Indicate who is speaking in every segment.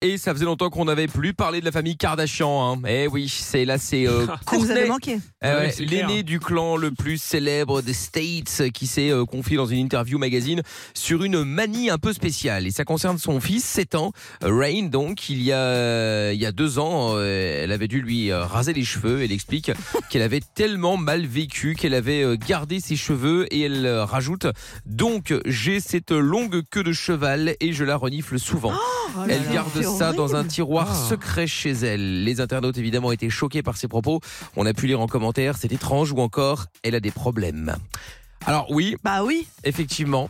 Speaker 1: Et ça faisait longtemps qu'on n'avait plus parlé de la famille Kardashian. Hein. Eh oui, c'est là, c'est euh,
Speaker 2: Ça nous avait
Speaker 1: Kourtney,
Speaker 2: manqué.
Speaker 1: euh,
Speaker 3: Ouais, c'est clair.
Speaker 1: l'aîné du clan le plus célèbre des States, qui s'est euh, confié dans une interview magazine sur une manie un peu spéciale. Et ça concerne son fils, 7 ans, euh, Rain. Donc, il y a euh, il y a deux ans, euh, elle avait dû lui euh, raser les cheveux. Elle explique qu'elle avait tellement mal vécu qu'elle avait euh, gardé ses cheveux et elle euh, rajoute donc j'ai cette longue queue de cheval et je la renifle souvent.
Speaker 2: Oh là
Speaker 1: Elle
Speaker 2: là,
Speaker 1: garde
Speaker 2: c'est
Speaker 1: ça dans un
Speaker 2: horrible.
Speaker 1: tiroir
Speaker 3: Ah.
Speaker 1: secret chez elle. Les internautes évidemment étaient choqués par ses propos. On a pu lire en commentaire, c'est étrange ou encore, elle a des problèmes. Alors oui,
Speaker 2: Bah oui.
Speaker 1: effectivement,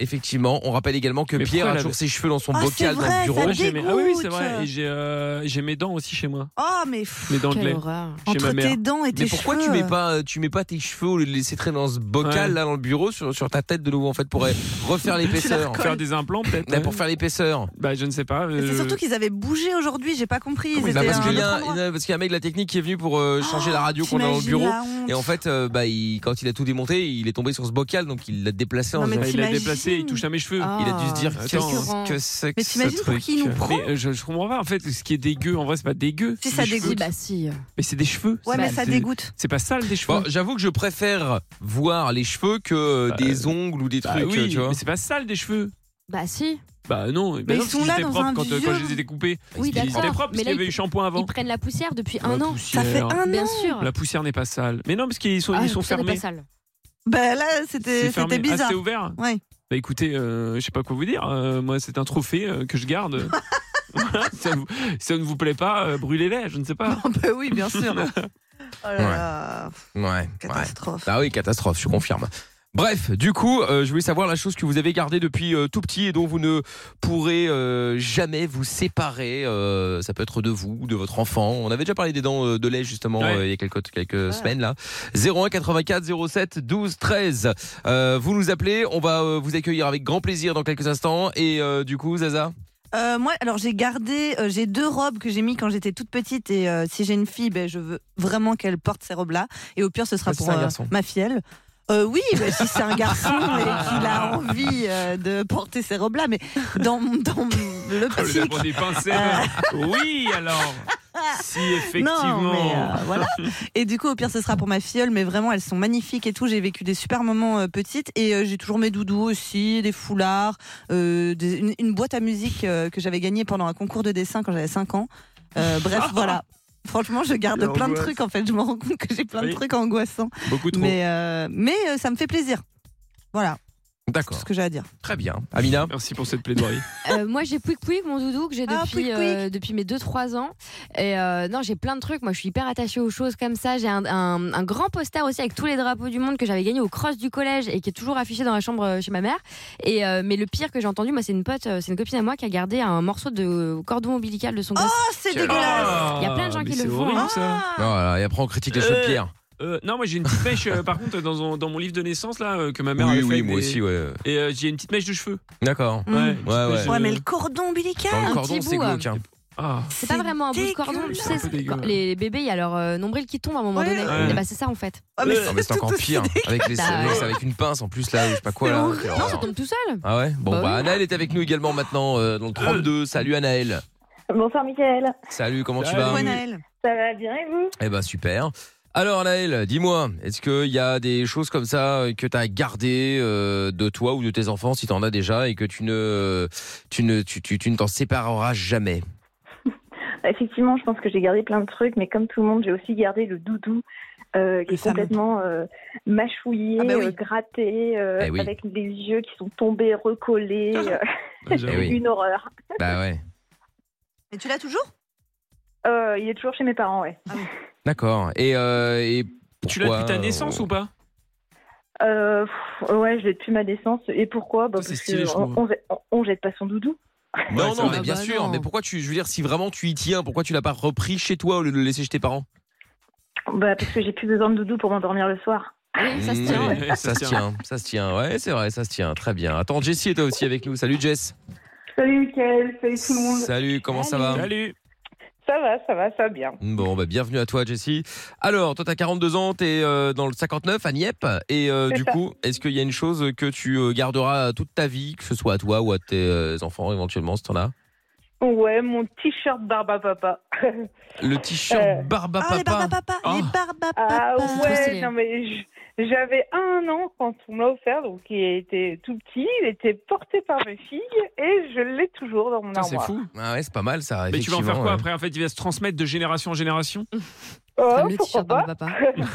Speaker 1: effectivement, on rappelle également que
Speaker 3: Mais
Speaker 1: Pierre
Speaker 3: pourquoi
Speaker 1: a
Speaker 3: elle
Speaker 1: toujours
Speaker 3: avait-
Speaker 1: ses cheveux dans son
Speaker 2: Ah, c'est
Speaker 1: bocal dans
Speaker 2: vrai,
Speaker 1: le bureau.
Speaker 2: ça
Speaker 3: Moi, j'ai mes-
Speaker 2: dégoûte.
Speaker 3: Ah oui, oui, c'est vrai. Et j'ai euh, j'ai mes dents aussi chez moi.
Speaker 2: Oh mais pff,
Speaker 3: Mes dents de
Speaker 4: Quelle
Speaker 3: lait.
Speaker 4: horreur.
Speaker 3: Chez
Speaker 2: entre
Speaker 3: ma mère.
Speaker 2: tes dents et tes
Speaker 1: Mais pourquoi
Speaker 2: cheveux.
Speaker 1: tu mets pas euh, tu mets pas tes cheveux au lieu de les laisser traîner dans ce bocal
Speaker 3: Ouais.
Speaker 1: là dans le bureau sur, sur ta tête de nouveau en fait pour refaire l'épaisseur.
Speaker 3: Faire des implants, peut-être.
Speaker 1: Ouais,
Speaker 3: ouais.
Speaker 1: Pour faire l'épaisseur.
Speaker 3: Bah, je ne sais pas.
Speaker 2: Mais
Speaker 3: euh,
Speaker 2: C'est surtout qu'ils avaient bougé aujourd'hui, j'ai pas compris. Ils
Speaker 3: Comment ils
Speaker 1: Bah,
Speaker 2: étaient
Speaker 1: parce
Speaker 2: à
Speaker 1: qu'il y,
Speaker 2: un
Speaker 1: a
Speaker 2: autre endroit. Ah,
Speaker 1: un- parce qu'il y a un mec de la technique qui est venu pour euh, changer la radio qu'on a dans le
Speaker 2: T'imagines
Speaker 1: bureau.
Speaker 2: la honte.
Speaker 1: Et en fait, euh, bah, il- quand il a tout démonté, il est tombé sur ce bocal, donc il l'a déplacé. en
Speaker 2: Non, mais
Speaker 1: faisant-
Speaker 3: bah, il l'a
Speaker 2: t'imagines
Speaker 3: déplacé, il touche à mes cheveux.
Speaker 4: Ah,
Speaker 1: il a dû se dire
Speaker 3: attends,
Speaker 4: récurrent.
Speaker 1: qu'est-ce que c'est que
Speaker 2: Mais
Speaker 1: ce
Speaker 2: t'imagines pour
Speaker 1: truc
Speaker 2: qui il nous prend
Speaker 3: Mais euh, je, je comprends pas. En fait, ce qui est dégueu, en vrai, c'est pas dégueu.
Speaker 2: Si,
Speaker 3: C'est
Speaker 2: ça
Speaker 3: des cheveux.
Speaker 4: Si, bah si.
Speaker 3: Mais c'est des cheveux.
Speaker 2: Ouais,
Speaker 3: c'est-
Speaker 2: mais ça
Speaker 3: c'est-
Speaker 2: dégoûte.
Speaker 3: C'est pas sale des cheveux.
Speaker 1: Bon, j'avoue que je préfère voir les cheveux que euh,
Speaker 3: Bah,
Speaker 1: des ongles ou des
Speaker 3: Bah
Speaker 1: trucs,
Speaker 3: oui,
Speaker 1: tu vois.
Speaker 3: mais c'est pas sale des cheveux.
Speaker 4: Bah si.
Speaker 3: Bah non, bah
Speaker 2: Mais
Speaker 3: non,
Speaker 2: ils sont
Speaker 3: parce
Speaker 2: là
Speaker 3: qu'ils étaient
Speaker 2: dans
Speaker 3: propres
Speaker 2: un
Speaker 3: quand, euh,
Speaker 2: vieux-
Speaker 3: quand je les ai découpés.
Speaker 4: Oui,
Speaker 3: Ils étaient
Speaker 4: d'accord.
Speaker 3: propres parce
Speaker 4: Mais
Speaker 3: qu'il y
Speaker 4: là,
Speaker 3: avait
Speaker 4: ils-
Speaker 3: eu shampoing avant.
Speaker 4: Ils prennent la poussière depuis
Speaker 3: La
Speaker 4: un an.
Speaker 2: Ça fait
Speaker 3: poussière.
Speaker 2: un
Speaker 4: Bien
Speaker 2: an.
Speaker 4: sûr.
Speaker 3: La poussière n'est pas sale. Mais non, parce qu'ils sont,
Speaker 4: Ah,
Speaker 3: ils sont
Speaker 4: ça n'est pas
Speaker 3: fermés.
Speaker 4: sale.
Speaker 2: Bah là,
Speaker 3: C'est
Speaker 2: c'était
Speaker 3: fermé.
Speaker 2: c'était
Speaker 3: Ah,
Speaker 2: bizarre.
Speaker 3: c'était ouvert
Speaker 2: Ouais.
Speaker 3: Bah écoutez, euh, je sais pas quoi vous dire. Euh, moi, c'est un trophée euh, que je garde. Voilà, ça, vous- ça ne vous plaît pas, euh, brûlez-les, je ne sais pas.
Speaker 2: Ah bah oui, bien sûr. oh là
Speaker 1: Ouais.
Speaker 2: là,
Speaker 1: Ouais, ouais.
Speaker 2: catastrophe.
Speaker 1: Ah oui, catastrophe, je confirme. Bref, du coup, euh, je voulais savoir la chose que vous avez gardée depuis euh, tout petit et dont vous ne pourrez euh, jamais vous séparer. Euh, ça peut être de vous, de votre enfant. On avait déjà parlé des dents euh, de lait justement
Speaker 3: Ouais.
Speaker 1: euh, il y a quelques, quelques semaines là. 01 84 07 12 13. Euh, vous nous appelez, on va euh, vous accueillir avec grand plaisir dans quelques instants. Et euh, du coup, Zaza
Speaker 2: Euh, moi, alors j'ai gardé, euh, j'ai deux robes que j'ai mis quand j'étais toute petite et euh, si j'ai une fille, ben, je veux vraiment qu'elle porte ces robes-là. Et au pire, ce sera
Speaker 1: Ouais, Bah, c'est
Speaker 2: pour
Speaker 1: un
Speaker 2: euh,
Speaker 1: garçon.
Speaker 2: ma fielle. Euh, oui, ben, si c'est un garçon et qu'il a envie euh, de porter ces robes-là, mais dans, dans euh, le
Speaker 3: Oh, le
Speaker 2: petit.
Speaker 3: d'abord des pincettes. oui, alors. Si effectivement.
Speaker 2: Non, mais euh, voilà. Et du coup, au pire, ce sera pour ma filleule, mais vraiment, elles sont magnifiques et tout. J'ai vécu des super moments euh, petites et euh, j'ai toujours mes doudous aussi, des foulards, euh, des- une, une boîte à musique euh, que j'avais gagnée pendant un concours de dessin quand j'avais 5 ans. Euh, bref, voilà. Franchement, je garde
Speaker 3: Quelle
Speaker 2: plein de
Speaker 3: angoisse.
Speaker 2: trucs en fait. Je me rends compte que j'ai plein de
Speaker 3: Oui.
Speaker 2: trucs angoissants.
Speaker 3: Beaucoup trop.
Speaker 2: Mais, euh, mais euh, ça me fait plaisir. Voilà, tout
Speaker 1: D'accord,
Speaker 2: ce que j'ai à dire.
Speaker 1: très bien. Amina
Speaker 3: Merci pour cette plaidoirie.
Speaker 4: Euh, moi j'ai Pouic Pouic, mon doudou, que j'ai
Speaker 2: Ah,
Speaker 4: depuis,
Speaker 2: Pouic
Speaker 4: euh, depuis mes 2-3 ans. Et euh, non, j'ai plein de trucs. Moi je suis hyper attachée aux choses comme ça. J'ai un, un- un grand poster aussi avec tous les drapeaux du monde que j'avais gagné au cross du collège et qui est toujours affiché dans la chambre euh, chez ma mère. Et, euh, mais le pire que j'ai entendu, moi c'est une pote, euh, c'est une copine à moi qui a gardé un morceau de cordon ombilical de son
Speaker 3: Ah,
Speaker 4: gosse.
Speaker 2: Oh, c'est dégueulasse!
Speaker 4: Il y a plein de gens qui
Speaker 3: mais
Speaker 4: le
Speaker 3: c'est
Speaker 4: font,
Speaker 3: horrible,
Speaker 4: hein.
Speaker 3: ça.
Speaker 1: Oh là là, Et après, on critique les cheveux de
Speaker 3: Ah. Euh,
Speaker 1: Pierre.
Speaker 3: Euh, non, moi j'ai une petite mèche, euh, par contre, dans, son- dans mon livre de naissance, là, euh, que ma mère
Speaker 1: Oui,
Speaker 3: avait fait.
Speaker 1: oui,
Speaker 3: avec
Speaker 1: moi
Speaker 3: des-
Speaker 1: aussi, ouais.
Speaker 3: Et euh, j'ai une petite mèche de cheveux.
Speaker 1: D'accord.
Speaker 2: Mm.
Speaker 3: Ouais, une petite
Speaker 1: Ouais,
Speaker 3: mèche
Speaker 1: ouais.
Speaker 3: de-
Speaker 2: Ouais, mais le cordon ombilical!
Speaker 1: Dans
Speaker 4: un
Speaker 1: le cordon,
Speaker 4: petit
Speaker 1: c'est
Speaker 4: bout, euh,
Speaker 1: glauque. hein.
Speaker 3: Ah.
Speaker 4: C'est pas vraiment un bout de cordon, tu
Speaker 2: dégueulasse.
Speaker 4: sais,
Speaker 3: C'est un peu dégueu,
Speaker 4: quand les bébés, il y a leur euh, nombril qui tombe à un moment
Speaker 2: Ouais.
Speaker 4: donné.
Speaker 3: Ouais.
Speaker 4: Et bah c'est ça en fait.
Speaker 2: Oh, mais
Speaker 3: Euh,
Speaker 1: Non mais c'est
Speaker 2: tout
Speaker 1: encore
Speaker 2: aussi
Speaker 1: pire hein. avec les
Speaker 4: Bah
Speaker 1: avec-
Speaker 4: ouais.
Speaker 1: avec une pince en plus là ou je sais pas quoi
Speaker 2: C'est
Speaker 1: là.
Speaker 2: horrible.
Speaker 1: Quelle
Speaker 4: Non, ça
Speaker 1: horreur.
Speaker 4: tombe tout seul.
Speaker 1: Ah ouais Bon bah,
Speaker 4: Bah oui.
Speaker 1: Anaël est avec nous également maintenant euh, dans le 32. Salut Anaël.
Speaker 5: Bonsoir Mickaël,
Speaker 1: Salut comment tu
Speaker 3: Salut.
Speaker 1: vas
Speaker 2: Ouais, Naël.
Speaker 5: ça va bien et vous
Speaker 1: Eh ben super. Alors Anaël, dis-moi, est-ce qu'il y a des choses comme ça euh, que tu as gardées euh, de toi ou de tes enfants si tu en as déjà et que tu ne tu ne tu, tu, tu ne t'en sépareras jamais
Speaker 5: Effectivement, je pense que j'ai gardé plein de trucs, mais comme tout le monde, j'ai aussi gardé le doudou euh, qui
Speaker 2: Le
Speaker 5: est
Speaker 2: fameux.
Speaker 5: complètement euh, mâchouillé,
Speaker 2: Ah bah oui.
Speaker 5: euh, gratté, euh,
Speaker 1: Eh oui.
Speaker 5: avec les yeux qui sont tombés, recollés, euh,
Speaker 3: j'avoue.
Speaker 1: Eh oui.
Speaker 5: une horreur.
Speaker 1: Bah ouais.
Speaker 2: Et Ah. tu l'as toujours? Ah
Speaker 5: Euh, il est toujours chez mes parents, ouais.
Speaker 1: D'accord. Et euh, et
Speaker 3: Tu l'as
Speaker 1: pourquoi,
Speaker 3: depuis ta naissance
Speaker 1: euh,
Speaker 3: ou pas
Speaker 5: Euh, pff, ouais, je l'ai depuis ma naissance. Et pourquoi bah,
Speaker 3: Ça, c'est
Speaker 5: Parce
Speaker 3: stylé, je
Speaker 5: qu'on
Speaker 3: trouve.
Speaker 5: on, on- on jette pas son doudou.
Speaker 1: Non,
Speaker 3: Ouais, c'est
Speaker 1: non,
Speaker 3: vrai.
Speaker 1: mais bien
Speaker 4: Bah
Speaker 1: sûr.
Speaker 4: non.
Speaker 1: Mais pourquoi tu, je veux dire, si vraiment tu y tiens, pourquoi tu l'as pas repris chez toi au lieu de le laisser chez tes parents
Speaker 5: Bah, parce que j'ai plus besoin de doudou pour m'endormir le soir.
Speaker 4: Oui, ça se
Speaker 1: Mmh,
Speaker 4: tient.
Speaker 3: ouais.
Speaker 1: ça se tient, ça se tient. Ouais, c'est vrai, ça se tient. Très bien. Attends, Jessie est là aussi avec nous. Salut Jess.
Speaker 6: Salut Mickaël, salut tout le monde.
Speaker 1: Salut, comment ça va
Speaker 3: Salut
Speaker 6: Ça va, ça va, ça va bien.
Speaker 1: Bon, bah, bienvenue à toi, Jessie. Alors, toi, t'as 42 ans, t'es euh, dans le 59 à Nieppe. Et euh,
Speaker 6: C'est
Speaker 1: du
Speaker 6: ça.
Speaker 1: coup, est-ce qu'il y a une chose que tu euh, garderas toute ta vie, que euh, ce soit à toi ou à tes euh, enfants éventuellement, si t'en as
Speaker 6: Ouais, mon t-shirt barbe à papa.
Speaker 1: Le t-shirt
Speaker 6: Euh,
Speaker 1: Barba
Speaker 2: Ah, les
Speaker 1: Papa.
Speaker 2: barbes à papa, les
Speaker 1: Ah.
Speaker 2: barbes à
Speaker 6: Ah
Speaker 2: papa.
Speaker 4: stylé.
Speaker 6: ouais, non mais je- j'avais un an quand on me l'a offert, donc il était tout petit, il était porté par mes filles et je l'ai toujours dans mon
Speaker 3: Putain, c'est
Speaker 6: armoire.
Speaker 3: fou.
Speaker 1: Ah ouais, c'est pas mal ça.
Speaker 3: Mais tu vas en
Speaker 1: effectivement,
Speaker 3: faire quoi
Speaker 1: ouais.
Speaker 3: après En fait, il va se transmettre de génération en génération.
Speaker 6: Oh, pourquoi
Speaker 4: le t-shirt dans le
Speaker 6: pas
Speaker 4: papa.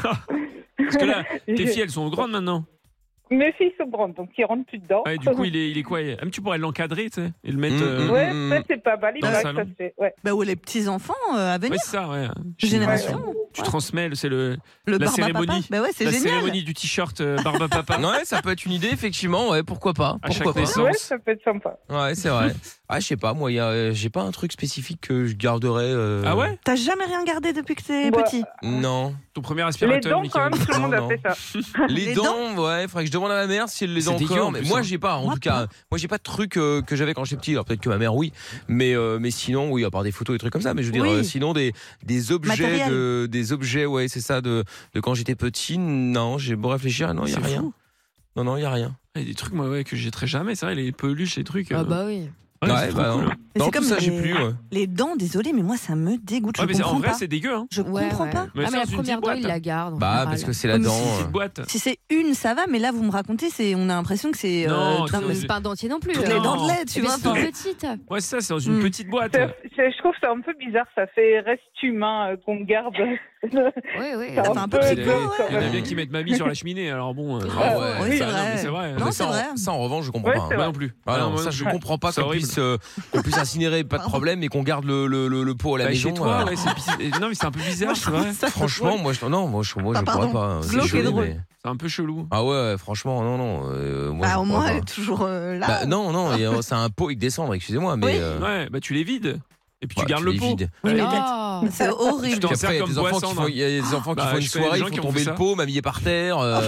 Speaker 3: Parce que là, tes
Speaker 6: Je-
Speaker 3: filles, elles sont grandes maintenant.
Speaker 6: Mes filles sont grandes, donc ils rentrent plus dedans.
Speaker 3: Ouais, Ah, du coup, il est, il est quoi il- Même tu pourrais l'encadrer, tu sais, et le mettre.
Speaker 1: Mm,
Speaker 3: euh,
Speaker 1: mm.
Speaker 6: Ouais, ça c'est pas mal, il
Speaker 3: Dans le
Speaker 6: paraît que
Speaker 3: salon.
Speaker 6: ça se fait. Ouais.
Speaker 2: Bah, ou les petits-enfants euh, à
Speaker 3: ouais,
Speaker 2: venir.
Speaker 3: c'est ça, ouais.
Speaker 2: Génération.
Speaker 3: Tu transmets, le- c'est le,
Speaker 2: Le
Speaker 3: La
Speaker 2: barbe à papa.
Speaker 3: cérémonie.
Speaker 2: Bah ouais, c'est
Speaker 3: la
Speaker 2: génial.
Speaker 3: cérémonie du t-shirt euh, barbe à papa.
Speaker 1: Ouais, ça peut être une idée, effectivement. Ouais, pourquoi pas
Speaker 3: À
Speaker 1: Hein, Pourquoi
Speaker 3: chaque
Speaker 1: pas
Speaker 3: naissance.
Speaker 6: ouais, ça peut être sympa.
Speaker 1: Ouais, c'est vrai. Ah, je sais pas, moi, il y a, euh, j'ai pas un truc spécifique que je garderais. euh,
Speaker 3: Ah ouais
Speaker 2: T'as jamais rien gardé depuis que t'es
Speaker 6: Ouais.
Speaker 2: Eh, petit.
Speaker 1: Non.
Speaker 3: Ton premier
Speaker 6: Bah, Les
Speaker 3: aspirateur,
Speaker 6: dents, quand
Speaker 3: Michael.
Speaker 6: même, tout le monde
Speaker 1: Non,
Speaker 6: a fait ça.
Speaker 1: Les,
Speaker 2: Les
Speaker 1: dents, ouais, faudrait que je demande à ma mère si elle les a
Speaker 3: C'est dégueu,
Speaker 1: encore.
Speaker 3: en
Speaker 1: Mais
Speaker 3: plus,
Speaker 1: moi,
Speaker 3: hein.
Speaker 1: j'ai pas, en
Speaker 2: Moi,
Speaker 1: tout cas. Moi, j'ai pas de trucs euh, que j'avais quand j'étais petit. Alors, peut-être que ma mère, oui. Mais, euh, mais sinon, oui, à part des photos et trucs comme ça. Mais je veux dire,
Speaker 2: Oui.
Speaker 1: euh, sinon, des, des objets,
Speaker 2: Matériel.
Speaker 1: de, des objets, ouais, c'est ça, de, de quand j'étais petit. Non, j'ai beau réfléchir. Non, il y a
Speaker 3: C'est
Speaker 1: rien.
Speaker 3: fou.
Speaker 1: Non, non, il y a rien.
Speaker 3: Il y a des trucs, moi, ouais, que je jetterai jamais, c'est vrai, les peluches, les trucs. euh,
Speaker 4: Ah bah oui.
Speaker 3: ouais,
Speaker 1: Ouais,
Speaker 3: c'est trop
Speaker 1: bah non.
Speaker 3: cool. Ouais,
Speaker 2: Mais
Speaker 1: Non,
Speaker 2: c'est
Speaker 1: tout
Speaker 2: comme
Speaker 1: ça, j'ai
Speaker 2: les-
Speaker 1: plus. ouais.
Speaker 2: Les dents, désolé, mais moi ça me dégoûte. Je
Speaker 3: mais c'est- en
Speaker 2: comprends
Speaker 3: vrai,
Speaker 2: pas.
Speaker 3: c'est dégueu, hein.
Speaker 2: Je
Speaker 4: Ouais,
Speaker 2: comprends
Speaker 4: ouais.
Speaker 2: pas.
Speaker 3: Mais
Speaker 4: ah,
Speaker 3: ça,
Speaker 4: mais la
Speaker 3: c'est une petite
Speaker 4: première dent,
Speaker 3: boîte,
Speaker 4: il la garde. en
Speaker 1: Bah,
Speaker 4: général.
Speaker 1: parce que c'est la
Speaker 2: Comme si
Speaker 1: dent.
Speaker 3: Petite
Speaker 1: euh.
Speaker 3: boîte.
Speaker 2: Si c'est une, ça va, mais là vous me racontez, c'est on a l'impression que c'est euh,
Speaker 3: Non,
Speaker 4: Non,
Speaker 2: dans-
Speaker 4: mais c'est pas un dentier non plus.
Speaker 3: Toutes
Speaker 4: là.
Speaker 2: les
Speaker 3: non.
Speaker 2: dents de lait,
Speaker 4: Mais
Speaker 2: tu vois.
Speaker 4: c'est
Speaker 2: enfin.
Speaker 4: une petite.
Speaker 3: Ouais, c'est ça, c'est dans une
Speaker 2: Mm.
Speaker 3: petite boîte.
Speaker 6: C'est- c'est- Je trouve ça un peu bizarre, ça fait reste humain euh, qu'on garde.
Speaker 4: Oui, oui.
Speaker 2: Ça fait un peu
Speaker 3: Il y en a-
Speaker 2: psycho, ouais.
Speaker 3: il y en a bien qui mettent mamie sur la cheminée, alors bon. euh,
Speaker 1: Ah ouais.
Speaker 2: Oui, c'est
Speaker 3: ça, non, mais
Speaker 2: vrai.
Speaker 3: c'est vrai.
Speaker 2: Non,
Speaker 1: Mais
Speaker 2: c'est
Speaker 1: ça, en-
Speaker 2: vrai.
Speaker 1: ça, en revanche, je comprends
Speaker 6: Ouais,
Speaker 1: pas. hein.
Speaker 6: c'est
Speaker 3: Moi
Speaker 6: vrai.
Speaker 3: non plus.
Speaker 1: Ah non,
Speaker 3: moi
Speaker 1: ça, je
Speaker 3: plus.
Speaker 1: comprends pas
Speaker 3: C'est
Speaker 1: qu'on
Speaker 3: horrible.
Speaker 1: puisse, euh, qu'on puisse incinérer, pas de
Speaker 2: Pardon.
Speaker 1: problème, et qu'on garde le, le, le, le pot à la
Speaker 3: Bah,
Speaker 1: maison.
Speaker 3: chez toi,
Speaker 1: euh,
Speaker 3: ouais, c'est bizarre. Non, mais c'est un peu bizarre,
Speaker 2: Moi, je
Speaker 3: c'est vrai. Bah,
Speaker 2: trouve ça
Speaker 1: Franchement,
Speaker 2: drôle.
Speaker 1: moi, je, non, moi, je, moi,
Speaker 2: Ah,
Speaker 1: je
Speaker 2: pardon.
Speaker 1: pourrais pas. hein. C'est
Speaker 2: Glauque et
Speaker 1: chelou,
Speaker 2: drôle.
Speaker 1: mais-
Speaker 3: C'est un peu chelou.
Speaker 1: Ah ouais, franchement, non, non. euh, moi, je
Speaker 2: Bah, au
Speaker 1: pourrais
Speaker 2: moins
Speaker 1: pas.
Speaker 2: elle est toujours euh, là.
Speaker 1: Bah, non, non, et, euh, c'est un pot avec des cendres, excusez-moi, mais.
Speaker 2: Oui.
Speaker 1: euh,
Speaker 3: Ouais, bah tu les vides. Et puis
Speaker 1: bah,
Speaker 3: tu gardes le
Speaker 1: les
Speaker 3: pot.
Speaker 1: vides.
Speaker 2: Oui, mais t'as-
Speaker 4: Ah.
Speaker 2: C'est
Speaker 3: Tu
Speaker 2: horrible.
Speaker 3: t'en
Speaker 1: Puis après, il y a
Speaker 3: sers
Speaker 1: des
Speaker 3: comme
Speaker 1: enfants qui
Speaker 3: poisson,
Speaker 1: font, il y a des enfants qui
Speaker 3: Bah,
Speaker 1: font une
Speaker 3: je connais des
Speaker 1: soirée,
Speaker 3: gens
Speaker 1: ils
Speaker 3: qui
Speaker 1: font
Speaker 3: ont
Speaker 1: tomber
Speaker 3: fait
Speaker 1: le
Speaker 3: ça.
Speaker 1: pot, mamie est par terre, euh,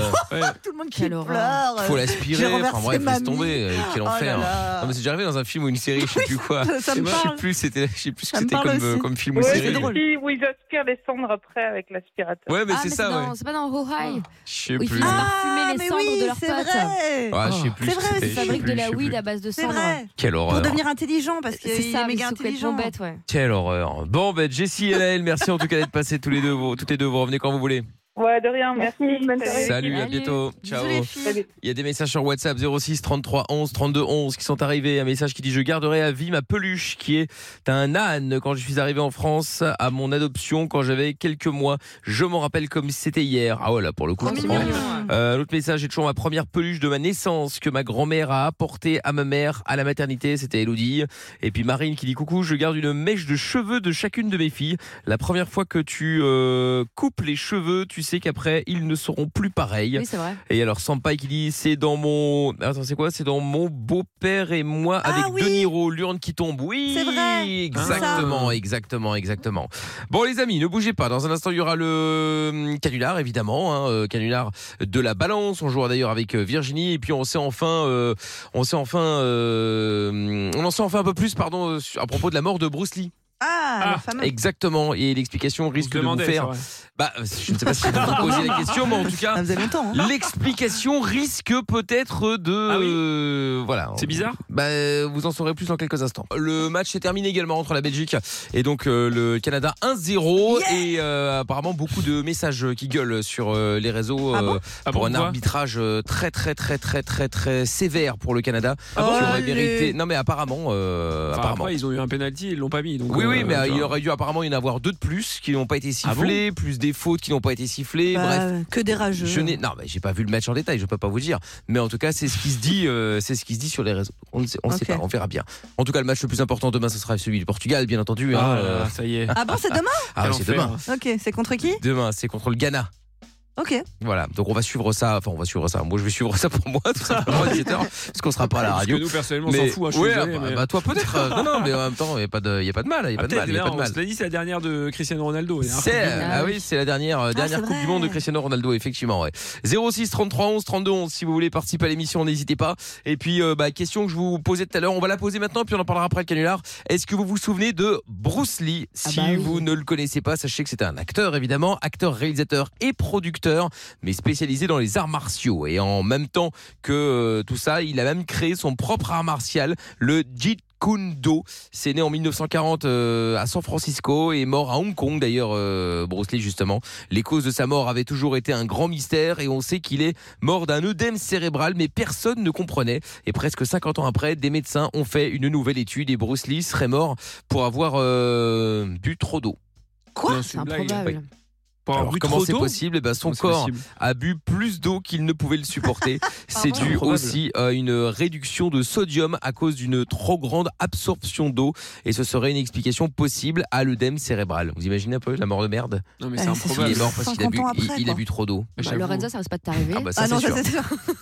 Speaker 2: Tout le monde qui
Speaker 4: Quelle horreur.
Speaker 2: pleure. euh,
Speaker 1: faut
Speaker 2: Oh J'ai
Speaker 1: l'aspirer,
Speaker 2: renversé
Speaker 1: enfin bref,
Speaker 2: ma
Speaker 1: laisse tomber, euh, quel
Speaker 2: Oh là
Speaker 1: enfer.
Speaker 2: là.
Speaker 1: Non, mais c'est déjà arrivé dans un film ou une série, je sais plus quoi.
Speaker 2: Ça me
Speaker 1: Je sais
Speaker 2: parle.
Speaker 1: plus, c'était, je sais plus ce que
Speaker 2: Ça me
Speaker 1: c'était
Speaker 2: parle
Speaker 1: comme, euh,
Speaker 2: aussi.
Speaker 1: comme film ou
Speaker 6: Ouais,
Speaker 1: série.
Speaker 6: c'est ici où ils aspirent les cendres après avec l'aspirateur.
Speaker 1: Ouais, mais
Speaker 4: Ah,
Speaker 1: c'est ça,
Speaker 4: dans-
Speaker 1: ouais.
Speaker 4: C'est pas dans Hohai
Speaker 1: Je sais
Speaker 4: où ils
Speaker 1: plus.
Speaker 4: finissent
Speaker 1: Ah,
Speaker 4: par fumer les
Speaker 2: mais
Speaker 4: cendres
Speaker 2: oui,
Speaker 4: de leurs
Speaker 2: c'est
Speaker 4: potes.
Speaker 2: vrai.
Speaker 1: je sais plus.
Speaker 2: C'est
Speaker 1: ce que
Speaker 2: vrai,
Speaker 1: c'était,
Speaker 2: je
Speaker 4: Ils
Speaker 1: je sais
Speaker 4: fabriquent de
Speaker 1: plus,
Speaker 4: la
Speaker 1: je sais
Speaker 4: weed
Speaker 1: plus.
Speaker 4: à base de
Speaker 2: C'est
Speaker 4: cendres.
Speaker 2: vrai.
Speaker 1: Quelle horreur.
Speaker 2: Pour devenir intelligent, parce qu'il
Speaker 4: C'est
Speaker 2: est,
Speaker 4: ça, mais
Speaker 2: méga
Speaker 4: c'est complètement
Speaker 2: intelligent.
Speaker 4: bête, ouais.
Speaker 1: Quelle horreur. Bon, ben, Jessie et Laël, merci en tout cas d'être passés tous les deux. Vous, toutes les deux, vous revenez quand vous voulez.
Speaker 6: Ouais, de rien, merci.
Speaker 5: bonne soirée.
Speaker 6: salut.
Speaker 1: Salut, à
Speaker 4: Salut.
Speaker 1: bientôt. Ciao.
Speaker 4: Bisous les filles.
Speaker 6: Salut.
Speaker 1: Il y a des messages sur WhatsApp 06 33 11 32 11 qui sont arrivés. Un message qui dit Je garderai à vie ma peluche qui est un âne quand je suis arrivé en France à mon adoption quand j'avais quelques mois. Je m'en rappelle comme si c'était hier. Ah ouais, là, pour le coup,
Speaker 4: Trop
Speaker 1: je
Speaker 4: Oh, mignon.
Speaker 1: comprends. Euh, L'autre message, j'ai toujours ma première peluche de ma naissance que ma grand-mère a apportée à ma mère à la maternité, c'était Elodie. Et puis Marine qui dit coucou, je garde une mèche de cheveux de chacune de mes filles. La première fois que tu euh, coupes les cheveux, tu sais qu'après, ils ne seront plus pareils.
Speaker 4: Oui, c'est vrai.
Speaker 1: Et alors Sampai qui dit c'est dans mon attends c'est quoi c'est dans mon beau-père et moi
Speaker 2: Ah
Speaker 1: avec
Speaker 2: oui.
Speaker 1: De Niro l'urne qui tombe oui
Speaker 2: C'est vrai.
Speaker 1: exactement
Speaker 3: Ah.
Speaker 1: exactement exactement bon les amis ne bougez pas dans un instant il y aura le hum, canular évidemment hein, euh, canular de la balance on jouera d'ailleurs avec euh, Virginie et puis on sait enfin euh, on sait enfin euh, on en sait enfin un peu plus pardon euh, sur- à propos de la mort de Bruce Lee
Speaker 2: Ah,
Speaker 3: Ah,
Speaker 2: le fameux.
Speaker 1: exactement et l'explication
Speaker 3: On se
Speaker 1: risque de vous
Speaker 3: demandait,
Speaker 1: faire
Speaker 3: c'est
Speaker 1: bah je ne sais pas si vous vous posez la question mais en tout cas
Speaker 2: Ça faisait longtemps. hein.
Speaker 1: L'explication risque peut-être de.
Speaker 3: Ah oui.
Speaker 1: euh, voilà.
Speaker 3: vrai. C'est bizarre.
Speaker 1: Bah, euh, vous en saurez plus dans quelques instants. Le match est terminé également entre la Belgique et donc euh, le Canada 1-0
Speaker 2: Yeah
Speaker 1: et euh, apparemment beaucoup de messages qui gueulent sur euh, les réseaux
Speaker 2: Ah bon
Speaker 1: euh,
Speaker 3: Ah
Speaker 1: pour
Speaker 3: bon,
Speaker 1: un
Speaker 3: quoi
Speaker 1: arbitrage euh, très très très très très très sévère pour le Canada
Speaker 3: Ah bon
Speaker 1: qui aurait
Speaker 2: Allez.
Speaker 1: mérité. Non mais apparemment, euh,
Speaker 3: Enfin,
Speaker 1: apparemment.
Speaker 3: après, ils ont eu un pénalty, ils l'ont pas mis. donc,
Speaker 1: Oui,
Speaker 3: euh,
Speaker 1: oui, mais
Speaker 3: tu
Speaker 1: euh, il
Speaker 3: vois.
Speaker 1: aurait dû apparemment y en avoir deux de plus qui n'ont pas été
Speaker 3: Ah bon
Speaker 1: sifflés, plus des fautes qui n'ont pas été sifflées.
Speaker 2: Bah,
Speaker 1: bref,
Speaker 2: que des rageux.
Speaker 1: je n'ai non mais j'ai pas vu le match en détail, je peux pas vous dire. Mais en tout cas, c'est ce qui se dit, euh, c'est ce qui se dit sur les réseaux. On ne sait, on ne sait
Speaker 2: Ok.
Speaker 1: pas, on verra bien. En tout cas, le match le plus important demain, ce sera celui du Portugal, bien entendu. hein.
Speaker 3: Ah,
Speaker 1: Euh,
Speaker 3: là, ça y est.
Speaker 2: Ah bon, c'est demain
Speaker 1: ah,
Speaker 3: Quel
Speaker 1: c'est
Speaker 3: enfer.
Speaker 1: demain.
Speaker 2: Ok, c'est contre qui
Speaker 1: Demain, c'est contre le Ghana.
Speaker 2: Ok. Ah,
Speaker 1: Voilà. Donc on va suivre ça. Enfin, on va suivre ça. Moi, je vais suivre ça pour moi, tout simplement, à 17 heures, parce qu'on sera pas à la
Speaker 3: Parce que
Speaker 1: radio.
Speaker 3: nous, personnellement, on s'en fout. hein, je suis
Speaker 1: ouais,
Speaker 3: désolé,
Speaker 1: bah,
Speaker 3: mais-
Speaker 1: bah, toi peut-être. Euh, non, non, mais en même temps, il n'y a pas de, y a pas de mal. Il n'y a
Speaker 3: Ah,
Speaker 1: pas de
Speaker 3: peut-être,
Speaker 1: mal. y a
Speaker 3: là,
Speaker 1: pas de
Speaker 3: on
Speaker 1: mal.
Speaker 3: se l'a dit, c'est la dernière de Cristiano Ronaldo. et
Speaker 1: C'est
Speaker 3: Argentina.
Speaker 1: ah oui, c'est la dernière euh, dernière
Speaker 2: c'est
Speaker 1: Coupe
Speaker 2: vrai.
Speaker 1: du monde de Cristiano Ronaldo effectivement ouais. 06 33 11 32 11 si vous voulez participer à l'émission n'hésitez pas. Et puis euh, bah, question que je vous posais tout à l'heure, on va la poser maintenant puis on en parlera après le canular. Est-ce que vous vous souvenez de Bruce Lee
Speaker 4: Ah
Speaker 1: Si
Speaker 4: bah oui.
Speaker 1: vous ne le connaissez pas, sachez que c'était un acteur évidemment, acteur réalisateur et producteur mais spécialisé dans les arts martiaux et en même temps que euh, tout ça, il a même créé son propre art martial, le Jeet Kundo. C'est né en 1940 euh, à San Francisco et est mort à Hong Kong d'ailleurs, euh, Bruce Lee justement. Les causes de sa mort avaient toujours été un grand mystère et on sait qu'il est mort d'un œdème cérébral mais personne ne comprenait. Et presque 50 ans après, des médecins ont fait une nouvelle étude et Bruce Lee serait mort pour avoir euh, bu trop d'eau.
Speaker 2: Quoi
Speaker 3: Non,
Speaker 4: C'est
Speaker 3: une blague.
Speaker 4: improbable.
Speaker 3: Pour avoir
Speaker 1: Alors,
Speaker 3: bu
Speaker 1: comment
Speaker 3: trop
Speaker 1: c'est
Speaker 3: d'eau
Speaker 1: possible Eh ben, Son
Speaker 3: Comment c'est
Speaker 1: corps
Speaker 3: possible
Speaker 1: a bu plus d'eau qu'il ne pouvait le supporter. C'est
Speaker 2: Pardon
Speaker 1: dû
Speaker 3: Improbable.
Speaker 1: aussi à une réduction de sodium à cause d'une trop grande absorption d'eau. Et ce serait une explication possible à l'œdème cérébral. Vous imaginez un peu la mort de merde
Speaker 3: Non, mais
Speaker 2: Eh,
Speaker 3: c'est
Speaker 2: c'est
Speaker 1: Il est
Speaker 3: improbable.
Speaker 2: sûr.
Speaker 1: mort parce qu'il a,
Speaker 2: 50
Speaker 1: bu-
Speaker 2: ans après,
Speaker 1: il- il a
Speaker 2: quoi.
Speaker 1: bu trop d'eau.
Speaker 4: Bah,
Speaker 3: J'avoue.
Speaker 4: Lorenzo, ça ne pas t'arriver.
Speaker 1: Ah bah ça,
Speaker 2: Ah non,
Speaker 1: c'est
Speaker 2: ça
Speaker 1: sûr.
Speaker 2: c'est sûr.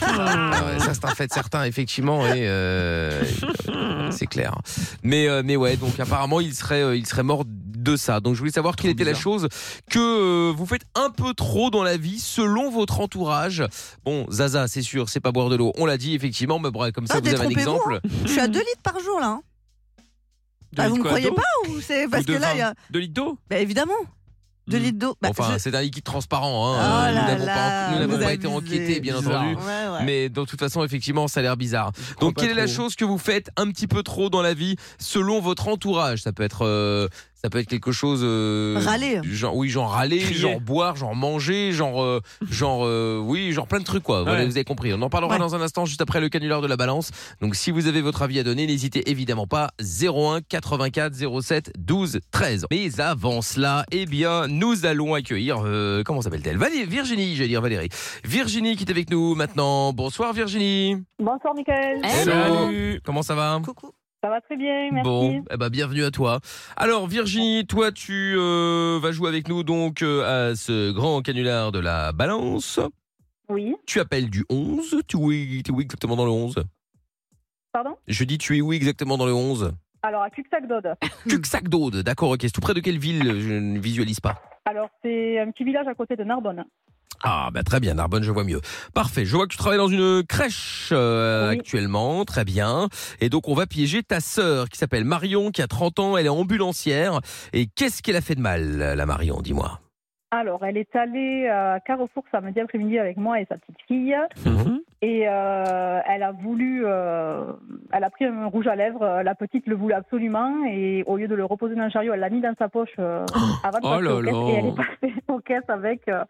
Speaker 1: Ah ouais, ça c'est un fait certain effectivement et euh,
Speaker 3: Mmh.
Speaker 1: c'est clair. Mais euh, mais ouais donc apparemment il serait euh, il serait mort de ça. Donc je voulais savoir quelle
Speaker 3: Trop
Speaker 1: était la
Speaker 3: bizarre.
Speaker 1: chose que euh, vous faites un peu trop dans la vie selon votre entourage. Bon Zaza c'est sûr c'est pas boire de l'eau. On l'a dit effectivement mais bon, comme ça
Speaker 2: Ah,
Speaker 1: vous avez un
Speaker 2: détrompez-vous,
Speaker 1: exemple.
Speaker 2: Je suis à 2 litres par jour là. hein.
Speaker 3: Deux
Speaker 2: Ah,
Speaker 3: litres
Speaker 2: vous me
Speaker 3: quoi,
Speaker 2: croyez
Speaker 3: d'eau
Speaker 2: pas ou c'est parce
Speaker 3: Ou de
Speaker 2: que là
Speaker 3: vin
Speaker 2: il y a
Speaker 3: Deux litres d'eau
Speaker 2: Bah, évidemment 2
Speaker 3: Mm.
Speaker 2: litres d'eau. Bah,
Speaker 1: Hmm. Enfin
Speaker 2: je-
Speaker 1: c'est un liquide transparent. Hein.
Speaker 2: Oh là
Speaker 1: Euh, nous n'avons
Speaker 2: là,
Speaker 1: pas, nous n'avons
Speaker 2: vous
Speaker 1: pas été
Speaker 2: abusez.
Speaker 1: enquêtés bien
Speaker 3: Bizarre.
Speaker 1: entendu.
Speaker 2: Ouais, ouais.
Speaker 1: Mais de toute façon, effectivement, ça a l'air bizarre.
Speaker 3: crois
Speaker 1: Donc,
Speaker 3: pas
Speaker 1: quelle est la
Speaker 3: trop.
Speaker 1: chose que vous faites un petit peu trop dans la vie selon votre entourage Ça peut être, euh, ça peut être quelque chose. euh,
Speaker 2: Râler.
Speaker 1: du Genre, oui, genre râler,
Speaker 3: Crier.
Speaker 1: genre boire, genre manger, genre, euh, genre, euh, oui, genre plein de trucs quoi. Voilà,
Speaker 3: Ouais.
Speaker 1: vous avez compris. On en parlera
Speaker 2: Ouais.
Speaker 1: dans un instant, juste après le canular de la Balance. Donc, si vous avez votre avis à donner, n'hésitez évidemment pas. 01 84 07 12 13. Mais avant cela, eh bien, nous allons accueillir, euh, comment s'appelle-t-elle Valé- Virginie, j'allais dire Valérie. Virginie qui est avec nous maintenant. Bonsoir Virginie.
Speaker 5: Bonsoir, Michael.
Speaker 4: Eh,
Speaker 1: Hello.
Speaker 3: Salut
Speaker 1: Comment ça va
Speaker 2: Coucou.
Speaker 5: Ça va très bien, merci.
Speaker 1: Bon, eh ben, bienvenue à toi. Alors Virginie, toi tu euh, vas jouer avec nous donc euh, à ce grand canular de la balance.
Speaker 5: Oui,
Speaker 1: Tu appelles du 11, tu es, tu es où exactement dans le 11
Speaker 5: pardon
Speaker 1: Je dis tu es où exactement dans le 11
Speaker 5: Alors, à Cuxac d'Aude.
Speaker 1: Cuxac d'Aude, d'accord, ok. C'est tout près de quelle ville Je ne visualise pas.
Speaker 5: Alors, c'est un petit village à côté de Narbonne.
Speaker 1: Ah bah très bien, Narbonne, je vois mieux. Parfait, je vois que tu travailles dans une crèche euh,
Speaker 5: Oui.
Speaker 1: actuellement, très bien. Et donc on va piéger ta sœur qui s'appelle Marion, qui a 30 ans, elle est ambulancière. Et qu'est-ce qu'elle a fait de mal, la Marion, dis-moi
Speaker 5: Alors, elle est allée à Carrefour samedi après-midi avec moi et sa petite fille.
Speaker 3: Mhm.
Speaker 5: Et euh, elle a voulu, euh, elle a pris un rouge à lèvres. euh, La petite le voulait absolument et au lieu de le reposer dans le chariot, elle l'a mis dans sa poche euh, avant de
Speaker 3: Oh
Speaker 5: passer aux caisses et elle
Speaker 3: là là.
Speaker 5: est passée aux caisses avec euh,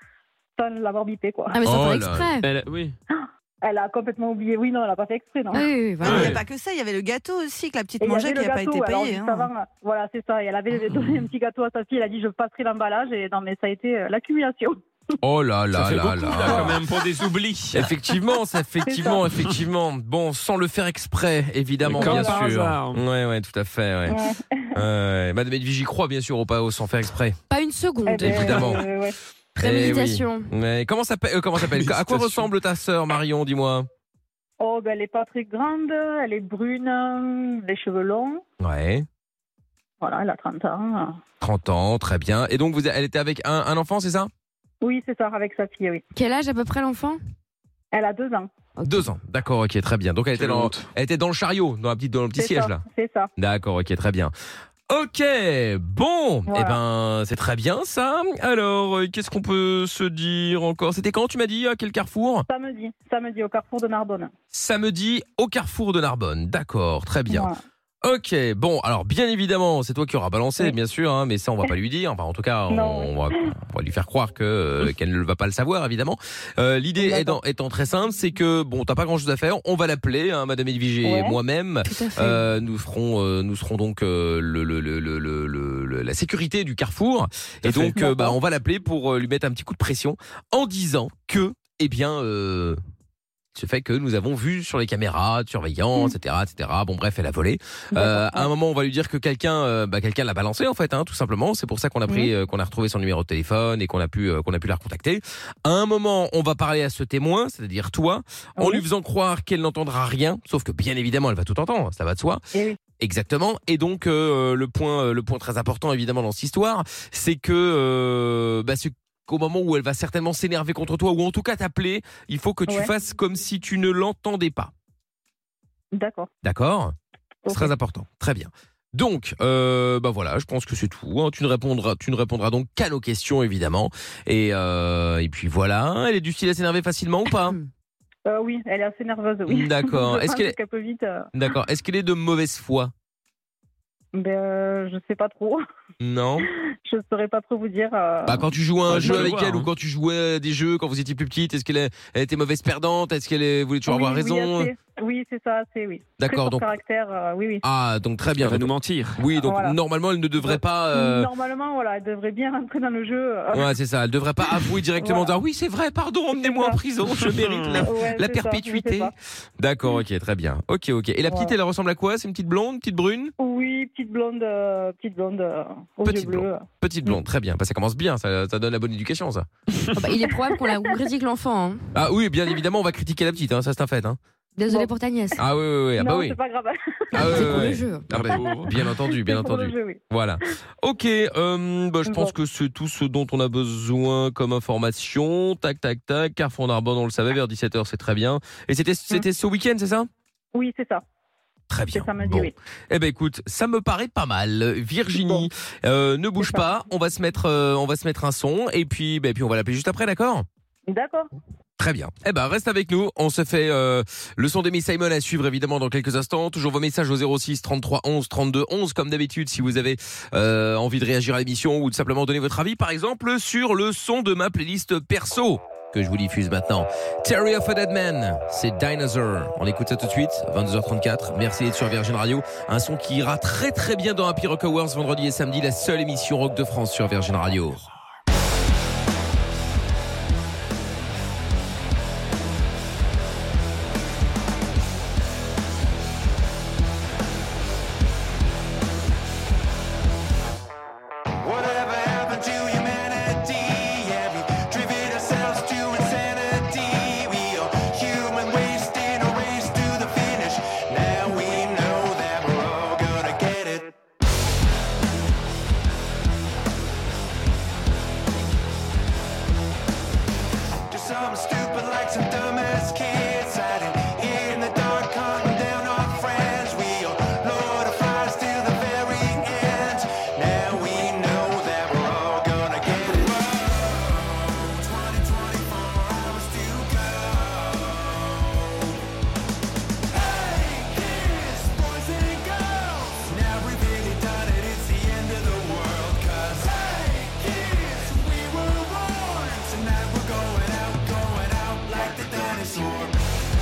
Speaker 5: sans l'avoir bipé quoi.
Speaker 4: Ah, mais c'est
Speaker 1: Oh
Speaker 4: pas
Speaker 1: là.
Speaker 4: exprès.
Speaker 3: Elle- Oui.
Speaker 5: Elle a complètement oublié. Oui non, elle a pas fait exprès non.
Speaker 4: Ah oui, oui,
Speaker 2: Il
Speaker 4: voilà.
Speaker 2: n'y
Speaker 3: Ouais.
Speaker 2: a pas que ça, il y avait le gâteau aussi que la petite
Speaker 5: Et il y
Speaker 2: mangeait
Speaker 5: avait
Speaker 2: qui
Speaker 5: le
Speaker 2: n'a pas
Speaker 5: gâteau,
Speaker 2: été
Speaker 5: alors,
Speaker 2: payée.
Speaker 5: juste
Speaker 2: hein.
Speaker 5: avant, voilà, c'est ça. Et elle avait donné un petit gâteau à sa fille. Elle a dit Je passerai l'emballage. Et non, mais ça a été euh, l'accumulation.
Speaker 1: Oh là
Speaker 3: Ça
Speaker 1: là
Speaker 3: fait
Speaker 1: là
Speaker 3: beaucoup, là,
Speaker 1: là
Speaker 3: quand même, pour des oublis.
Speaker 1: Effectivement, ça, effectivement, effectivement. Bon, sans le faire exprès, évidemment,
Speaker 3: Mais comme
Speaker 1: bien
Speaker 3: par
Speaker 1: sûr.
Speaker 3: hasard.
Speaker 1: Ouais, ouais, tout à fait. Ouais.
Speaker 5: Ouais.
Speaker 1: Ouais, Madame Edwige y croit, bien sûr, au pas au sans faire exprès.
Speaker 4: Pas une seconde.
Speaker 5: Eh ben,
Speaker 1: Évidemment.
Speaker 5: euh, ouais.
Speaker 4: Préméditation.
Speaker 1: Eh oui. Ouais, comment s'appelle euh, Comment s'appelle À quoi
Speaker 3: Félicitations.
Speaker 1: ressemble ta sœur Marion Dis-moi.
Speaker 5: Oh, ben, elle est pas très grande. Elle est brune. euh, Les cheveux longs.
Speaker 1: Ouais.
Speaker 5: Voilà, elle a 30 ans.
Speaker 1: 30 ans, très bien. Et donc, vous, elle était avec un, un enfant, c'est ça
Speaker 5: Oui, c'est ça, avec sa fille, oui.
Speaker 4: Quel âge à peu près l'enfant
Speaker 5: Elle a deux ans.
Speaker 4: Ok.
Speaker 1: Deux ans. D'accord, ok, très bien. Donc, elle était,
Speaker 3: Quelle
Speaker 1: dans,
Speaker 3: honte.
Speaker 1: elle était dans le chariot, dans, la petite, dans le petit
Speaker 5: C'est
Speaker 1: siège,
Speaker 5: ça,
Speaker 1: là.
Speaker 5: C'est ça.
Speaker 1: D'accord, ok, très bien. Ok, bon,
Speaker 5: Voilà.
Speaker 1: eh ben c'est très bien ça. Alors, euh, qu'est-ce qu'on peut se dire encore C'était quand tu m'as dit à quel carrefour
Speaker 5: Samedi, samedi au carrefour de Narbonne.
Speaker 1: Samedi au carrefour de Narbonne. D'accord, très bien.
Speaker 5: Voilà.
Speaker 1: Ok, bon, alors bien évidemment, c'est toi qui auras balancé,
Speaker 5: Oui.
Speaker 1: bien sûr, hein, mais ça on va pas lui dire. Enfin, en tout cas, on,
Speaker 5: Non.
Speaker 1: on va, on va lui faire croire que euh, qu'elle ne va pas le savoir, évidemment. Euh, L'idée étant, étant très simple, c'est que bon, t'as pas grand chose à faire. On va l'appeler, hein, Madame Edwige et
Speaker 5: Ouais.
Speaker 1: moi-même.
Speaker 4: Tout à fait.
Speaker 1: Euh, nous ferons, euh, nous serons donc euh, le, le- le- le- le- le- le- la sécurité du carrefour.
Speaker 3: Tout à
Speaker 1: Et donc,
Speaker 5: fait.
Speaker 1: euh, bah, on va l'appeler pour euh, lui mettre un petit coup de pression en disant que, eh bien. Euh, ce fait que nous avons vu sur les caméras de
Speaker 5: Mm.
Speaker 1: surveillance, etc., etc. Bon, bref, elle a volé. Euh, à un moment, on va lui dire que quelqu'un, euh, bah, quelqu'un l'a balancé en fait, hein, tout simplement. C'est pour ça qu'on a
Speaker 5: Mm.
Speaker 1: pris, euh, qu'on a retrouvé son numéro de téléphone et qu'on a pu, euh, qu'on a pu la recontacter. À un moment, on va parler à ce témoin, c'est-à-dire toi, en
Speaker 5: Oui.
Speaker 1: lui faisant croire qu'elle n'entendra rien, sauf que bien évidemment, elle va tout entendre, ça va de soi.
Speaker 5: Eh oui.
Speaker 1: Exactement. Et donc euh, le point, euh, le point très important évidemment dans cette histoire, c'est que euh, bah, c'est qu'au moment où elle va certainement s'énerver contre toi ou en tout cas t'appeler, il faut que tu
Speaker 5: Ouais.
Speaker 1: fasses comme si tu ne l'entendais pas.
Speaker 5: D'accord.
Speaker 1: D'accord C'est
Speaker 5: Ok.
Speaker 1: très important. Très bien. Donc, euh, bah voilà, je pense que c'est tout. hein. Tu ne répondras, tu ne répondras donc qu'à nos questions évidemment. Et euh, et puis voilà. Elle est du style à s'énerver facilement ou pas
Speaker 5: Euh, oui, elle est assez nerveuse. Oui.
Speaker 1: D'accord.
Speaker 5: Je
Speaker 1: Est-ce
Speaker 5: pense
Speaker 1: qu'elle est-
Speaker 5: qu'elle peut vite. euh,
Speaker 1: D'accord. Est-ce qu'elle est de mauvaise foi
Speaker 5: ben, euh, je sais pas trop.
Speaker 1: Non.
Speaker 5: Je saurais pas trop vous dire. euh,
Speaker 1: Bah, quand tu jouais à un
Speaker 3: Ouais,
Speaker 1: jeu
Speaker 3: je le
Speaker 1: avec
Speaker 3: vois,
Speaker 1: elle
Speaker 3: hein.
Speaker 1: ou quand tu jouais à des jeux quand vous étiez plus petite, est-ce qu'elle a- elle était mauvaise perdante Est-ce qu'elle est- voulait toujours
Speaker 5: Ah oui,
Speaker 1: avoir
Speaker 5: oui,
Speaker 1: raison hein.
Speaker 5: assez. Oui, c'est ça, c'est oui.
Speaker 1: D'accord,
Speaker 5: Très fort
Speaker 1: donc-
Speaker 5: caractère, euh, oui, oui.
Speaker 1: Ah, donc très bien.
Speaker 3: Elle va nous mentir.
Speaker 1: Oui, donc
Speaker 5: Voilà.
Speaker 1: normalement, elle ne devrait pas. euh,
Speaker 5: Normalement, voilà, elle devrait bien rentrer dans le jeu. euh,
Speaker 1: Ouais, c'est ça. Elle devrait pas avouer directement.
Speaker 5: Voilà.
Speaker 1: dire, oui, c'est vrai. Pardon, emmenez-moi en
Speaker 5: ça.
Speaker 1: prison. Je mérite la,
Speaker 5: ouais,
Speaker 1: la
Speaker 5: c'est ça, je sais
Speaker 1: perpétuité.
Speaker 5: pas.
Speaker 1: D'accord, ok, très bien. Ok, ok. Et la petite,
Speaker 5: Voilà.
Speaker 1: elle ressemble à quoi C'est une petite blonde, petite brune,
Speaker 5: Oui, petite blonde, euh, petite blonde euh, aux
Speaker 1: Petite
Speaker 5: yeux bleus.
Speaker 1: petite blonde. Très bien. Bah, ça commence bien. Ça, ça donne la bonne éducation, ça.
Speaker 4: Ah bah, il est probable qu'on la on critique l'enfant. hein.
Speaker 1: Ah oui, bien évidemment, on va critiquer la petite. Hein, ça, c'est un fait. Hein.
Speaker 4: Désolé
Speaker 5: Bon.
Speaker 4: pour ta nièce.
Speaker 1: Ah oui, oui, oui. Ah bah
Speaker 5: non,
Speaker 1: oui.
Speaker 5: c'est pas grave.
Speaker 1: Ah oui,
Speaker 4: C'est
Speaker 1: oui,
Speaker 4: pour le
Speaker 1: oui.
Speaker 4: jeu.
Speaker 1: Ah bah, bien entendu, bien
Speaker 5: C'est pour le
Speaker 1: entendu.
Speaker 5: jeu, oui.
Speaker 1: Voilà. Ok, euh, bah, je pense que c'est tout ce dont on a besoin comme information. Tac, tac, tac. Carrefour Narbonne, on le savait, vers 17h, c'est très bien. Et c'était c'était ce week-end, c'est ça
Speaker 5: Hein. Oui, c'est ça.
Speaker 1: Très
Speaker 5: C'est
Speaker 1: bien.
Speaker 5: ça, m'a dit,
Speaker 1: Bon.
Speaker 5: oui.
Speaker 1: Eh ben écoute, ça me paraît pas mal. Virginie, euh, ne bouge
Speaker 5: C'est ça.
Speaker 1: pas. On va se mettre, euh, on va se mettre un son et puis, ben, puis on va l'appeler juste après, d'accord
Speaker 5: D'accord.
Speaker 1: Très bien. Eh ben reste avec nous. On se fait euh, le son d'Amy Simon à suivre évidemment dans quelques instants. Toujours vos messages au 06 33 11 32 11 comme d'habitude si vous avez euh, envie de réagir à l'émission ou de simplement donner votre avis par exemple sur le son de ma playlist perso que je vous diffuse maintenant. Terry of a Dead Man, c'est Dinosaur. On écoute ça tout de suite, 22h34. Merci d'être sur Virgin Radio. Un son qui ira très très bien dans Happy Rock Awards vendredi et samedi, la seule émission rock de France sur Virgin Radio.
Speaker 7: Whatever happened to humanity? Yeah, we've driven ourselves to insanity. We are human waste in a race to the finish. Now we know that we're all gonna get it. Do something stupid like some dumbass kids hiding in the dark, hunting down our friends. We are Lord of Flies till the very end. Now we know that we're all gonna get it. 20, 24 hours to go. Hey, kids, boys and girls. Now we've really done it. It's the end of the world. 'Cause, hey, kids, we were born. Tonight we're going out, going out like the dinosaurs.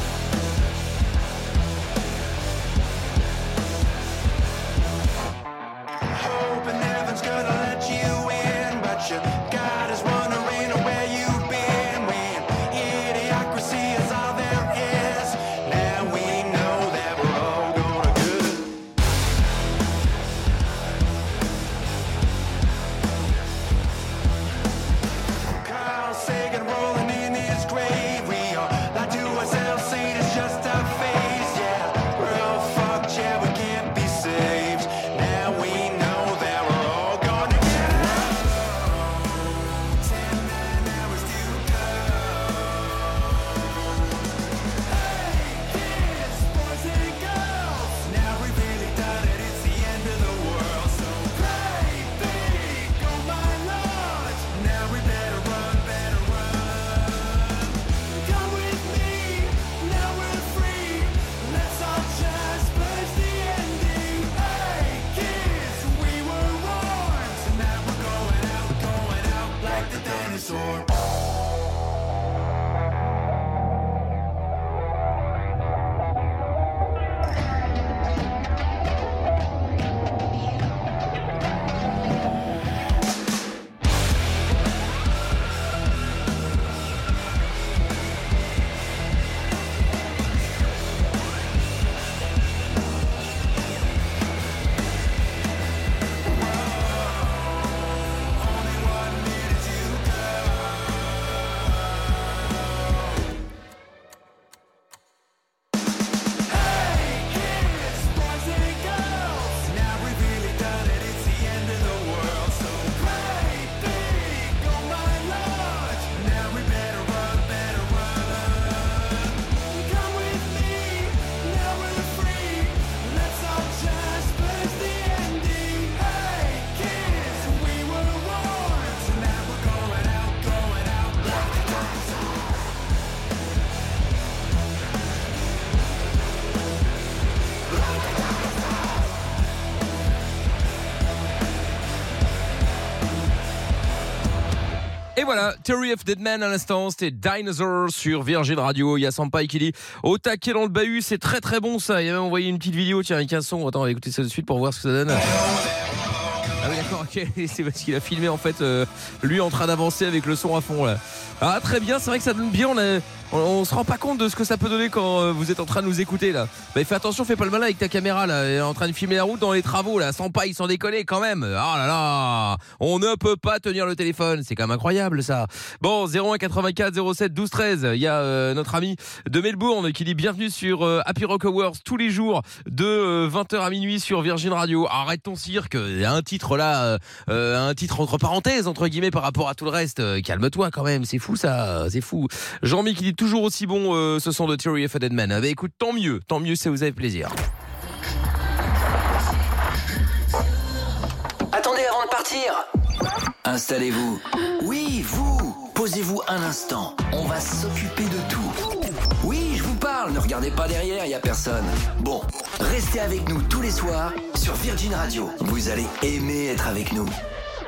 Speaker 1: Et voilà, Theory of Dead Man à l'instant, c'était Dinosaur sur Virgin Radio. Il y a Sampaï qui dit Au taquet dans le bahut, c'est très très bon ça. Il a même envoyé une petite vidéo, tiens, avec un son. Attends, on va écouter ça de suite pour voir ce que ça donne. Ah oui, d'accord, ok. C'est parce qu'il a filmé en fait, euh, lui en train d'avancer avec le son à fond là. Ah, très bien, c'est vrai que ça donne bien. On, a- on- on se rend pas compte de ce que ça peut donner quand euh, vous êtes en train de nous écouter là. Bah, fais attention, fais pas le malin avec ta caméra là. Elle est En train de filmer la route dans les travaux là. Sans paille, sans déconner quand même. Ah là là On ne peut pas tenir le téléphone. C'est quand même incroyable ça. Bon, 01 84 07 12 13. Il y a euh, notre ami de Melbourne qui dit bienvenue sur euh, Happy Rock Awards tous les jours de 20h à minuit sur Virgin Radio. Arrête ton cirque. Il y a un titre là, euh, euh, un titre entre parenthèses, entre guillemets, par rapport à tout le reste. Euh, Calme-toi quand même. C'est fou ça. C'est fou. Jean-Mi qui dit toujours aussi bon euh, ce son de Theory of a Dead Man. Ah, bah, écoute, tant mieux. Tant mieux, ça vous avez plaisir.
Speaker 8: Attendez avant de partir. Installez-vous. Oui, vous. Posez-vous un instant. On va s'occuper de tout. Oui, je vous parle. Ne regardez pas derrière, il y a personne. Bon, restez avec nous tous les soirs sur Virgin Radio. Vous allez aimer être avec nous.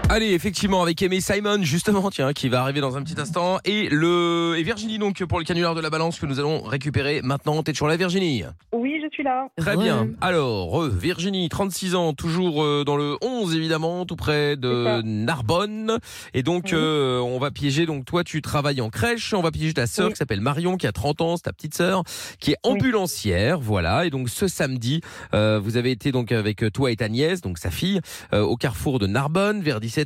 Speaker 1: Allez, effectivement, avec Aimé Simon, justement, tiens, qui va arriver dans un petit instant. Et le et Virginie, donc, pour le canular de la balance que nous allons récupérer maintenant. T'es toujours là, Virginie
Speaker 5: Oui, je suis là.
Speaker 1: Très
Speaker 4: Re.
Speaker 1: bien. Alors, euh, Virginie, 36 ans, toujours euh, dans le 11, évidemment, tout près
Speaker 5: C'est
Speaker 1: de
Speaker 5: ça.
Speaker 1: Narbonne. Et donc,
Speaker 5: Oui.
Speaker 1: euh, on va piéger. Donc, toi, tu travailles en crèche. On va piéger ta sœur
Speaker 5: Oui.
Speaker 1: qui s'appelle Marion, qui a 30 ans, c'est ta petite sœur, qui est
Speaker 5: Oui.
Speaker 1: ambulancière. Voilà. Et donc, ce samedi, euh, vous avez été donc avec euh, toi et ta nièce, donc sa fille, euh, au carrefour de Narbonne vers 17h.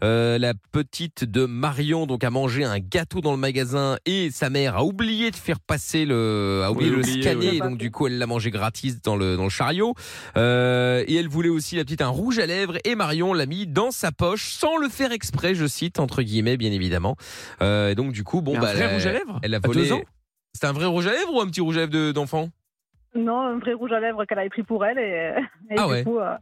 Speaker 1: la petite de Marion, donc, a mangé un gâteau dans le magasin et sa mère a oublié de faire passer le, a
Speaker 3: Oui,
Speaker 1: oublié de le
Speaker 3: oublié,
Speaker 1: scanner.
Speaker 3: oui.
Speaker 1: Et donc, du coup, elle l'a mangé gratis dans le, dans le chariot. Euh, et elle voulait aussi la petite un rouge à lèvres et Marion l'a mis dans sa poche sans le faire exprès, je cite entre guillemets bien évidemment. Euh, et donc du coup bon
Speaker 3: Mais un
Speaker 1: bah
Speaker 3: vrai
Speaker 1: elle,
Speaker 3: rouge à lèvres
Speaker 1: elle a
Speaker 3: À deux
Speaker 1: volé.
Speaker 3: ans
Speaker 1: C'était un vrai rouge à lèvres ou un petit rouge à lèvres de- d'enfant
Speaker 5: Non, un vrai rouge à lèvres qu'elle avait pris pour elle et, et
Speaker 1: Ah
Speaker 5: du
Speaker 1: ouais.
Speaker 5: coup, euh,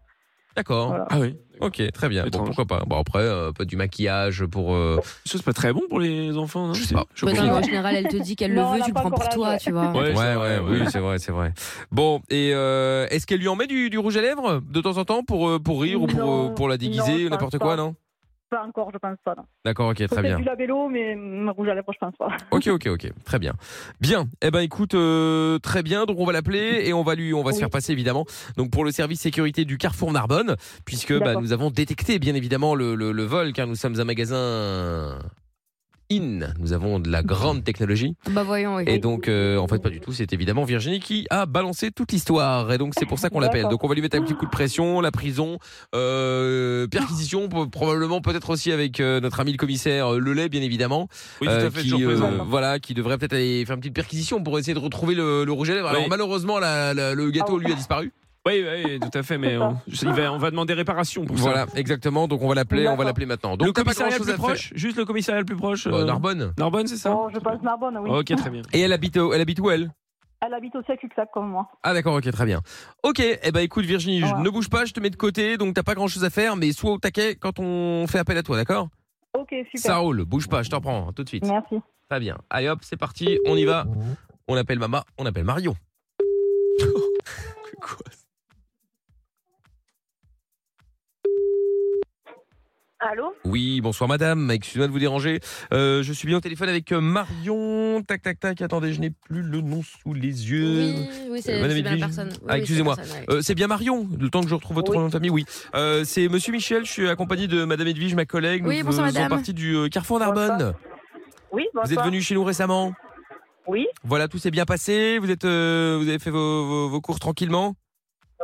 Speaker 1: D'accord.
Speaker 5: Voilà.
Speaker 3: Ah oui.
Speaker 1: Ok, très bien. Bon,
Speaker 3: Étrange.
Speaker 1: pourquoi pas. Bon après euh, pas du maquillage pour. euh,
Speaker 3: Ça, c'est pas très bon pour les enfants, non
Speaker 1: Je sais pas.
Speaker 4: Ouais,
Speaker 3: pense.
Speaker 4: non, mais en général, elle te dit qu'elle le
Speaker 5: Non, on
Speaker 4: veut,
Speaker 5: n'a
Speaker 4: tu le
Speaker 5: pas
Speaker 4: prends
Speaker 5: encore
Speaker 4: pour
Speaker 5: la
Speaker 4: toi,
Speaker 5: vraie.
Speaker 4: tu vois.
Speaker 1: Ouais,
Speaker 3: Ah, c'est
Speaker 1: ouais,
Speaker 3: vrai,
Speaker 1: oui, c'est vrai, c'est vrai. Bon, et euh, est-ce qu'elle lui en met du, du rouge à lèvres de temps en temps pour euh, pour rire ou pour
Speaker 5: Non,
Speaker 1: euh, pour la déguiser
Speaker 5: non,
Speaker 1: ou n'importe quoi,
Speaker 5: pas.
Speaker 1: non
Speaker 5: pas encore, je pense pas. non.
Speaker 1: D'accord, ok, très
Speaker 5: Peut-être
Speaker 1: bien.
Speaker 5: du labello, mais hum, rouge à lèvres, je pense pas.
Speaker 1: Ok, ok, ok, très bien. Bien. Eh ben, écoute, euh, très bien. Donc, on va l'appeler et on va lui, on va se
Speaker 5: Oui.
Speaker 1: faire passer évidemment. Donc, pour le service sécurité du Carrefour Narbonne, puisque bah,
Speaker 5: D'accord.
Speaker 1: nous avons détecté bien évidemment le, le, le vol, car nous sommes un magasin in. Nous avons de la grande technologie.
Speaker 4: Bah voyons, oui.
Speaker 1: Et donc, euh, en fait, pas du tout. C'est évidemment Virginie qui a balancé toute l'histoire. Et donc, c'est pour ça qu'on l'appelle.
Speaker 5: D'accord.
Speaker 1: Donc, on va lui mettre un petit coup de pression, la prison, euh, perquisition, p- probablement, peut-être aussi avec euh, notre ami le commissaire euh, Lelay, bien évidemment.
Speaker 3: Oui, tout à
Speaker 1: euh,
Speaker 3: fait,
Speaker 1: qui,
Speaker 3: toujours
Speaker 1: euh,
Speaker 3: présent.
Speaker 1: voilà, qui devrait peut-être aller faire une petite perquisition pour essayer de retrouver le, le rouge à lèvres. Alors,
Speaker 3: Oui.
Speaker 1: malheureusement, la- la- le gâteau, lui, a disparu.
Speaker 3: Oui, oui, tout à fait,
Speaker 5: C'est
Speaker 3: mais on, il va- on va demander réparation pour ça.
Speaker 1: Voilà, exactement. Donc, on va l'appeler, on va
Speaker 5: D'accord.
Speaker 1: l'appeler maintenant. Donc,
Speaker 3: le
Speaker 1: t'as pas
Speaker 3: commissariat le
Speaker 1: grand-chose
Speaker 3: plus
Speaker 1: à faire.
Speaker 3: proche Juste le commissariat le plus proche
Speaker 1: Euh,
Speaker 3: euh,
Speaker 1: Narbonne.
Speaker 3: Narbonne, c'est ça
Speaker 5: Non, je pense Narbonne, oui.
Speaker 3: Ok, très bien.
Speaker 1: Et elle habite, au- elle habite où, elle
Speaker 5: Elle habite aussi à Cuxac comme moi.
Speaker 1: Ah d'accord, ok, très bien. Ok, eh ben écoute Virginie, je-
Speaker 5: Au revoir.
Speaker 1: ne bouge pas, je te mets de côté, donc t'as pas grand chose à faire, mais sois au taquet quand on fait appel à toi, d'accord
Speaker 5: Ok, super.
Speaker 1: Ça roule, bouge pas, je t'en prends, hein, tout de suite.
Speaker 5: Merci.
Speaker 1: Très bien. Allez hop, c'est parti, on y va. On appelle Mama, on appelle Marion. Quoi
Speaker 6: Allô
Speaker 1: Oui, bonsoir madame, excusez-moi de vous déranger. Euh, je suis bien au téléphone avec euh, Marion. Tac, tac, tac, attendez, je n'ai plus le nom sous les yeux.
Speaker 4: Oui, oui, c'est
Speaker 1: Madame
Speaker 4: c'est bien
Speaker 1: Edwige.
Speaker 4: la personne. Oui,
Speaker 1: Ah,
Speaker 4: oui,
Speaker 1: excusez-moi.
Speaker 4: c'est la personne, ouais.
Speaker 1: Euh, c'est bien Marion, le temps que je retrouve votre
Speaker 6: Oui.
Speaker 1: nom de famille, oui. Euh, c'est Monsieur Michel, je suis accompagné de Madame Edwige, ma collègue.
Speaker 4: Oui,
Speaker 1: Nous
Speaker 4: bonsoir,
Speaker 1: faisons
Speaker 4: madame.
Speaker 1: partie du euh, Carrefour Narbonne.
Speaker 6: Bonsoir. Oui, bonsoir.
Speaker 1: Vous êtes venu chez nous récemment.
Speaker 6: Oui,
Speaker 1: Voilà, tout s'est bien passé. Vous êtes, euh, vous avez fait vos, vos- vos cours tranquillement.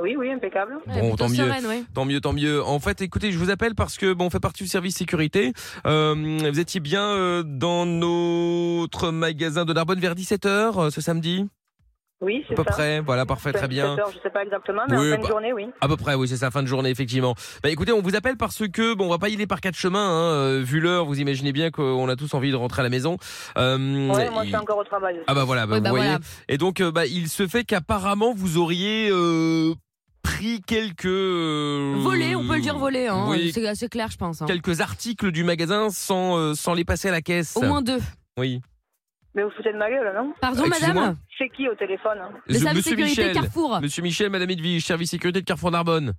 Speaker 6: oui, oui, impeccable.
Speaker 4: Ouais,
Speaker 1: Bon,
Speaker 4: plutôt
Speaker 1: tant mieux.
Speaker 4: sereine, ouais.
Speaker 1: Tant mieux, tant mieux. En fait, écoutez, je vous appelle parce que bon, on fait partie du service sécurité. Euh, vous étiez bien euh, dans notre magasin de Narbonne vers 17 h ce samedi,
Speaker 6: Oui,
Speaker 1: à
Speaker 6: c'est
Speaker 1: peu
Speaker 6: ça.
Speaker 1: près. Voilà, parfait, très bien.
Speaker 6: 17 heures, je sais pas exactement, mais en
Speaker 1: Oui,
Speaker 6: fin
Speaker 1: bah.
Speaker 6: de journée, oui.
Speaker 1: À peu près, oui, c'est ça, fin de journée, effectivement. Bah écoutez, on vous appelle parce que, bon, on va pas y aller par quatre chemins, hein, euh, vu l'heure, vous imaginez bien qu'on a tous envie de rentrer à la maison. Euh,
Speaker 6: Ouais, moi, je
Speaker 1: et-
Speaker 6: suis encore au travail. aussi.
Speaker 1: Ah bah voilà, bah,
Speaker 4: Oui,
Speaker 1: vous
Speaker 4: bah
Speaker 1: voyez.
Speaker 4: voilà.
Speaker 1: Et donc, euh, bah, il se fait qu'apparemment, vous auriez euh, pris quelques... euh,
Speaker 4: Voler, on peut le dire voler, hein.
Speaker 1: Oui.
Speaker 4: c'est assez clair, je pense. hein.
Speaker 1: Quelques articles du magasin sans, euh, sans les passer à la caisse.
Speaker 4: Au moins deux.
Speaker 1: Oui.
Speaker 6: Mais vous vous foutez de ma gueule, non
Speaker 4: Pardon,
Speaker 1: Ah, Excusez-moi.
Speaker 4: madame
Speaker 6: C'est qui au téléphone
Speaker 4: Le
Speaker 1: Je-
Speaker 4: service
Speaker 1: Monsieur
Speaker 4: sécurité
Speaker 1: Michel.
Speaker 4: Carrefour.
Speaker 1: Monsieur Michel, Madame Edwige, service sécurité de Carrefour Narbonne.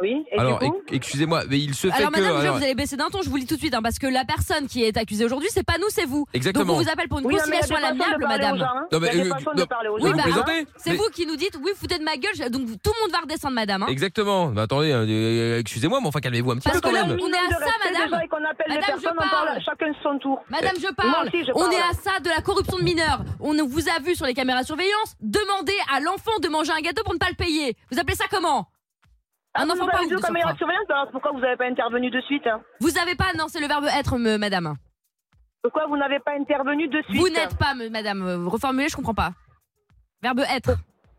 Speaker 6: Oui, et
Speaker 1: Alors,
Speaker 6: du coup
Speaker 1: ex- excusez-moi, mais il se fait
Speaker 4: Alors,
Speaker 1: que.
Speaker 4: madame, déjà,
Speaker 1: alors,
Speaker 4: vous allez baisser d'un ton, je vous le dis tout de suite, hein, parce que la personne qui est accusée aujourd'hui, c'est pas nous, c'est vous. Donc,
Speaker 1: exactement.
Speaker 4: on vous appelle pour une
Speaker 6: Oui, non, mais il y a
Speaker 4: conciliation
Speaker 6: des
Speaker 4: à
Speaker 6: façons de
Speaker 4: l'amiable,
Speaker 6: parler aux
Speaker 4: madame.
Speaker 6: gens, hein.
Speaker 1: Non, mais,
Speaker 6: Il y a des
Speaker 1: euh,
Speaker 6: façons
Speaker 1: non.
Speaker 6: de parler aux
Speaker 1: Oui,
Speaker 6: gens.
Speaker 1: vous
Speaker 4: bah,
Speaker 1: plaisantez
Speaker 4: C'est
Speaker 1: Mais-
Speaker 4: vous qui nous dites, oui, foutez de ma gueule, je- donc tout le monde va redescendre, madame. hein.
Speaker 1: Exactement. Mais attendez, euh, euh, excusez-moi, mais enfin calmez-vous un petit
Speaker 4: Parce
Speaker 1: peu quand
Speaker 4: que là,
Speaker 1: même.
Speaker 4: on est à
Speaker 6: De
Speaker 4: ça,
Speaker 6: respect
Speaker 4: madame.
Speaker 6: déjà et qu'on appelle les
Speaker 4: Madame, je
Speaker 6: personnes, on
Speaker 4: parle.
Speaker 6: parle chacun son tour.
Speaker 4: Madame, je
Speaker 6: moi
Speaker 4: parle.
Speaker 6: aussi, je
Speaker 4: On
Speaker 6: parle.
Speaker 4: est à ça de la corruption de mineurs. On vous a vu sur les caméras de surveillance demander à l'enfant de manger un gâteau pour ne pas le payer. Vous appelez ça comment Un
Speaker 6: Ah, Vous
Speaker 4: enfant
Speaker 6: avez
Speaker 4: pas
Speaker 6: vu
Speaker 4: ouf de
Speaker 6: la caméra
Speaker 4: surcroît.
Speaker 6: de surveillance, alors pourquoi vous n'avez pas intervenu de suite hein
Speaker 4: Vous avez pas, non, c'est le verbe être, me- madame.
Speaker 6: Pourquoi vous n'avez pas intervenu de suite
Speaker 4: Vous n'êtes pas, me- madame. Euh, Reformulez, je comprends pas. Verbe être.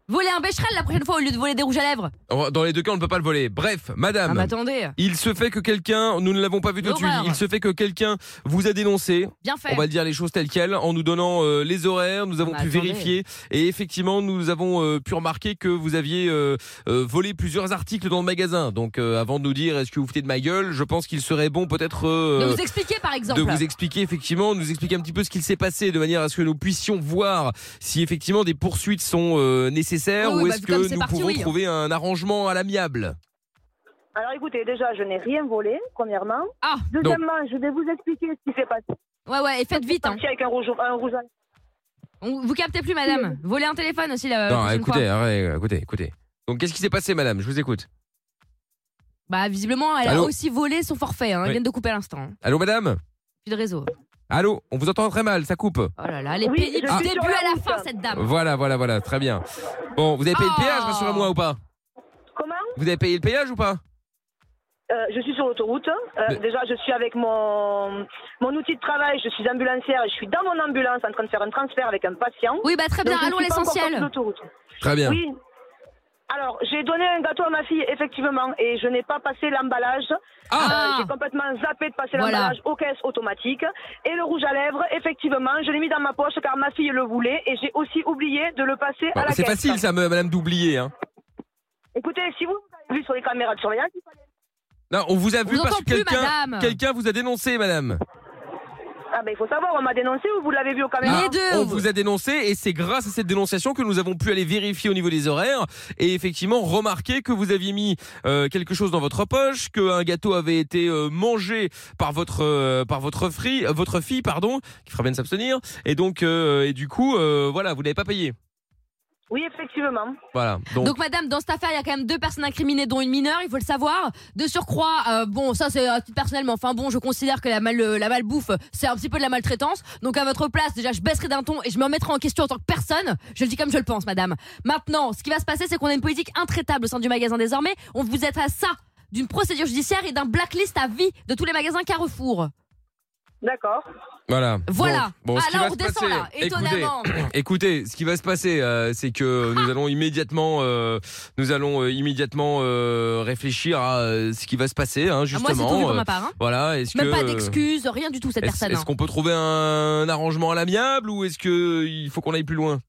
Speaker 4: Voler un bécherel la prochaine fois au lieu de voler des rouges à lèvres.
Speaker 1: Dans les deux cas, on ne peut pas le voler. Bref,
Speaker 4: Ah,
Speaker 1: madame.
Speaker 4: mais attendez,
Speaker 1: Il se fait que quelqu'un, nous ne l'avons pas vu tout de suite,
Speaker 4: L'horreur.
Speaker 1: il se fait que quelqu'un vous a dénoncé,
Speaker 4: bien fait.
Speaker 1: on va le dire les choses telles quelles, en nous donnant euh, les horaires, nous avons
Speaker 4: Bah,
Speaker 1: pu
Speaker 4: attendez.
Speaker 1: vérifier et effectivement nous avons euh, pu remarquer que vous aviez euh, euh, volé plusieurs articles dans le magasin. Donc euh, avant de nous dire est-ce que vous foutez de ma gueule, je pense qu'il serait bon peut-être euh,
Speaker 4: De vous expliquer, par exemple.
Speaker 1: de vous expliquer effectivement, nous expliquer un petit peu ce qu'il s'est passé de manière à ce que nous puissions voir si effectivement des poursuites sont euh, nécessaires
Speaker 4: Ah oui,
Speaker 1: ou
Speaker 4: bah,
Speaker 1: est-ce
Speaker 4: vu comme
Speaker 1: que
Speaker 4: c'est
Speaker 1: nous
Speaker 4: parti,
Speaker 1: pouvons
Speaker 4: oui.
Speaker 1: trouver un arrangement à l'amiable.
Speaker 6: Alors écoutez, déjà, je n'ai rien volé, premièrement.
Speaker 4: Ah.
Speaker 6: Deuxièmement, je vais vous expliquer ce qui s'est passé.
Speaker 4: Ouais, ouais, et faites vite. Hein.
Speaker 6: Parti avec un rouge, un rouge à lèvres.
Speaker 4: On- Vous captez plus, madame. Voler un téléphone aussi la
Speaker 1: non,
Speaker 4: prochaine
Speaker 1: écoutez, hein.
Speaker 4: fois.
Speaker 1: arrête, écoutez, écoutez. Donc qu'est-ce qui s'est passé madame, je vous écoute.
Speaker 4: Bah, visiblement, elle
Speaker 1: Allô
Speaker 4: a aussi volé son forfait. Hein. Ils
Speaker 1: Oui.
Speaker 4: viennent de couper à l'instant.
Speaker 1: Allô, madame
Speaker 4: Plus de réseau.
Speaker 1: Allô On vous entend très mal, ça coupe.
Speaker 4: Oh là là, elle est
Speaker 6: Oui,
Speaker 4: pénible
Speaker 6: je
Speaker 4: du
Speaker 6: suis
Speaker 4: début
Speaker 6: sur la
Speaker 4: à la
Speaker 6: route.
Speaker 4: fin, cette dame.
Speaker 1: Voilà, voilà, voilà, très bien. Bon, vous avez payé
Speaker 4: Oh.
Speaker 1: le péage, rassurez-moi ou pas
Speaker 6: Comment
Speaker 1: Vous avez payé le péage ou pas
Speaker 6: Euh, je suis sur l'autoroute. Euh,
Speaker 1: Mais-
Speaker 6: Déjà, je suis avec mon, mon outil de travail. Je suis ambulancière. et Je suis dans mon ambulance en train de faire un transfert avec un patient.
Speaker 4: Oui, bah très bien,
Speaker 6: Donc, je
Speaker 4: allons
Speaker 6: suis pas encore sur
Speaker 4: l'essentiel.
Speaker 6: l'autoroute.
Speaker 1: Très bien.
Speaker 6: Oui. Alors, j'ai donné un gâteau à ma fille, effectivement, et je n'ai pas passé l'emballage.
Speaker 4: Ah.
Speaker 6: Euh, j'ai complètement zappé de passer
Speaker 4: Voilà.
Speaker 6: l'emballage aux caisses automatiques. Et le rouge à lèvres, effectivement, je l'ai mis dans ma poche car ma fille le voulait et j'ai aussi oublié de le passer à la
Speaker 1: Bon, Bah, c'est
Speaker 6: caisse.
Speaker 1: facile, ça, me- madame, d'oublier. Hein.
Speaker 6: Écoutez, si vous avez vu sur les caméras de surveillance, il fallait-
Speaker 1: Non, on vous a vu
Speaker 4: vous
Speaker 1: parce
Speaker 4: entend
Speaker 1: que
Speaker 4: plus,
Speaker 1: quelqu'un
Speaker 4: madame.
Speaker 1: quelqu'un vous a dénoncé, madame.
Speaker 6: ah ben il faut savoir, on m'a dénoncé ou vous l'avez vu aux caméras
Speaker 4: Ah, Les deux.
Speaker 1: Ah, On vous a dénoncé et c'est grâce à cette dénonciation que nous avons pu aller vérifier au niveau des horaires et effectivement remarquer que vous aviez mis euh, quelque chose dans votre poche, qu'un gâteau avait été euh, mangé par votre euh, par votre fri- euh, votre fille pardon, qui fera bien de s'abstenir et donc euh, et du coup euh, voilà, vous n'avez pas payé.
Speaker 6: Oui, effectivement.
Speaker 1: Voilà. Donc,
Speaker 4: Donc, madame, dans cette affaire, il y a quand même deux personnes incriminées, dont une mineure, il faut le savoir. De surcroît, euh, bon, ça c'est à titre personnel, mais enfin bon, je considère que la, mal, euh, la malbouffe, c'est un petit peu de la maltraitance. Donc, à votre place, déjà, je baisserai d'un ton et je me remettrai en question en tant que personne. Je le dis comme je le pense, madame. Maintenant, ce qui va se passer, c'est qu'on a une politique intraitable au sein du magasin désormais. On vous êtes à ça d'une procédure judiciaire et d'un blacklist à vie de tous les magasins Carrefour.
Speaker 6: D'accord.
Speaker 1: voilà.
Speaker 4: Voilà.
Speaker 1: Bon, bon,
Speaker 4: ah
Speaker 1: ce qui
Speaker 4: là,
Speaker 1: va
Speaker 4: on
Speaker 1: se
Speaker 4: redescend
Speaker 1: passer,
Speaker 4: là,
Speaker 1: écoutez,
Speaker 4: étonnamment. Ah.
Speaker 1: Écoutez, ce qui va se passer, euh, c'est que nous allons immédiatement, euh, nous allons euh, immédiatement euh, réfléchir à euh, ce qui va se passer, hein,
Speaker 4: Ah, Moi, c'est
Speaker 1: justement.
Speaker 4: tendu pour
Speaker 1: Euh,
Speaker 4: ma part. hein.
Speaker 1: voilà. Est-ce que
Speaker 4: Même pas d'excuses, rien du tout, cette
Speaker 1: Est-ce
Speaker 4: personne.
Speaker 1: est-ce
Speaker 4: hein.
Speaker 1: qu'on peut trouver un arrangement à l'amiable ou est-ce que il faut qu'on aille plus loin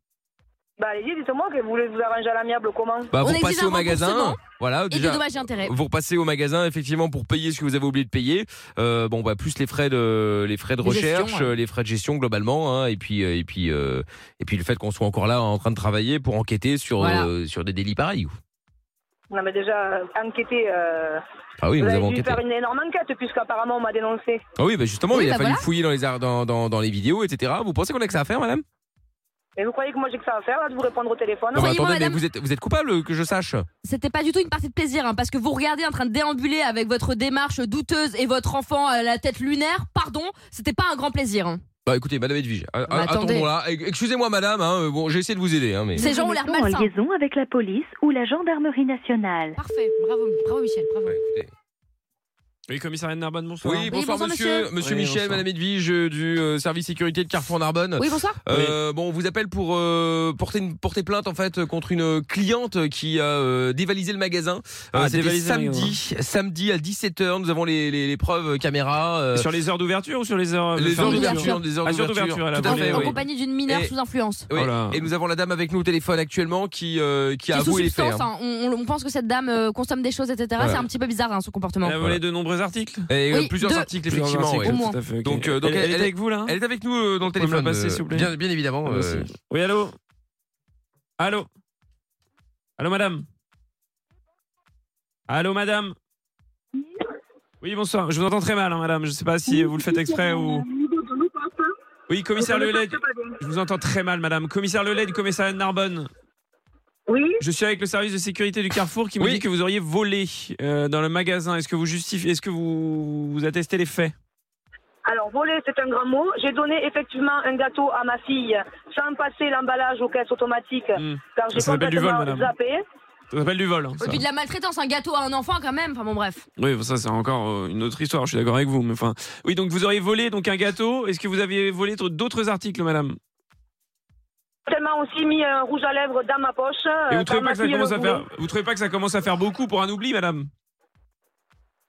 Speaker 6: Bah allez-y, dites-moi que vous voulez vous arranger à l'amiable comment
Speaker 1: bah,
Speaker 4: On
Speaker 1: Vous
Speaker 4: exige
Speaker 1: repassez
Speaker 4: un
Speaker 1: au magasin.
Speaker 4: remboursement
Speaker 1: Voilà,
Speaker 4: Et des
Speaker 1: déjà.
Speaker 4: dommages et intérêts.
Speaker 1: Vous repassez au magasin effectivement pour payer ce que vous avez oublié de payer. Euh, bon bah plus les frais de les frais de
Speaker 4: De gestion,
Speaker 1: recherche,
Speaker 4: ouais.
Speaker 1: euh, les frais de gestion globalement, hein, et puis euh, et puis euh, et puis le fait qu'on soit encore là en train de travailler pour enquêter sur
Speaker 4: Voilà.
Speaker 1: euh, sur des délits pareils.
Speaker 6: Non mais déjà, euh, enquêter, euh,
Speaker 1: Ah oui,
Speaker 6: vous
Speaker 1: nous
Speaker 6: avez
Speaker 1: avons
Speaker 6: dû
Speaker 1: enquêté.
Speaker 6: faire une énorme enquête puisqu'apparemment on m'a dénoncé.
Speaker 1: Ah oui, bah justement,
Speaker 4: Oui,
Speaker 1: il a
Speaker 4: bah
Speaker 1: fallu
Speaker 4: voilà.
Speaker 1: fouiller dans les ar- dans, dans, dans les vidéos, etc. Vous pensez qu'on a que ça à faire, madame
Speaker 6: Et vous croyez que moi j'ai que ça à faire là, de vous répondre au téléphone
Speaker 1: Non, mais
Speaker 4: Croyez-moi,
Speaker 1: attendez, mais
Speaker 4: madame.
Speaker 1: vous êtes vous êtes coupable que je sache.
Speaker 4: C'était pas du tout une partie de plaisir, hein, parce que vous regardez en train de déambuler avec votre démarche douteuse et votre enfant à la tête lunaire, pardon, c'était pas un grand plaisir. hein.
Speaker 1: Bah écoutez, madame Edwige, à- à-
Speaker 4: attendez.
Speaker 1: attendons là. Excusez-moi madame, hein, euh, bon, j'ai essayé de vous aider hein, mais
Speaker 4: Ces gens ont l'air
Speaker 9: Nous sommes en
Speaker 4: malsains.
Speaker 9: liaison avec la police ou la gendarmerie nationale.
Speaker 4: Parfait, bravo, bravo Michel, bravo.
Speaker 1: Ouais, écoutez.
Speaker 3: Oui, commissariat de Narbonne, bonsoir.
Speaker 1: Oui, bonsoir,
Speaker 4: bonsoir,
Speaker 1: monsieur, monsieur,
Speaker 4: monsieur.
Speaker 3: Oui,
Speaker 1: Michel,
Speaker 3: bonsoir.
Speaker 1: madame Edwige euh, du euh, service sécurité de Carrefour Narbonne.
Speaker 4: Oui, bonsoir.
Speaker 1: Euh, Bon, on vous appelle pour euh, porter, une, porter plainte en fait euh, contre une cliente qui a euh, dévalisé le magasin. Euh,
Speaker 3: Ah,
Speaker 1: C'était
Speaker 3: dévalisé le
Speaker 1: samedi, samedi à 17h. Nous avons les, les, les preuves caméra. euh,
Speaker 3: Sur les heures d'ouverture ou sur les heures
Speaker 1: les
Speaker 4: heures
Speaker 1: heures
Speaker 3: fermeture
Speaker 1: d'ouverture, les heures
Speaker 3: Ah, sur
Speaker 1: d'ouverture.
Speaker 3: d'ouverture, elle a
Speaker 1: Tout à
Speaker 4: en,
Speaker 3: volé,
Speaker 1: fait,
Speaker 4: en
Speaker 1: oui.
Speaker 4: compagnie d'une mineure
Speaker 1: Et-
Speaker 4: sous influence.
Speaker 1: Oui,
Speaker 3: Voilà.
Speaker 1: Et nous avons la dame avec nous au téléphone actuellement qui, euh, qui a
Speaker 4: Qui est sous
Speaker 1: avoué les faits.
Speaker 4: substance,
Speaker 1: hein.
Speaker 4: hein. on, on- on pense que cette dame euh, consomme des choses, etc.
Speaker 1: Ouais. Ah,
Speaker 4: C'est un petit peu bizarre hein, son comportement.
Speaker 3: Elle a volé de nombreux articles.
Speaker 1: Et euh,
Speaker 4: Oui,
Speaker 1: plusieurs
Speaker 4: deux.
Speaker 1: articles,
Speaker 3: Plusieurs
Speaker 1: effectivement.
Speaker 3: articles,
Speaker 1: oui.
Speaker 4: Au moins.
Speaker 3: tout à fait, ok.
Speaker 1: Donc, euh, donc,
Speaker 3: elle,
Speaker 1: elle-
Speaker 3: elle est avec vous là
Speaker 1: Elle est avec nous euh, dans le
Speaker 3: Vous pouvez me
Speaker 1: téléphone.
Speaker 3: la passer,
Speaker 1: euh,
Speaker 3: s'il vous plaît
Speaker 1: Bien, bien évidemment. euh,
Speaker 3: Merci. Oui, allô Allô Allô, madame Allô, madame Oui, bonsoir. Je vous entends très mal, hein, madame. Je ne sais pas si vous le faites exprès ou. Oui, commissaire Lelay. Je vous entends très mal, madame. Commissaire Lelay du commissariat de Narbonne.
Speaker 6: Oui,
Speaker 3: Je suis avec le service de sécurité du Carrefour qui me
Speaker 1: Oui.
Speaker 3: dit que vous auriez volé euh, dans le magasin. Est-ce que vous justifiez Est-ce que vous, vous attestez les faits
Speaker 6: alors voler, c'est un grand mot. J'ai donné effectivement un gâteau à ma fille sans passer l'emballage aux caisses automatiques
Speaker 3: Hmm.
Speaker 6: car j'ai
Speaker 3: Ça s'appelle du
Speaker 6: complètement
Speaker 3: vol, madame.
Speaker 6: zappé.
Speaker 3: Ça s'appelle du vol. hein, ça.
Speaker 4: Au-dessus de la maltraitance, un gâteau à un enfant quand même. Enfin bon, bref.
Speaker 3: Oui, bon, ça c'est encore euh, une autre histoire. Je suis d'accord avec vous, mais enfin, oui. Donc vous auriez volé donc un gâteau. Est-ce que vous aviez volé d'autres- d'autres articles, madame
Speaker 6: Tellement aussi mis un rouge à lèvres dans ma poche.
Speaker 3: Et
Speaker 6: euh,
Speaker 3: vous trouvez
Speaker 6: quand
Speaker 3: pas
Speaker 6: ma
Speaker 3: que ça
Speaker 6: fille
Speaker 3: commence
Speaker 6: le
Speaker 3: à faire
Speaker 6: voulait.
Speaker 3: Vous trouvez pas que ça commence à faire beaucoup pour un oubli, madame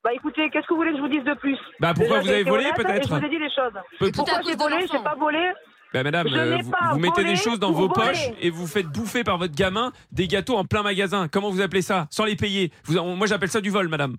Speaker 6: Bah écoutez, qu'est-ce que vous voulez que je vous dise de plus
Speaker 3: Bah
Speaker 6: Déjà,
Speaker 3: pourquoi vous
Speaker 6: j'ai
Speaker 3: avez
Speaker 6: été
Speaker 3: volé
Speaker 6: honnête et
Speaker 3: peut-être
Speaker 6: Je vous ai dit les choses.
Speaker 3: Peu-
Speaker 4: Tout à
Speaker 6: Pourquoi j'ai
Speaker 4: cause de
Speaker 6: volé J'ai
Speaker 4: l'enfant.
Speaker 6: pas volé.
Speaker 3: Bah madame,
Speaker 6: Je
Speaker 3: euh,
Speaker 6: n'ai
Speaker 3: vous,
Speaker 6: pas
Speaker 3: vous mettez
Speaker 6: volé
Speaker 3: des choses dans
Speaker 6: pour
Speaker 3: vos
Speaker 6: voler.
Speaker 3: poches et vous faites bouffer par votre gamin des gâteaux en plein magasin. Comment vous appelez ça Sans les payer. Vous, moi j'appelle ça du vol, madame.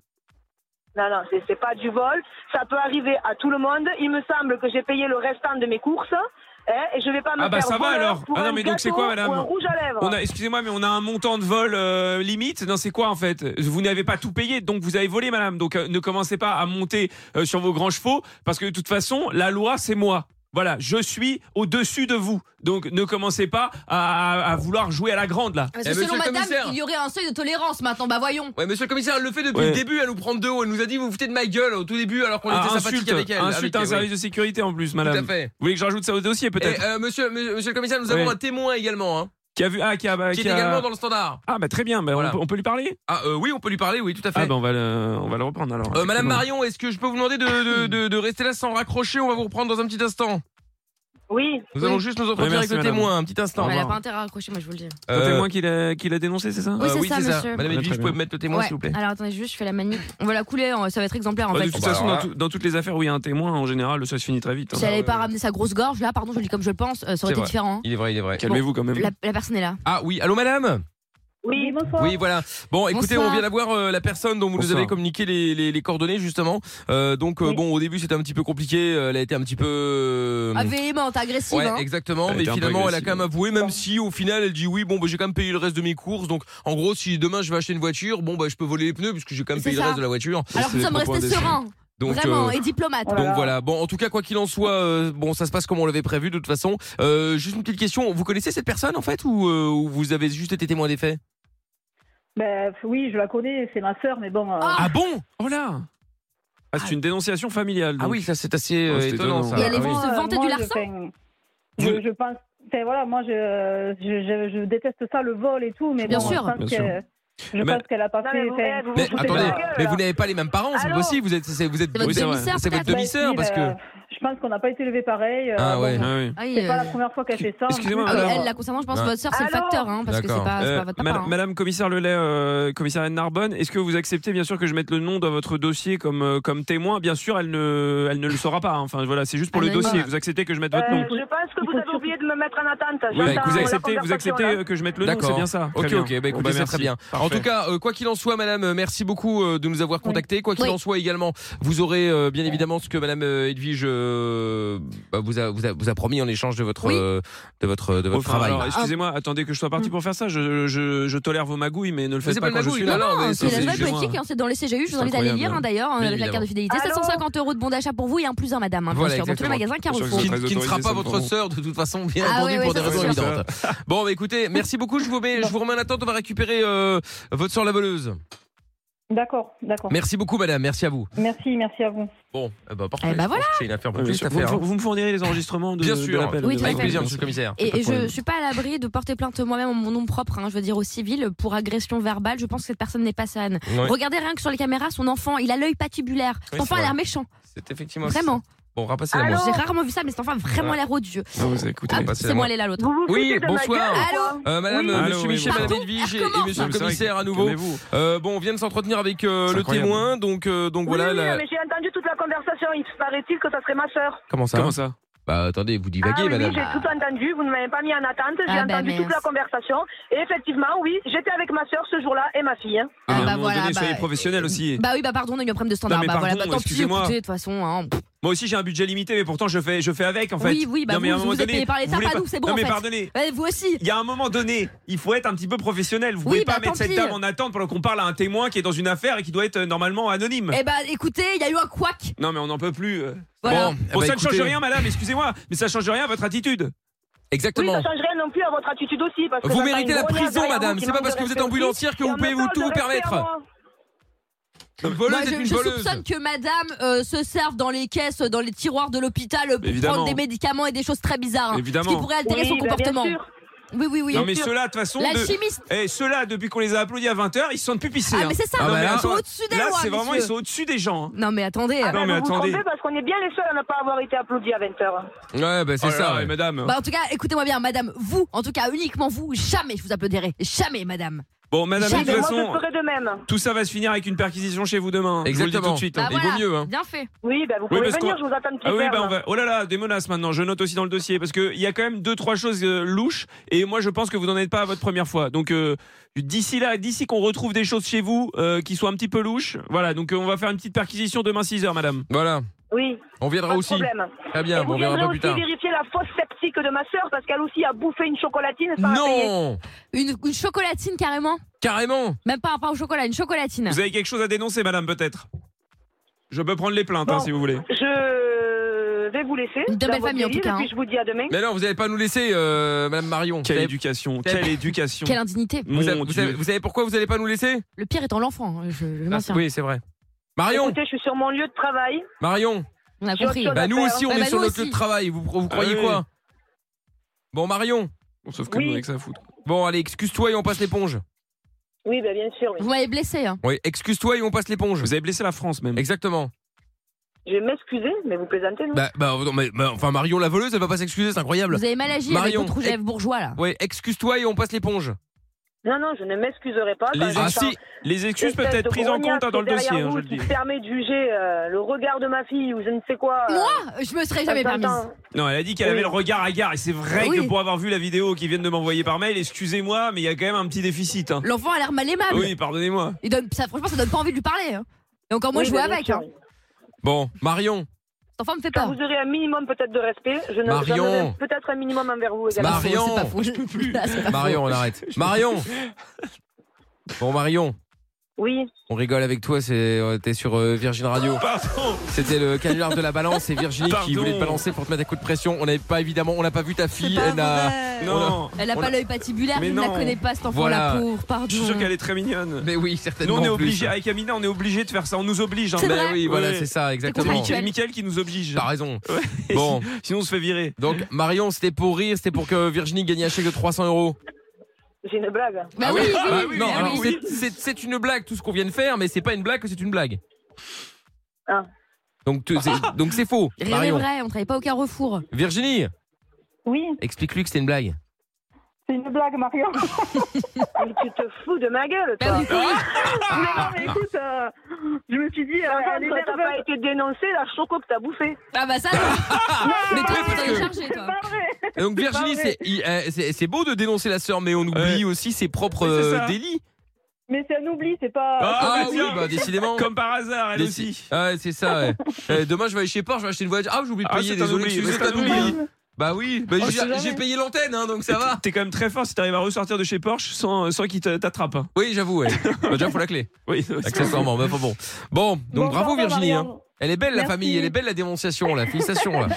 Speaker 6: Non, non, c'est- c'est pas du vol. Ça peut arriver à tout le monde. Il me semble que j'ai payé le restant de mes courses. hein, et je vais pas me
Speaker 3: Ah bah,
Speaker 6: faire
Speaker 3: ça va,
Speaker 6: voleur
Speaker 3: alors.
Speaker 6: pour
Speaker 3: Ah non,
Speaker 6: un
Speaker 3: mais donc, c'est
Speaker 6: gâteau
Speaker 3: quoi, madame
Speaker 6: ou un rouge à lèvres.
Speaker 3: On a, excusez-moi, mais on a un montant de vol euh, limite. Non, c'est quoi en fait Vous n'avez pas tout payé, donc vous avez volé, madame. Donc euh, ne commencez pas à monter euh, sur vos grands chevaux, parce que de toute façon, la loi, c'est moi. Voilà, je suis au-dessus de vous. Donc ne commencez pas à, à- à vouloir jouer à la grande là.
Speaker 4: Ah, Parce
Speaker 1: Eh,
Speaker 4: que
Speaker 1: monsieur
Speaker 4: selon
Speaker 1: le
Speaker 4: madame,
Speaker 1: commissaire.
Speaker 4: il y aurait un seuil de tolérance maintenant. Bah voyons.
Speaker 1: Ouais, monsieur le commissaire, elle le fait depuis
Speaker 3: Ouais.
Speaker 1: le début, elle nous prend de haut. Elle nous a dit, vous vous foutez de ma gueule au tout début alors qu'on
Speaker 3: Ah,
Speaker 1: était sympathique
Speaker 3: insulte,
Speaker 1: avec elle.
Speaker 3: insulte
Speaker 1: avec
Speaker 3: un
Speaker 1: elle,
Speaker 3: service
Speaker 1: oui.
Speaker 3: de sécurité en plus,
Speaker 1: Tout
Speaker 3: madame.
Speaker 1: à fait.
Speaker 3: Vous voulez que je rajoute ça au dossier peut-être
Speaker 1: Et, euh, monsieur, monsieur, monsieur le commissaire, nous avons
Speaker 3: Ouais.
Speaker 1: un témoin également, hein,
Speaker 3: Qui a vu ah qui a bah,
Speaker 1: qui est
Speaker 3: qui a-
Speaker 1: également dans le standard.
Speaker 3: ah bah très bien, bah, on
Speaker 1: Voilà.
Speaker 3: peut- on, peut lui parler.
Speaker 1: Ah euh, oui, on peut lui parler, oui, tout à fait.
Speaker 3: Ah bah on va le, on va le reprendre alors.
Speaker 1: Euh, Madame
Speaker 3: Effectivement.
Speaker 1: Marion, est-ce que je peux vous demander de, de- de- de rester là sans raccrocher On va vous reprendre dans un petit instant.
Speaker 6: Oui,
Speaker 1: Nous
Speaker 4: Oui.
Speaker 1: allons juste nous entretenir
Speaker 3: Oui, merci,
Speaker 1: avec le
Speaker 3: madame.
Speaker 1: témoin, un petit instant. Euh,
Speaker 3: Au
Speaker 4: Elle a
Speaker 3: revoir.
Speaker 4: pas intérêt à raccrocher, moi je vous le dis.
Speaker 3: C'est un témoin qui l'a qui l'a dénoncé, c'est ça
Speaker 4: Oui, c'est ça, monsieur.
Speaker 1: Madame
Speaker 3: Ah,
Speaker 1: Edwige,
Speaker 3: très
Speaker 1: vous pouvez
Speaker 3: bien.
Speaker 1: me mettre le témoin,
Speaker 4: Ouais.
Speaker 1: s'il vous plaît
Speaker 4: Alors attendez, juste je fais la manip. On va la couler, on- ça va être exemplaire en
Speaker 3: Bah,
Speaker 4: fait.
Speaker 3: de toute
Speaker 1: Bah,
Speaker 3: façon,
Speaker 1: alors
Speaker 3: dans,
Speaker 1: là-
Speaker 3: tout- dans toutes les affaires où il y a un témoin, en général, ça se finit très vite. hein.
Speaker 4: Si elle n'avait pas ramené sa grosse gorge, là, pardon, je le dis comme je le pense, euh, ça aurait
Speaker 1: C'est
Speaker 4: été
Speaker 1: vrai.
Speaker 4: différent. hein.
Speaker 1: Il est vrai, il est vrai.
Speaker 3: Calmez-vous quand même.
Speaker 4: La, la personne est là.
Speaker 1: Ah oui, allô madame
Speaker 5: Oui, bonsoir.
Speaker 1: Oui, voilà. Bon, écoutez,
Speaker 4: Bonsoir.
Speaker 1: on vient d'avoir euh, la personne dont vous nous
Speaker 3: Bonsoir.
Speaker 1: avez communiqué les, les- les coordonnées, justement. Euh, donc, euh,
Speaker 5: Oui.
Speaker 1: bon, au début, c'était un petit peu compliqué. euh, Elle a été un petit peu... euh,
Speaker 4: Ah, véhémente, agressive.
Speaker 1: Ouais,
Speaker 4: hein.
Speaker 1: exactement.
Speaker 3: Elle
Speaker 1: Mais
Speaker 3: était un peu
Speaker 1: finalement, elle a
Speaker 3: agressive,
Speaker 1: quand même avoué, même si au final, elle dit oui, bon, bah, j'ai quand même payé le reste de mes courses. Donc, en gros, si demain je vais acheter une voiture, bon, bah, je peux voler les pneus puisque j'ai quand même
Speaker 4: C'est
Speaker 1: payé le
Speaker 4: ça.
Speaker 1: reste de la voiture.
Speaker 4: Alors que nous
Speaker 3: C'est
Speaker 4: sommes
Speaker 3: des propos
Speaker 4: restés
Speaker 3: indécents.
Speaker 4: sereins,
Speaker 1: Donc,
Speaker 4: vraiment,
Speaker 1: euh,
Speaker 4: et diplomates.
Speaker 5: Voilà.
Speaker 1: donc voilà. Bon, en tout cas, quoi qu'il en soit, euh, bon, ça se passe comme on l'avait prévu de toute façon. Euh, juste une petite question. Vous connaissez cette personne en fait ou, euh, ou vous avez juste été témoin des faits
Speaker 5: Ben, f- oui, je la connais, c'est ma sœur, mais bon. euh,
Speaker 4: Ah.
Speaker 1: Ah bon
Speaker 3: Oh là Ah, c'est une dénonciation familiale.
Speaker 1: Ah
Speaker 3: donc.
Speaker 1: oui, ça c'est assez euh,
Speaker 3: Ouais, c'est
Speaker 1: étonnant.
Speaker 3: étonnant.
Speaker 1: ça.
Speaker 4: Et elle est
Speaker 1: Ah oui.
Speaker 4: venue se
Speaker 5: euh,
Speaker 4: vanter
Speaker 5: moi,
Speaker 4: du
Speaker 5: je-
Speaker 4: larcin
Speaker 5: enfin, je, je pense. enfin, voilà, moi, je, je, je- je déteste ça, le vol et tout, mais
Speaker 4: Bien
Speaker 5: bon,
Speaker 4: sûr.
Speaker 5: je pense
Speaker 3: Bien
Speaker 5: que-
Speaker 3: sûr.
Speaker 5: je
Speaker 3: Mais-
Speaker 5: pense qu'elle a passé.
Speaker 6: Non, mais vous-
Speaker 5: enfin,
Speaker 6: eh, vous vous
Speaker 1: Mais
Speaker 6: foutez de
Speaker 1: attendez,
Speaker 6: ma gueule,
Speaker 1: mais
Speaker 6: là.
Speaker 1: vous n'avez pas les mêmes parents, c'est pas
Speaker 6: Allô
Speaker 1: possible. Vous êtes, c'est- vous êtes,
Speaker 4: C'est votre
Speaker 1: vous êtes-
Speaker 4: demi-sœur,
Speaker 1: c'est votre
Speaker 4: peut-être
Speaker 1: demi-sœur
Speaker 5: Bah,
Speaker 1: parce
Speaker 5: si,
Speaker 1: que.
Speaker 5: bah, Je pense qu'on n'a pas été élevé pareil. euh,
Speaker 1: Ah ouais.
Speaker 5: bon,
Speaker 3: Ah oui.
Speaker 4: Ah oui,
Speaker 5: C'est pas
Speaker 4: euh,
Speaker 5: la première fois qu'elle fait ça. hein.
Speaker 3: Excusez-moi,
Speaker 4: ah oui,
Speaker 3: madame.
Speaker 4: elle, la concernant, je pense que
Speaker 1: Ouais.
Speaker 4: votre sœur, c'est
Speaker 5: Ah.
Speaker 4: le
Speaker 6: Alors
Speaker 4: facteur, hein, parce que c'est
Speaker 1: D'accord.
Speaker 4: pas, c'est
Speaker 3: Euh,
Speaker 4: pas votre papa.
Speaker 3: Madame,
Speaker 4: hein.
Speaker 3: Madame commissaire Lelay, euh, commissariat de Narbonne, est-ce que vous acceptez bien sûr que je mette le nom dans votre dossier comme, euh, comme témoin Bien sûr, elle ne, elle ne le saura pas. hein. Enfin voilà, c'est juste pour le
Speaker 4: Anonyme.
Speaker 3: dossier. Vous acceptez que je mette votre
Speaker 6: Euh,
Speaker 3: nom
Speaker 6: je pense que
Speaker 5: Il
Speaker 6: vous
Speaker 5: faut
Speaker 6: avez
Speaker 5: surtout-
Speaker 6: oublié de me mettre en attente.
Speaker 3: Oui,
Speaker 6: J'entends
Speaker 3: Bah, vous
Speaker 6: Bah, la
Speaker 3: acceptez, vous
Speaker 6: conversation,
Speaker 3: acceptez
Speaker 6: là.
Speaker 3: euh, que je mette le nom,
Speaker 1: D'accord.
Speaker 3: c'est bien ça.
Speaker 1: Ok,
Speaker 3: Très
Speaker 1: ok,
Speaker 3: bien.
Speaker 1: bah écoutez,
Speaker 3: Bon,
Speaker 1: c'est
Speaker 3: merci.
Speaker 1: très bien. En
Speaker 3: Parfait.
Speaker 1: tout cas, euh, quoi qu'il en soit, madame, euh, merci beaucoup euh, de nous avoir contactés. Quoi qu'il
Speaker 4: Oui.
Speaker 1: en soit également, vous aurez euh, bien évidemment ce que madame euh, Edwige euh, bah, vous, a, vous, a, vous a promis en échange de votre,
Speaker 4: Oui.
Speaker 1: euh, de votre, de votre
Speaker 3: Enfin,
Speaker 1: travail.
Speaker 3: alors, excusez-moi, attendez que je sois
Speaker 4: Mm.
Speaker 3: parti pour faire ça. Je, je- je tolère vos magouilles, mais ne le
Speaker 1: Mais c'est
Speaker 3: faites
Speaker 1: pas
Speaker 3: pas
Speaker 1: une
Speaker 3: quand je
Speaker 1: magouille,
Speaker 3: suis
Speaker 1: non,
Speaker 3: là.
Speaker 1: non.
Speaker 4: Non,
Speaker 1: mais
Speaker 4: c'est
Speaker 1: c'est-
Speaker 4: la nouvelle
Speaker 1: c'est-
Speaker 4: politique hein. et on sait dans les CGU, je vous invite à les
Speaker 1: incroyable.
Speaker 4: lire hein, d'ailleurs hein,
Speaker 1: Bien
Speaker 4: avec la carte de fidélité.
Speaker 6: Allô
Speaker 4: 750 euros de bon d'achat pour vous et un plus un madame, hein, bien
Speaker 1: Voilà,
Speaker 4: sûr, dans tous les
Speaker 1: exactement.
Speaker 4: magasins
Speaker 3: sûr que
Speaker 4: Carrefour.
Speaker 3: c'est
Speaker 1: Qui,
Speaker 3: très
Speaker 1: qui ne sera
Speaker 3: autorisé,
Speaker 1: pas
Speaker 3: ça,
Speaker 1: votre
Speaker 3: vraiment.
Speaker 1: sœur de toute façon bien
Speaker 4: Ah
Speaker 1: entendu
Speaker 4: ouais, ouais,
Speaker 1: pour
Speaker 4: ça,
Speaker 1: des
Speaker 4: c'est
Speaker 1: raisons
Speaker 4: sûr.
Speaker 1: évidentes bon bah, écoutez merci beaucoup je vous mets je vous remets en attente on va récupérer euh, votre sœur la voleuse
Speaker 5: D'accord, d'accord.
Speaker 1: merci beaucoup madame merci à vous
Speaker 5: Merci, merci à vous.
Speaker 1: bon eh ben, parfait
Speaker 4: Eh ben,
Speaker 1: Je pense
Speaker 4: voilà.
Speaker 1: que c'est une affaire pour
Speaker 3: Bien
Speaker 1: plus
Speaker 3: sûr.
Speaker 1: à
Speaker 3: Vous,
Speaker 1: faire hein.
Speaker 3: vous- vous me fournirez les enregistrements de,
Speaker 1: bien
Speaker 3: de
Speaker 1: sûr
Speaker 3: l'appel.
Speaker 4: Oui,
Speaker 3: de
Speaker 4: tout à
Speaker 3: l'appel.
Speaker 1: avec
Speaker 4: fait.
Speaker 1: plaisir monsieur le commissaire
Speaker 3: Pas de
Speaker 4: Et, et je
Speaker 3: problème.
Speaker 4: suis pas à l'abri de porter plainte moi-même en mon nom propre, hein, je veux dire aussi ville, pour agression verbale. Je pense que cette personne n'est pas saine.
Speaker 1: Ouais.
Speaker 4: Regardez rien que sur les caméras, son enfant, il a l'œil patibulaire.
Speaker 1: Oui,
Speaker 4: Cet enfant
Speaker 1: c'est
Speaker 4: a l'air
Speaker 1: vrai.
Speaker 4: méchant,
Speaker 1: c'est effectivement
Speaker 4: vraiment.
Speaker 1: bon rapassez la moi
Speaker 4: J'ai rarement vu ça, mais cet enfant a vraiment
Speaker 1: Ouais.
Speaker 4: l'air odieux.
Speaker 3: Ah, vous écoutez.
Speaker 4: Ah,
Speaker 1: bah, c'est
Speaker 4: c'est moi,
Speaker 1: moi.
Speaker 4: elle est là, l'autre.
Speaker 6: Vous vous
Speaker 1: Oui,
Speaker 6: foutez de ma
Speaker 1: bonsoir.
Speaker 6: gueule, quoi.
Speaker 4: Allô
Speaker 1: Euh, madame,
Speaker 6: Oui.
Speaker 1: euh,
Speaker 3: Allô,
Speaker 1: monsieur
Speaker 3: oui,
Speaker 1: Michel,
Speaker 4: bonjour.
Speaker 1: madame Edwige et,
Speaker 4: Pardon, Ah,
Speaker 1: et monsieur le
Speaker 3: C'est vrai que-
Speaker 1: commissaire à nouveau.
Speaker 3: calmez-vous.
Speaker 1: Euh, bon, on vient de s'entretenir avec euh,
Speaker 3: C'est
Speaker 1: le
Speaker 3: incroyable.
Speaker 1: témoin, donc euh, donc
Speaker 6: Oui,
Speaker 1: voilà.
Speaker 6: oui,
Speaker 1: la-
Speaker 6: mais j'ai entendu toute la conversation. Il se paraît-il que ça serait ma sœur.
Speaker 1: Comment ça
Speaker 3: Comment ça
Speaker 1: Bah attendez, vous
Speaker 6: Ah
Speaker 1: divaguez,
Speaker 6: oui, oui,
Speaker 1: madame.
Speaker 6: j'ai tout entendu. Vous ne m'avez pas mis en attente. J'ai
Speaker 4: Ah, bah,
Speaker 6: entendu toute
Speaker 4: mince.
Speaker 6: la conversation. Et effectivement, oui, j'étais avec ma sœur ce jour-là et ma fille. hein.
Speaker 3: Mais à
Speaker 4: Ah,
Speaker 3: un
Speaker 4: bah,
Speaker 3: moment
Speaker 4: voilà,
Speaker 3: donné, soyez
Speaker 4: bah,
Speaker 3: professionnel aussi.
Speaker 4: Bah oui, bah pardon, on a eu un problème de standard.
Speaker 3: Non, mais
Speaker 4: bah voilà,
Speaker 3: pardon,
Speaker 4: bah, tant pis,
Speaker 3: excusez-moi.
Speaker 4: écoutez, de toute façon. hein, pff,
Speaker 3: Moi aussi, j'ai un budget limité, mais pourtant, je fais, je fais avec, en fait.
Speaker 4: Oui, oui, bah
Speaker 3: Non, mais à
Speaker 4: vous-
Speaker 3: un moment
Speaker 4: vous êtes
Speaker 3: donné,
Speaker 4: payé par l'État,
Speaker 3: vous voulez
Speaker 4: pas
Speaker 3: pas-
Speaker 4: nous, c'est bon,
Speaker 3: Non,
Speaker 4: en
Speaker 3: mais
Speaker 4: fait.
Speaker 3: pardonnez.
Speaker 4: Ouais, vous aussi.
Speaker 3: Il y a un moment donné, il faut être un petit peu professionnel. Vous
Speaker 4: Oui,
Speaker 3: pouvez
Speaker 4: bah,
Speaker 3: pas mettre
Speaker 4: tant
Speaker 3: cette
Speaker 4: pis.
Speaker 3: table en attente pendant qu'on parle à un témoin qui est dans une affaire et qui doit être euh, normalement anonyme.
Speaker 4: Eh bah écoutez, il y a eu un couac.
Speaker 3: Non, mais on n'en peut plus. euh.
Speaker 4: Voilà.
Speaker 1: Bon, eh
Speaker 3: Bon,
Speaker 1: ben,
Speaker 3: ça ne
Speaker 1: écoutez,
Speaker 3: change rien, madame, excusez-moi, mais ça change rien à votre attitude.
Speaker 1: Exactement.
Speaker 10: Oui, ça change rien non plus à votre attitude aussi. Parce que
Speaker 1: Vous
Speaker 10: j'entends
Speaker 1: méritez
Speaker 10: une
Speaker 1: la
Speaker 10: grognasse
Speaker 1: prison,
Speaker 10: derrière
Speaker 1: madame.
Speaker 10: vous qui
Speaker 1: C'est pas
Speaker 10: manque
Speaker 1: parce
Speaker 10: de
Speaker 1: que vous êtes
Speaker 10: respect aussi.
Speaker 1: ambulancière que
Speaker 10: Et on
Speaker 1: vous
Speaker 10: me
Speaker 1: pouvez vous
Speaker 10: parle
Speaker 1: tout
Speaker 10: de
Speaker 1: vous
Speaker 10: respect hein.
Speaker 1: permettre.
Speaker 10: à moi.
Speaker 3: Une voleuse
Speaker 4: Moi,
Speaker 1: est
Speaker 4: je,
Speaker 1: une
Speaker 4: je
Speaker 1: voleuse.
Speaker 4: soupçonne que madame euh, se serve dans les caisses, euh, dans les tiroirs de l'hôpital euh, pour
Speaker 3: Évidemment.
Speaker 4: prendre des médicaments et des choses très bizarres. hein,
Speaker 3: Évidemment.
Speaker 4: Ce qui pourrait altérer
Speaker 10: Oui,
Speaker 4: son
Speaker 10: bah, bien
Speaker 4: comportement.
Speaker 10: sûr.
Speaker 4: Oui, oui, oui.
Speaker 3: Non, mais ceux-là, de toute façon,
Speaker 4: La
Speaker 3: de-
Speaker 4: chimiste.
Speaker 3: Eh, ceux-là, depuis qu'on les a applaudis à 20h, ils se sentent plus pissés.
Speaker 4: Ah,
Speaker 3: hein.
Speaker 4: mais c'est ça,
Speaker 1: Ah, bah, là,
Speaker 4: ils sont
Speaker 3: attends,
Speaker 4: au-dessus des
Speaker 3: Là,
Speaker 4: lois.
Speaker 3: c'est vraiment, ils
Speaker 4: messieurs.
Speaker 3: sont au-dessus des gens. hein.
Speaker 4: Non, mais attendez.
Speaker 10: Ah,
Speaker 3: Non,
Speaker 10: ben,
Speaker 3: mais
Speaker 10: vous vous
Speaker 3: attendez.
Speaker 10: trompez parce qu'on est bien les seuls à ne pas avoir été applaudis à 20h.
Speaker 1: Ouais, bah, c'est
Speaker 3: Oh là
Speaker 1: ça.
Speaker 3: là,
Speaker 1: ouais.
Speaker 3: et madame.
Speaker 4: Bah, en tout cas, écoutez-moi bien, madame, vous, en tout cas, uniquement vous, jamais je vous applaudirez. Jamais, madame.
Speaker 3: Bon, Oh, madame, de
Speaker 4: Jamais.
Speaker 3: toute
Speaker 10: moi, je
Speaker 3: façon,
Speaker 10: ferai de même.
Speaker 3: tout ça va se finir avec une perquisition chez vous demain. hein. Je vous le dis
Speaker 1: Exactement.
Speaker 3: tout de suite. hein.
Speaker 4: Bah,
Speaker 1: il vaut
Speaker 4: voilà,
Speaker 1: mieux, hein.
Speaker 4: Bien fait.
Speaker 10: Oui, ben, vous pouvez
Speaker 3: parce
Speaker 10: venir,
Speaker 3: qu'on-
Speaker 10: je vous attends un petit
Speaker 3: Ah oui,
Speaker 10: peu.
Speaker 3: bah on va... oh là là, des menaces maintenant. Je note aussi dans le dossier parce qu'il y a quand même deux trois choses euh, louches et moi je pense que vous n'en êtes pas à votre première fois. Donc euh, d'ici là, d'ici qu'on retrouve des choses chez vous euh, qui soient un petit peu louches, voilà. Donc euh, on va faire une petite perquisition demain 6 h madame.
Speaker 1: Voilà.
Speaker 10: Oui,
Speaker 1: On
Speaker 10: pas
Speaker 1: viendra
Speaker 10: de
Speaker 1: aussi.
Speaker 10: problème.
Speaker 1: Très bien,
Speaker 10: Et vous
Speaker 1: on verra un
Speaker 10: viendrez
Speaker 1: peu
Speaker 10: aussi
Speaker 1: plus tard.
Speaker 10: vérifier la fosse septique de ma sœur parce qu'elle aussi a bouffé une chocolatine. sans la payer.
Speaker 1: Non
Speaker 4: Une, une chocolatine, carrément.
Speaker 1: Carrément
Speaker 4: Même pas un pain au chocolat, une chocolatine.
Speaker 3: Vous avez quelque chose à dénoncer, madame, peut-être. Je peux prendre les plaintes hein,
Speaker 10: Bon.
Speaker 3: si vous voulez.
Speaker 10: Euh, Je vais vous laisser.
Speaker 4: Une de
Speaker 10: dans
Speaker 4: belle
Speaker 10: votre
Speaker 4: famille, en tout
Speaker 10: délire,
Speaker 4: cas,
Speaker 10: Et
Speaker 4: hein.
Speaker 10: puis je vous dis à demain.
Speaker 1: Mais non, vous n'allez pas nous laisser, euh, Madame Marion.
Speaker 3: Quelle
Speaker 1: Vous savez-
Speaker 3: éducation,
Speaker 1: Quelle-
Speaker 3: quelle éducation.
Speaker 4: Quelle indignité.
Speaker 3: Mon
Speaker 1: vous, savez- vous
Speaker 3: Dieu. Ah,
Speaker 1: savez, vous savez pourquoi vous n'allez pas nous laisser
Speaker 4: Le pire étant l'enfant, hein, je, je m'en tiens.
Speaker 1: Oui, c'est vrai. Marion
Speaker 10: Écoutez, je suis sur mon lieu de travail.
Speaker 1: Marion
Speaker 4: On a
Speaker 10: J'ai autre
Speaker 4: compris.
Speaker 10: chose à
Speaker 1: Bah nous
Speaker 10: faire.
Speaker 1: aussi, on
Speaker 4: Bah,
Speaker 1: est
Speaker 4: bah,
Speaker 1: sur
Speaker 4: nous
Speaker 1: notre lieu
Speaker 4: aussi.
Speaker 1: de travail. Vous, vous croyez
Speaker 3: Ah oui.
Speaker 1: quoi Bon, Marion
Speaker 3: Bon, Sauf que
Speaker 10: Oui.
Speaker 3: nous, avec ça, foutre.
Speaker 1: Bon, allez, excuse-toi et on passe l'éponge.
Speaker 10: Oui, ben, bien sûr. oui.
Speaker 4: Vous m'avez blessé. Hein.
Speaker 1: Oui, excuse-toi et on passe l'éponge.
Speaker 3: Vous avez blessé la France même.
Speaker 1: Exactement.
Speaker 10: Je vais m'excuser, mais vous plaisantez, non
Speaker 1: Bah, bah, non, mais- bah, enfin, Marion la voleuse, elle va pas s'excuser, c'est incroyable.
Speaker 4: Vous avez mal agi
Speaker 1: Marion, eh
Speaker 4: avec votre rouge à lèvres bourgeois, là.
Speaker 1: Ouais, excuse-toi et on passe l'éponge.
Speaker 10: Non, non, je ne m'excuserai pas.
Speaker 3: Les,
Speaker 10: Quand
Speaker 1: Ah,
Speaker 10: je
Speaker 1: si.
Speaker 10: parle-
Speaker 3: les excuses peuvent
Speaker 10: espèce
Speaker 3: être
Speaker 10: de
Speaker 3: prises en compte hein,
Speaker 10: grognasse
Speaker 3: dans le
Speaker 10: qui est
Speaker 3: dossier,
Speaker 10: derrière
Speaker 3: hein,
Speaker 10: vous
Speaker 3: je le
Speaker 10: qui
Speaker 3: dis.
Speaker 10: se permet de juger euh, le regard de ma fille ou je ne sais quoi. euh,
Speaker 4: Moi Je me serais jamais permise.
Speaker 3: Non, elle a dit qu'elle
Speaker 10: Oui.
Speaker 3: avait le regard à gare et c'est vrai
Speaker 4: Oui.
Speaker 3: que pour avoir vu la vidéo qu'ils viennent de m'envoyer par mail, excusez-moi, mais il y a quand même un petit déficit. hein.
Speaker 4: L'enfant a l'air mal aimable.
Speaker 3: Oui, pardonnez-moi.
Speaker 4: Il donne, ça, franchement, ça donne pas envie de lui parler. hein. Et encore moins jouer avec. Hein.
Speaker 1: Bon, Marion,
Speaker 4: Cet enfant me fait
Speaker 10: Quand
Speaker 4: peur.
Speaker 10: vous aurez un minimum peut-être de respect, je ne
Speaker 1: Marion.
Speaker 10: donnerai peut-être un minimum envers vous également.
Speaker 1: Mar- Marion.
Speaker 4: C'est pas faux. c'est pas faux. Là, Ah, c'est pas
Speaker 1: Marion, on arrête. Marion Bon, Marion,
Speaker 10: Oui,
Speaker 1: on rigole avec toi, c'est- euh, t'es sur euh, Virgin Radio.
Speaker 3: Pardon.
Speaker 1: C'était le canular de la balance et Virginie qui
Speaker 3: Pardon.
Speaker 1: voulait te balancer pour te mettre un coup de pression. On n'avait pas évidemment, on n'a pas vu ta
Speaker 2: C'est
Speaker 1: fille.
Speaker 2: pas
Speaker 1: Elle n'a-
Speaker 2: vrai.
Speaker 3: Non.
Speaker 4: faux. Elle a
Speaker 1: On
Speaker 4: pas
Speaker 1: a-
Speaker 4: l'œil patibulaire,
Speaker 3: Mais
Speaker 4: il ne la
Speaker 3: non.
Speaker 4: connaît pas, cet enfant,
Speaker 1: Voilà.
Speaker 4: la pauvre, pardon.
Speaker 3: Je suis sûr qu'elle est très mignonne.
Speaker 1: Mais oui,
Speaker 3: Nous,
Speaker 1: certainement.
Speaker 3: on est
Speaker 1: en plus.
Speaker 3: obligé, avec Amina, on est obligé de faire ça. On nous oblige. hein.
Speaker 4: C'est
Speaker 1: Mais
Speaker 4: vrai.
Speaker 1: Ben oui, voilà,
Speaker 3: Ouais.
Speaker 1: c'est ça,
Speaker 3: C'est
Speaker 1: exactement.
Speaker 4: contradictoire.
Speaker 3: Mickaël, Mickaël qui nous oblige.
Speaker 1: T'as raison.
Speaker 3: Et
Speaker 1: Bon,
Speaker 3: si- Sinon, on se fait virer.
Speaker 1: donc Marion, c'était pour rire, c'était pour que Virginie gagne un chèque de 300 euros.
Speaker 10: j'ai une blague.
Speaker 4: Bah oui, oui,
Speaker 1: Bah,
Speaker 4: oui,
Speaker 1: non,
Speaker 4: oui,
Speaker 6: ah
Speaker 1: alors,
Speaker 4: oui.
Speaker 1: c'est- c'est c'est une blague tout ce qu'on vient de faire, mais c'est pas une blague que c'est une blague.
Speaker 10: Ah.
Speaker 1: Donc tu- c'est- donc c'est faux,
Speaker 4: Rien n'est
Speaker 1: Marion.
Speaker 4: vrai, on travaille pas au carrefour.
Speaker 1: Virginie,
Speaker 5: Oui,
Speaker 1: explique-lui que c'était une blague.
Speaker 5: c'est une blague, Marion.
Speaker 10: Mais tu te fous de ma gueule,
Speaker 4: Bah
Speaker 10: toi.
Speaker 4: oui, oui.
Speaker 5: Mais non, mais écoute, euh, je me suis dit, euh,
Speaker 10: Par
Speaker 5: elle est
Speaker 10: contre, t'as pas
Speaker 5: nerveuse.
Speaker 10: été dénoncée la choco que t'as bouffée.
Speaker 4: Ah bah ça, non.
Speaker 1: Mais toi,
Speaker 4: T'es
Speaker 1: parce que-
Speaker 4: chargé, toi.
Speaker 1: Et Donc Virginie,
Speaker 5: pas vrai.
Speaker 1: c'est il- euh, c'est c'est beau de dénoncer la sœur, mais on oublie aussi ses propres
Speaker 3: Oui, c'est
Speaker 1: euh,
Speaker 3: ça.
Speaker 1: délits.
Speaker 5: Mais c'est un oubli, c'est pas.
Speaker 1: Ah,
Speaker 3: bah,
Speaker 1: oui,
Speaker 3: tiens.
Speaker 1: bah décidément.
Speaker 3: Comme par hasard, elle
Speaker 1: Déci-
Speaker 3: aussi.
Speaker 1: Ah, ouais, c'est ça. ouais. Euh, demain, je vais aller chez Port, je vais acheter une voiture. Ah, j'ai oublié de
Speaker 3: Ah,
Speaker 1: payer.
Speaker 3: c'est un
Speaker 1: désolé,
Speaker 3: oubli,
Speaker 1: excusez,
Speaker 3: c'est un
Speaker 1: c'est un
Speaker 3: oubli.
Speaker 1: oubli. Bah oui, bah,
Speaker 5: Oh,
Speaker 1: j'ai-
Speaker 5: c'est jamais.
Speaker 1: j'ai payé l'antenne, hein, donc ça va.
Speaker 3: T'es quand même très fort si t'arrives à ressortir de chez Porsche sans, sans qu'il te- t'attrape. hein.
Speaker 1: Oui, j'avoue. Ouais. Bah, déjà, faut la clé.
Speaker 3: Oui,
Speaker 1: Accessoirement, bah, pas bon. Bon, donc
Speaker 5: Bon,
Speaker 1: bravo
Speaker 5: pardon,
Speaker 1: Virginie. hein.
Speaker 5: Marion.
Speaker 1: Elle est belle la
Speaker 5: Merci.
Speaker 1: famille, elle est belle la dénonciation, la félicitation là.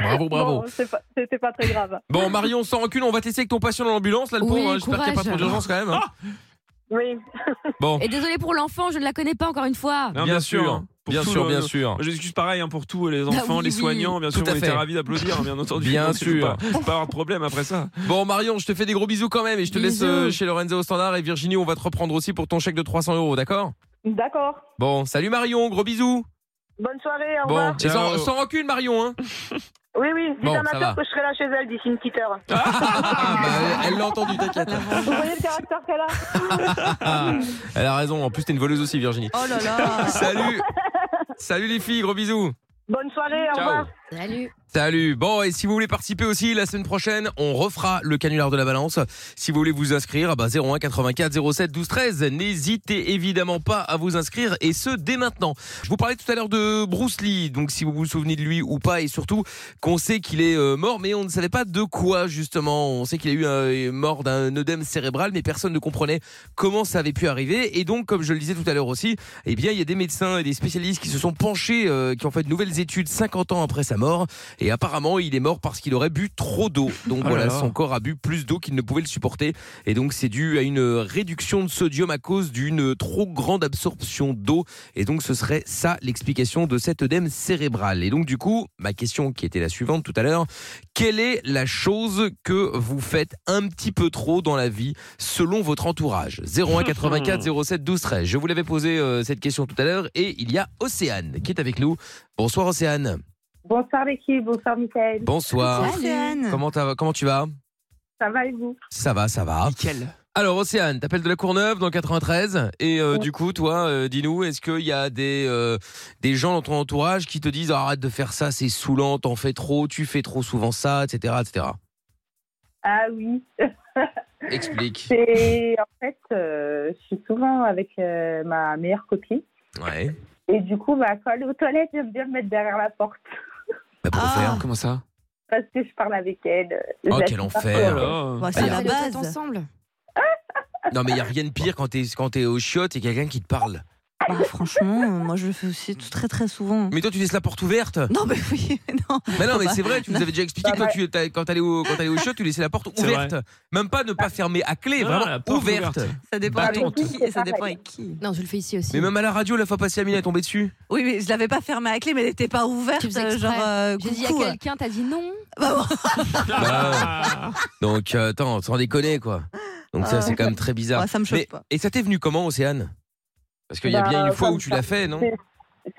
Speaker 1: bravo, bravo.
Speaker 5: Bon, c'est pas- c'était pas très grave.
Speaker 1: Bon. Marion, sans rancune, on va tester avec ton patient dans l'ambulance là, le
Speaker 4: Oui,
Speaker 1: pauvre. hein. J'espère qu'il n'y a pas
Speaker 4: courage.
Speaker 1: trop d'urgence quand même. hein.
Speaker 10: Oui.
Speaker 1: Bon,
Speaker 4: Et désolé pour l'enfant, je ne la connais pas encore une fois.
Speaker 3: Non,
Speaker 1: bien
Speaker 3: bien sûr,
Speaker 1: sûr,
Speaker 3: hein. Pour
Speaker 1: bien
Speaker 3: tout
Speaker 1: sûr,
Speaker 3: le-
Speaker 1: bien sûr.
Speaker 3: Moi, Je m'excuse pareil hein, pour tous les
Speaker 2: Ah
Speaker 3: enfants,
Speaker 4: Ah, oui,
Speaker 3: les
Speaker 4: oui.
Speaker 3: soignants, bien
Speaker 1: Tout
Speaker 3: sûr,
Speaker 1: à
Speaker 3: on était
Speaker 1: fait.
Speaker 3: ravis d'applaudir, hein, bien entendu.
Speaker 1: Bien
Speaker 3: Non, c'est-
Speaker 1: sûr.
Speaker 3: faut Pas, faut pas avoir de problème après ça.
Speaker 1: Bon Marion, je te fais des gros bisous quand même et je te laisse
Speaker 4: Bisous.
Speaker 1: euh, chez Lorenzo au standard et Virginie, on va te reprendre aussi pour ton chèque de 300 euros, d'accord
Speaker 5: D'accord.
Speaker 1: Bon, salut Marion, gros bisous.
Speaker 10: Bonne soirée, au
Speaker 1: Bon,
Speaker 10: revoir. Euh,
Speaker 1: et sans,
Speaker 3: Ciao.
Speaker 1: sans rancune Marion, hein
Speaker 10: Oui, oui, dis
Speaker 1: Bon,
Speaker 10: à ma
Speaker 1: ça
Speaker 10: sœur
Speaker 1: va.
Speaker 10: que je serai là chez elle d'ici une petite heure.
Speaker 1: Ah, bah, Elle l'a entendu, t'inquiète.
Speaker 5: Vous voyez le caractère qu'elle a
Speaker 1: Ah, elle a raison, en plus t'es une voleuse aussi Virginie.
Speaker 2: Oh là là.
Speaker 1: Salut Salut les filles, gros bisous
Speaker 10: Bonne soirée, au
Speaker 1: Ciao
Speaker 10: revoir.
Speaker 4: Salut.
Speaker 1: Salut. Bon, et si vous voulez participer aussi, la semaine prochaine, on refera le canular de la balance. Si vous voulez vous inscrire, bah 01 84 07 12 13. N'hésitez évidemment pas à vous inscrire et ce dès maintenant. Je vous parlais tout à l'heure de Bruce Lee, donc si vous vous souvenez de lui ou pas, et surtout qu'on sait qu'il est euh, mort, mais on ne savait pas de quoi justement. On sait qu'il a eu un, mort d'un œdème cérébral, mais personne ne comprenait comment ça avait pu arriver. Et donc, comme je le disais tout à l'heure aussi, eh bien, il y a des médecins et des spécialistes qui se sont penchés, euh, qui ont fait de nouvelles études 50 ans après sa mort. Et apparemment, il est mort parce qu'il aurait bu trop d'eau. Donc
Speaker 3: Oh là
Speaker 1: voilà,
Speaker 3: là.
Speaker 1: son corps a bu plus d'eau qu'il ne pouvait le supporter. Et donc, c'est dû à une réduction de sodium à cause d'une trop grande absorption d'eau. Et donc, ce serait ça l'explication de cet œdème cérébral. Et donc, du coup, ma question qui était la suivante tout à l'heure, quelle est la chose que vous faites un petit peu trop dans la vie selon votre entourage 01 84 07 12 13. Je vous l'avais posé euh, cette question tout à l'heure et il y a Océane qui est avec nous. Bonsoir Océane.
Speaker 11: Bonsoir l'équipe, bonsoir Michael.
Speaker 1: Bonsoir. Comment, t'as- comment tu vas
Speaker 11: Ça va et vous
Speaker 1: Ça va, ça va.
Speaker 3: Nickel.
Speaker 1: Alors Océane, t'appelles de la Courneuve dans le 93 et euh, du coup toi, euh, dis-nous, est-ce qu'il y a des euh, des gens dans ton entourage qui te disent Ah, arrête de faire ça, c'est saoulant, t'en fais trop, tu fais trop souvent ça, etc., etc.
Speaker 11: Ah oui.
Speaker 1: Explique.
Speaker 11: C'est en fait, euh, je suis souvent avec euh, ma meilleure copine
Speaker 1: Ouais.
Speaker 11: et du coup, bah, quand elle est aux toilettes, j'aime bien me mettre derrière la porte
Speaker 3: hein, Comment ça
Speaker 11: parce que je parle avec elle. euh, Je
Speaker 1: Oh
Speaker 11: la
Speaker 1: quel
Speaker 11: suis pas
Speaker 1: enfer.
Speaker 3: Oh
Speaker 1: Bah, y a-
Speaker 4: ensemble.
Speaker 1: Non mais il y a rien de pire quand t'es quand t'es au chiottes et quelqu'un qui te parle.
Speaker 2: Bah, franchement, euh, moi je le fais aussi tout- très très souvent.
Speaker 1: Mais toi tu laisses la porte ouverte.
Speaker 2: Non, mais oui, non.
Speaker 1: Mais non, mais
Speaker 2: Bah,
Speaker 1: c'est vrai, tu nous avais déjà expliqué que
Speaker 11: Bah,
Speaker 1: toi, tu, t'as- quand t'allais au, quand t'allais au shot, tu laissais la porte
Speaker 3: C'est
Speaker 1: ouverte. Même pas ne pas fermer à clé,
Speaker 3: Non,
Speaker 1: vraiment
Speaker 3: la porte
Speaker 1: ouverte.
Speaker 3: ouverte.
Speaker 2: Ça dépend
Speaker 1: Bah,
Speaker 2: avec
Speaker 1: attends,
Speaker 2: qui.
Speaker 11: c'est
Speaker 2: Ça dépend
Speaker 11: pareil.
Speaker 2: avec qui.
Speaker 4: Non, je le fais ici aussi.
Speaker 1: Mais même à la radio, la fois passée, Amine est tombée dessus.
Speaker 2: Oui, mais je l'avais pas fermée à clé, mais elle n'était pas ouverte.
Speaker 4: Tu faisais
Speaker 2: euh,
Speaker 4: exprès.
Speaker 2: genre, euh,
Speaker 4: J'ai dit à
Speaker 2: coucou.
Speaker 4: quelqu'un, t'as dit non.
Speaker 2: Bah, bon.
Speaker 3: Ah.
Speaker 1: Donc, euh, attends, sans déconner, quoi. Donc, ça,
Speaker 2: Ah.
Speaker 1: c'est quand même très bizarre.
Speaker 2: Ouais, ça me choque
Speaker 1: Mais-
Speaker 2: pas.
Speaker 1: Et ça t'est venu comment, Océane Parce qu'il y a
Speaker 11: Bah,
Speaker 1: bien une fois
Speaker 11: comme
Speaker 1: où tu
Speaker 11: ça.
Speaker 1: l'as fait, non
Speaker 11: C'est-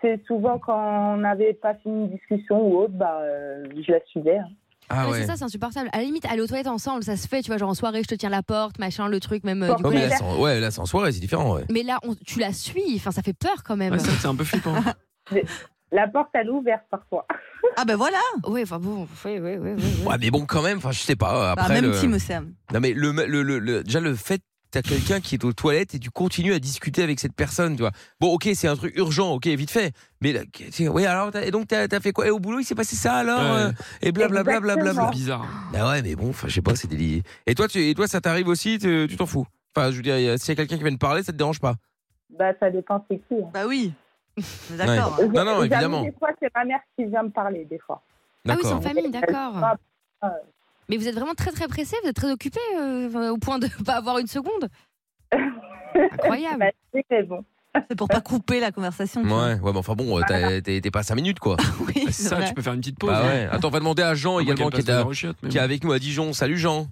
Speaker 11: C'est souvent quand on n'avait pas fini une discussion ou autre, bah, euh, je la suivais. hein.
Speaker 1: Ah
Speaker 4: Mais
Speaker 1: ouais.
Speaker 4: C'est ça, c'est insupportable. À la limite, aller aux toilettes ensemble, ça se fait, tu vois, genre en soirée, je te tiens la porte, machin, le truc, même euh, du
Speaker 1: Ouais,
Speaker 4: coup.
Speaker 1: mais là, c'est en- ouais, là, c'est en soirée, c'est différent, ouais.
Speaker 4: Mais là, on- tu la suis, enfin, ça fait peur quand même.
Speaker 3: Ouais, c'est vrai que c'est un peu flippant.
Speaker 11: La porte, elle est ouverte parfois.
Speaker 2: Ah, bah voilà.
Speaker 4: Oui, enfin bon, oui, oui, oui. oui, oui.
Speaker 1: Ouais, mais bon, quand même, enfin, je sais pas.
Speaker 2: Bah,
Speaker 1: Après,
Speaker 2: même
Speaker 1: le-
Speaker 2: team, Océane.
Speaker 1: Non mais le, le, le- le- déjà le fait t'as quelqu'un qui est aux toilettes et tu continues à discuter avec cette personne, tu vois. Bon, ok, c'est un truc urgent, ok, vite fait. Mais là, tu sais, oui, alors t'as- et donc t'as as fait quoi Et au boulot, il s'est passé ça alors
Speaker 3: Ouais.
Speaker 1: euh, Et blablabla, blablabla.
Speaker 11: Exactement.
Speaker 3: Bizarre.
Speaker 1: Ah ouais, mais bon, enfin, je sais pas, c'est délire. Et toi, tu, et toi, ça t'arrive aussi Tu tu t'en fous Enfin, je veux dire, y a- s'il y a quelqu'un qui vient te parler, ça te dérange pas
Speaker 11: Bah, ça dépend c'est qui. hein.
Speaker 2: Bah oui. On est D'accord.
Speaker 1: Non, non,
Speaker 11: J'avoue,
Speaker 1: évidemment.
Speaker 11: Des fois, c'est ma mère qui vient me parler, des fois.
Speaker 4: Ah oui, c'est en
Speaker 1: D'accord.
Speaker 4: famille, d'accord.
Speaker 11: Ouais.
Speaker 4: Mais vous êtes vraiment très très pressé, vous êtes très occupé, euh, enfin, au point de pas avoir une seconde. Incroyable.
Speaker 11: Bah, c'est bon.
Speaker 2: C'est pour pas couper la conversation. tu vois.
Speaker 1: Ouais, ouais, mais enfin bon, euh, t'as- t'es t'es pas à 5 minutes quoi.
Speaker 2: Mhm. Oui,
Speaker 3: Bah,
Speaker 2: c'est
Speaker 3: Ça,
Speaker 2: vrai.
Speaker 3: tu peux faire une petite pause.
Speaker 1: Bah
Speaker 3: hein.
Speaker 1: ouais. Attends, on va demander à Jean
Speaker 3: Faut pas
Speaker 1: également
Speaker 3: qu'elle
Speaker 1: qui
Speaker 3: passe
Speaker 1: est, à-
Speaker 3: derrière aux chiottes, mais
Speaker 1: qui est
Speaker 3: bon.
Speaker 1: avec nous à Dijon. Salut Jean.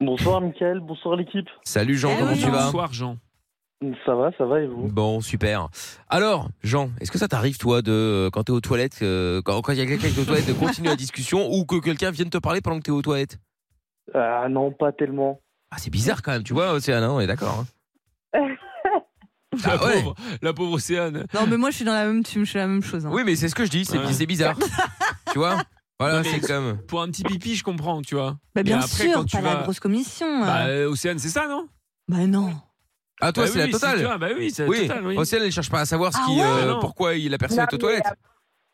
Speaker 12: Bonsoir Mickaël, bonsoir l'équipe.
Speaker 1: Salut Jean,
Speaker 2: Eh
Speaker 1: comment
Speaker 2: oui,
Speaker 1: tu
Speaker 2: Jean.
Speaker 1: vas
Speaker 3: Bonsoir, Jean.
Speaker 12: Ça va, ça va et vous
Speaker 1: Bon, super. Alors, Jean, est-ce que ça t'arrive, toi, de euh, quand t'es aux toilettes, euh, quand quand il y a quelqu'un qui est aux toilettes, de continuer la discussion ou que quelqu'un vienne te parler pendant que t'es aux toilettes
Speaker 12: Ah non, pas tellement.
Speaker 1: Ah, c'est bizarre quand même, tu vois, Océane, hein, on est d'accord. hein.
Speaker 3: La
Speaker 1: Ah ouais.
Speaker 3: pauvre, la pauvre Océane.
Speaker 2: Non, mais moi je suis dans la même team, je fais la même chose. hein.
Speaker 1: Oui, mais c'est ce que je dis, c'est
Speaker 3: Ouais.
Speaker 1: c'est bizarre. tu vois Voilà,
Speaker 3: Non, mais-
Speaker 1: c'est comme.
Speaker 3: Pour un petit pipi, je comprends, tu vois.
Speaker 2: Bah, bien
Speaker 3: Mais après,
Speaker 2: sûr,
Speaker 3: quand tu
Speaker 2: pas
Speaker 3: vas-
Speaker 2: la grosse commission. euh.
Speaker 3: Bah,
Speaker 2: Bah,
Speaker 3: euh, Océane, c'est ça, non
Speaker 2: non.
Speaker 1: Ah, toi,
Speaker 3: Bah
Speaker 1: c'est
Speaker 3: oui,
Speaker 1: la totale.
Speaker 3: toi, Bah oui, c'est la
Speaker 1: oui,
Speaker 3: totale, oui.
Speaker 1: Océane, elle cherche pas à savoir ce
Speaker 2: Ah
Speaker 1: qui,
Speaker 2: ouais
Speaker 1: euh,
Speaker 3: Non.
Speaker 1: pourquoi il- la personne
Speaker 11: Non,
Speaker 1: est aux
Speaker 11: mais
Speaker 1: toilettes.
Speaker 11: ap-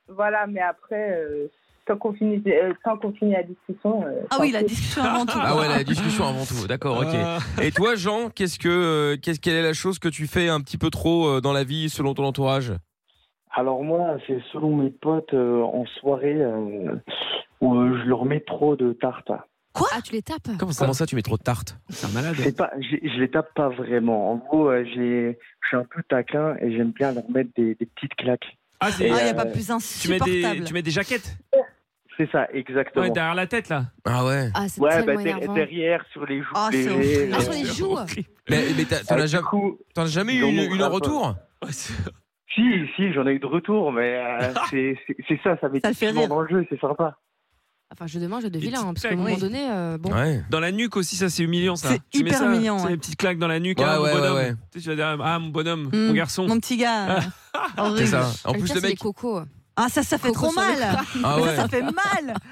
Speaker 11: Voilà, mais après, euh, tant qu'on finit, euh, tant qu'on finit la discussion. euh,
Speaker 2: Ah
Speaker 11: tant
Speaker 2: oui, la
Speaker 11: pis.
Speaker 2: discussion avant tout.
Speaker 1: Ah ouais, la discussion avant tout. D'accord, ok.
Speaker 3: Ah.
Speaker 1: Et toi, Jean, qu'est-ce que, euh, qu'est-ce quelle est la chose que tu fais un petit peu trop euh, dans la vie selon ton entourage
Speaker 12: Alors moi, c'est selon mes potes euh, en soirée euh, où euh, je leur mets trop de tartes.
Speaker 4: Ah, tu les tapes
Speaker 3: Comment ça
Speaker 1: Comment ça, tu mets trop de tartes
Speaker 3: C'est un malade.
Speaker 12: C'est pas, je, je les tape pas vraiment. En gros, euh, j'ai- je suis un peu taquin et j'aime bien leur mettre des, des petites claques.
Speaker 3: Ah,
Speaker 2: Il
Speaker 3: c'est.
Speaker 12: Et,
Speaker 2: n'y Oh, a pas
Speaker 12: euh,
Speaker 2: plus
Speaker 3: Tu mets, des,
Speaker 2: insupportable.
Speaker 3: tu mets des jaquettes
Speaker 12: C'est ça, exactement.
Speaker 3: ouais, derrière la tête, là.
Speaker 1: Ah ouais.
Speaker 4: Ah, c'est
Speaker 12: Ouais, bah,
Speaker 4: tellement
Speaker 12: der-
Speaker 4: énervant.
Speaker 12: derrière, sur les joues.
Speaker 2: Ah, c'est
Speaker 12: légers,
Speaker 2: horrible.
Speaker 4: Ah, sur les
Speaker 12: euh,
Speaker 4: joues
Speaker 1: Mais, mais t'as- t'en
Speaker 12: euh,
Speaker 1: as
Speaker 12: du
Speaker 1: jamais,
Speaker 12: coup,
Speaker 1: t'en as jamais eu
Speaker 12: Dans mon
Speaker 1: une, une en
Speaker 12: rap,
Speaker 1: retour
Speaker 3: Ouais, c'est-
Speaker 12: si, si, j'en ai eu de retour, mais euh, c'est c'est- c'est ça, ça met
Speaker 2: Ça le fait
Speaker 12: tout le monde
Speaker 2: rire.
Speaker 12: dans le jeu, c'est sympa.
Speaker 4: Enfin, je demande, je de
Speaker 3: Des
Speaker 4: vilain, hein,
Speaker 3: petites
Speaker 4: parce qu'à un
Speaker 3: claques,
Speaker 4: moment
Speaker 2: oui.
Speaker 4: donné, euh, bon.
Speaker 1: Ouais.
Speaker 3: Dans la nuque aussi, ça c'est humiliant ça.
Speaker 2: C'est
Speaker 3: Tu mets
Speaker 2: hyper
Speaker 3: ça,
Speaker 2: humiliant,
Speaker 3: tu sais,
Speaker 2: ouais.
Speaker 3: les petites claques dans la nuque,
Speaker 1: Ouais,
Speaker 3: ah, mon
Speaker 1: ouais, ouais,
Speaker 3: bonhomme.
Speaker 1: ouais.
Speaker 3: Tu sais, tu vas dire, ah mon bonhomme,
Speaker 2: Hmm.
Speaker 3: mon garçon. Ah.
Speaker 2: Mon petit gars. euh,
Speaker 1: C'est
Speaker 2: horrible.
Speaker 1: ça. Ah. En
Speaker 4: Ah, Le
Speaker 1: plus,
Speaker 4: pire,
Speaker 1: le
Speaker 4: c'est les
Speaker 1: mec,
Speaker 4: cocos.
Speaker 2: Ah, ça, ça fait trop mal.
Speaker 1: Ah ouais.
Speaker 2: Ça, ça fait mal.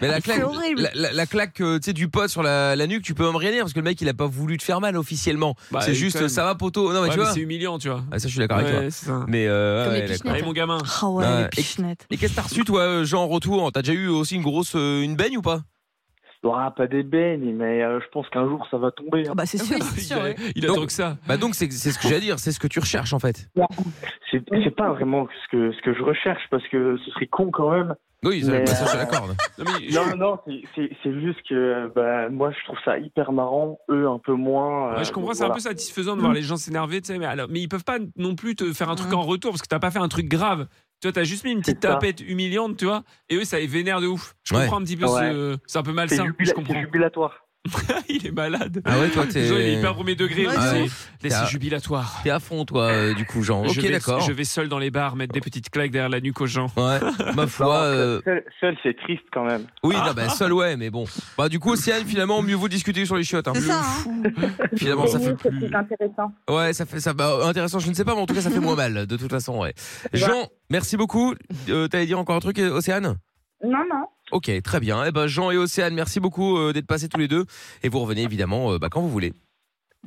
Speaker 1: Mais la claque,
Speaker 2: Ah, C'est horrible.
Speaker 1: la, la- la claque euh, tu sais, du pote sur la, la nuque, tu peux même rien dire parce que le mec il a pas voulu te faire mal officiellement.
Speaker 3: Bah,
Speaker 1: c'est
Speaker 3: il-
Speaker 1: juste
Speaker 3: quand même.
Speaker 1: ça va poteau. Non mais
Speaker 3: Ouais,
Speaker 1: tu
Speaker 3: mais
Speaker 1: vois.
Speaker 3: c'est humiliant, tu vois.
Speaker 1: Ah, ça je suis d'accord avec
Speaker 3: Ouais,
Speaker 1: toi.
Speaker 3: c'est ça.
Speaker 1: Mais euh, ouais, d'accord.
Speaker 3: Allez, mon gamin.
Speaker 2: Ah ouais,
Speaker 1: Ouais.
Speaker 2: les pichenettes.
Speaker 1: Et qu'est-ce que t'as reçu toi, euh, Jean en retour T'as déjà eu aussi une grosse euh, une baigne ou pas
Speaker 12: Ah, pas des beignes, mais euh, je pense qu'un jour ça va tomber. hein.
Speaker 2: Bah c'est sûr.
Speaker 1: Il attend que ça. Bah donc c'est c'est ce que j'allais dire, c'est ce que tu recherches en fait.
Speaker 12: C'est c'est pas vraiment ce que, ce que je recherche parce que ce serait con quand même.
Speaker 1: Oui, ça-
Speaker 12: Mais,
Speaker 1: bah, ça, je te
Speaker 12: euh,
Speaker 1: l'accorde.
Speaker 12: Non, non, c'est- c'est c'est juste que euh, bah, moi je trouve ça hyper marrant, eux un peu moins. euh,
Speaker 3: Ouais, je comprends,
Speaker 12: donc
Speaker 3: c'est un
Speaker 12: voilà.
Speaker 3: peu satisfaisant de voir les gens s'énerver, tu sais, mais, alors, mais ils peuvent pas non plus te faire un truc en retour parce que t'as pas fait un truc grave. Tu vois, t'as juste mis une petite
Speaker 12: C'est ça.
Speaker 3: tapette humiliante, tu vois, et eux, ça les vénère de ouf. Je
Speaker 1: Ouais.
Speaker 3: comprends un petit peu
Speaker 1: Ouais.
Speaker 3: ce. C'est un peu
Speaker 12: C'est
Speaker 3: malsain,
Speaker 12: jubila-
Speaker 3: je comprends.
Speaker 12: c'est jubilatoire.
Speaker 3: Il est malade.
Speaker 1: Ah ouais, toi, t'es-
Speaker 3: Jean, il est hyper premier degré.
Speaker 1: Ouais,
Speaker 3: mais
Speaker 1: de
Speaker 3: c'est-
Speaker 1: ouf.
Speaker 3: mais
Speaker 1: T'as-
Speaker 3: c'est
Speaker 12: Bah,
Speaker 3: jubilatoire.
Speaker 1: T'es à fond toi euh, du coup Jean.
Speaker 3: je
Speaker 1: Ok
Speaker 3: vais-
Speaker 1: d'accord.
Speaker 3: Je vais seul dans les bars mettre des petites claques derrière la nuque aux gens.
Speaker 1: Ouais, ma foi. euh,
Speaker 12: Seul, seul, c'est triste quand même.
Speaker 1: Oui, non, bah, seul ouais, mais bon. Bah du coup Océane finalement mieux vaut discuter sur les chiottes. Hein.
Speaker 2: C'est
Speaker 1: Mieux-
Speaker 2: ça. hein.
Speaker 1: Finalement ça
Speaker 11: C'est
Speaker 1: fait
Speaker 11: mieux, c'est plus intéressant.
Speaker 1: Ouais, ça fait ça. bah, intéressant, je ne sais pas, mais en tout cas, ça fait moins mal, de toute façon, ouais. Jean, merci beaucoup. Euh, T'allais dire encore un truc, euh, Océane
Speaker 11: Non, non.
Speaker 1: Ok, très bien. Eh ben, Jean et Océane, merci beaucoup euh, d'être passés tous les deux. Et vous revenez évidemment euh, bah, quand vous voulez.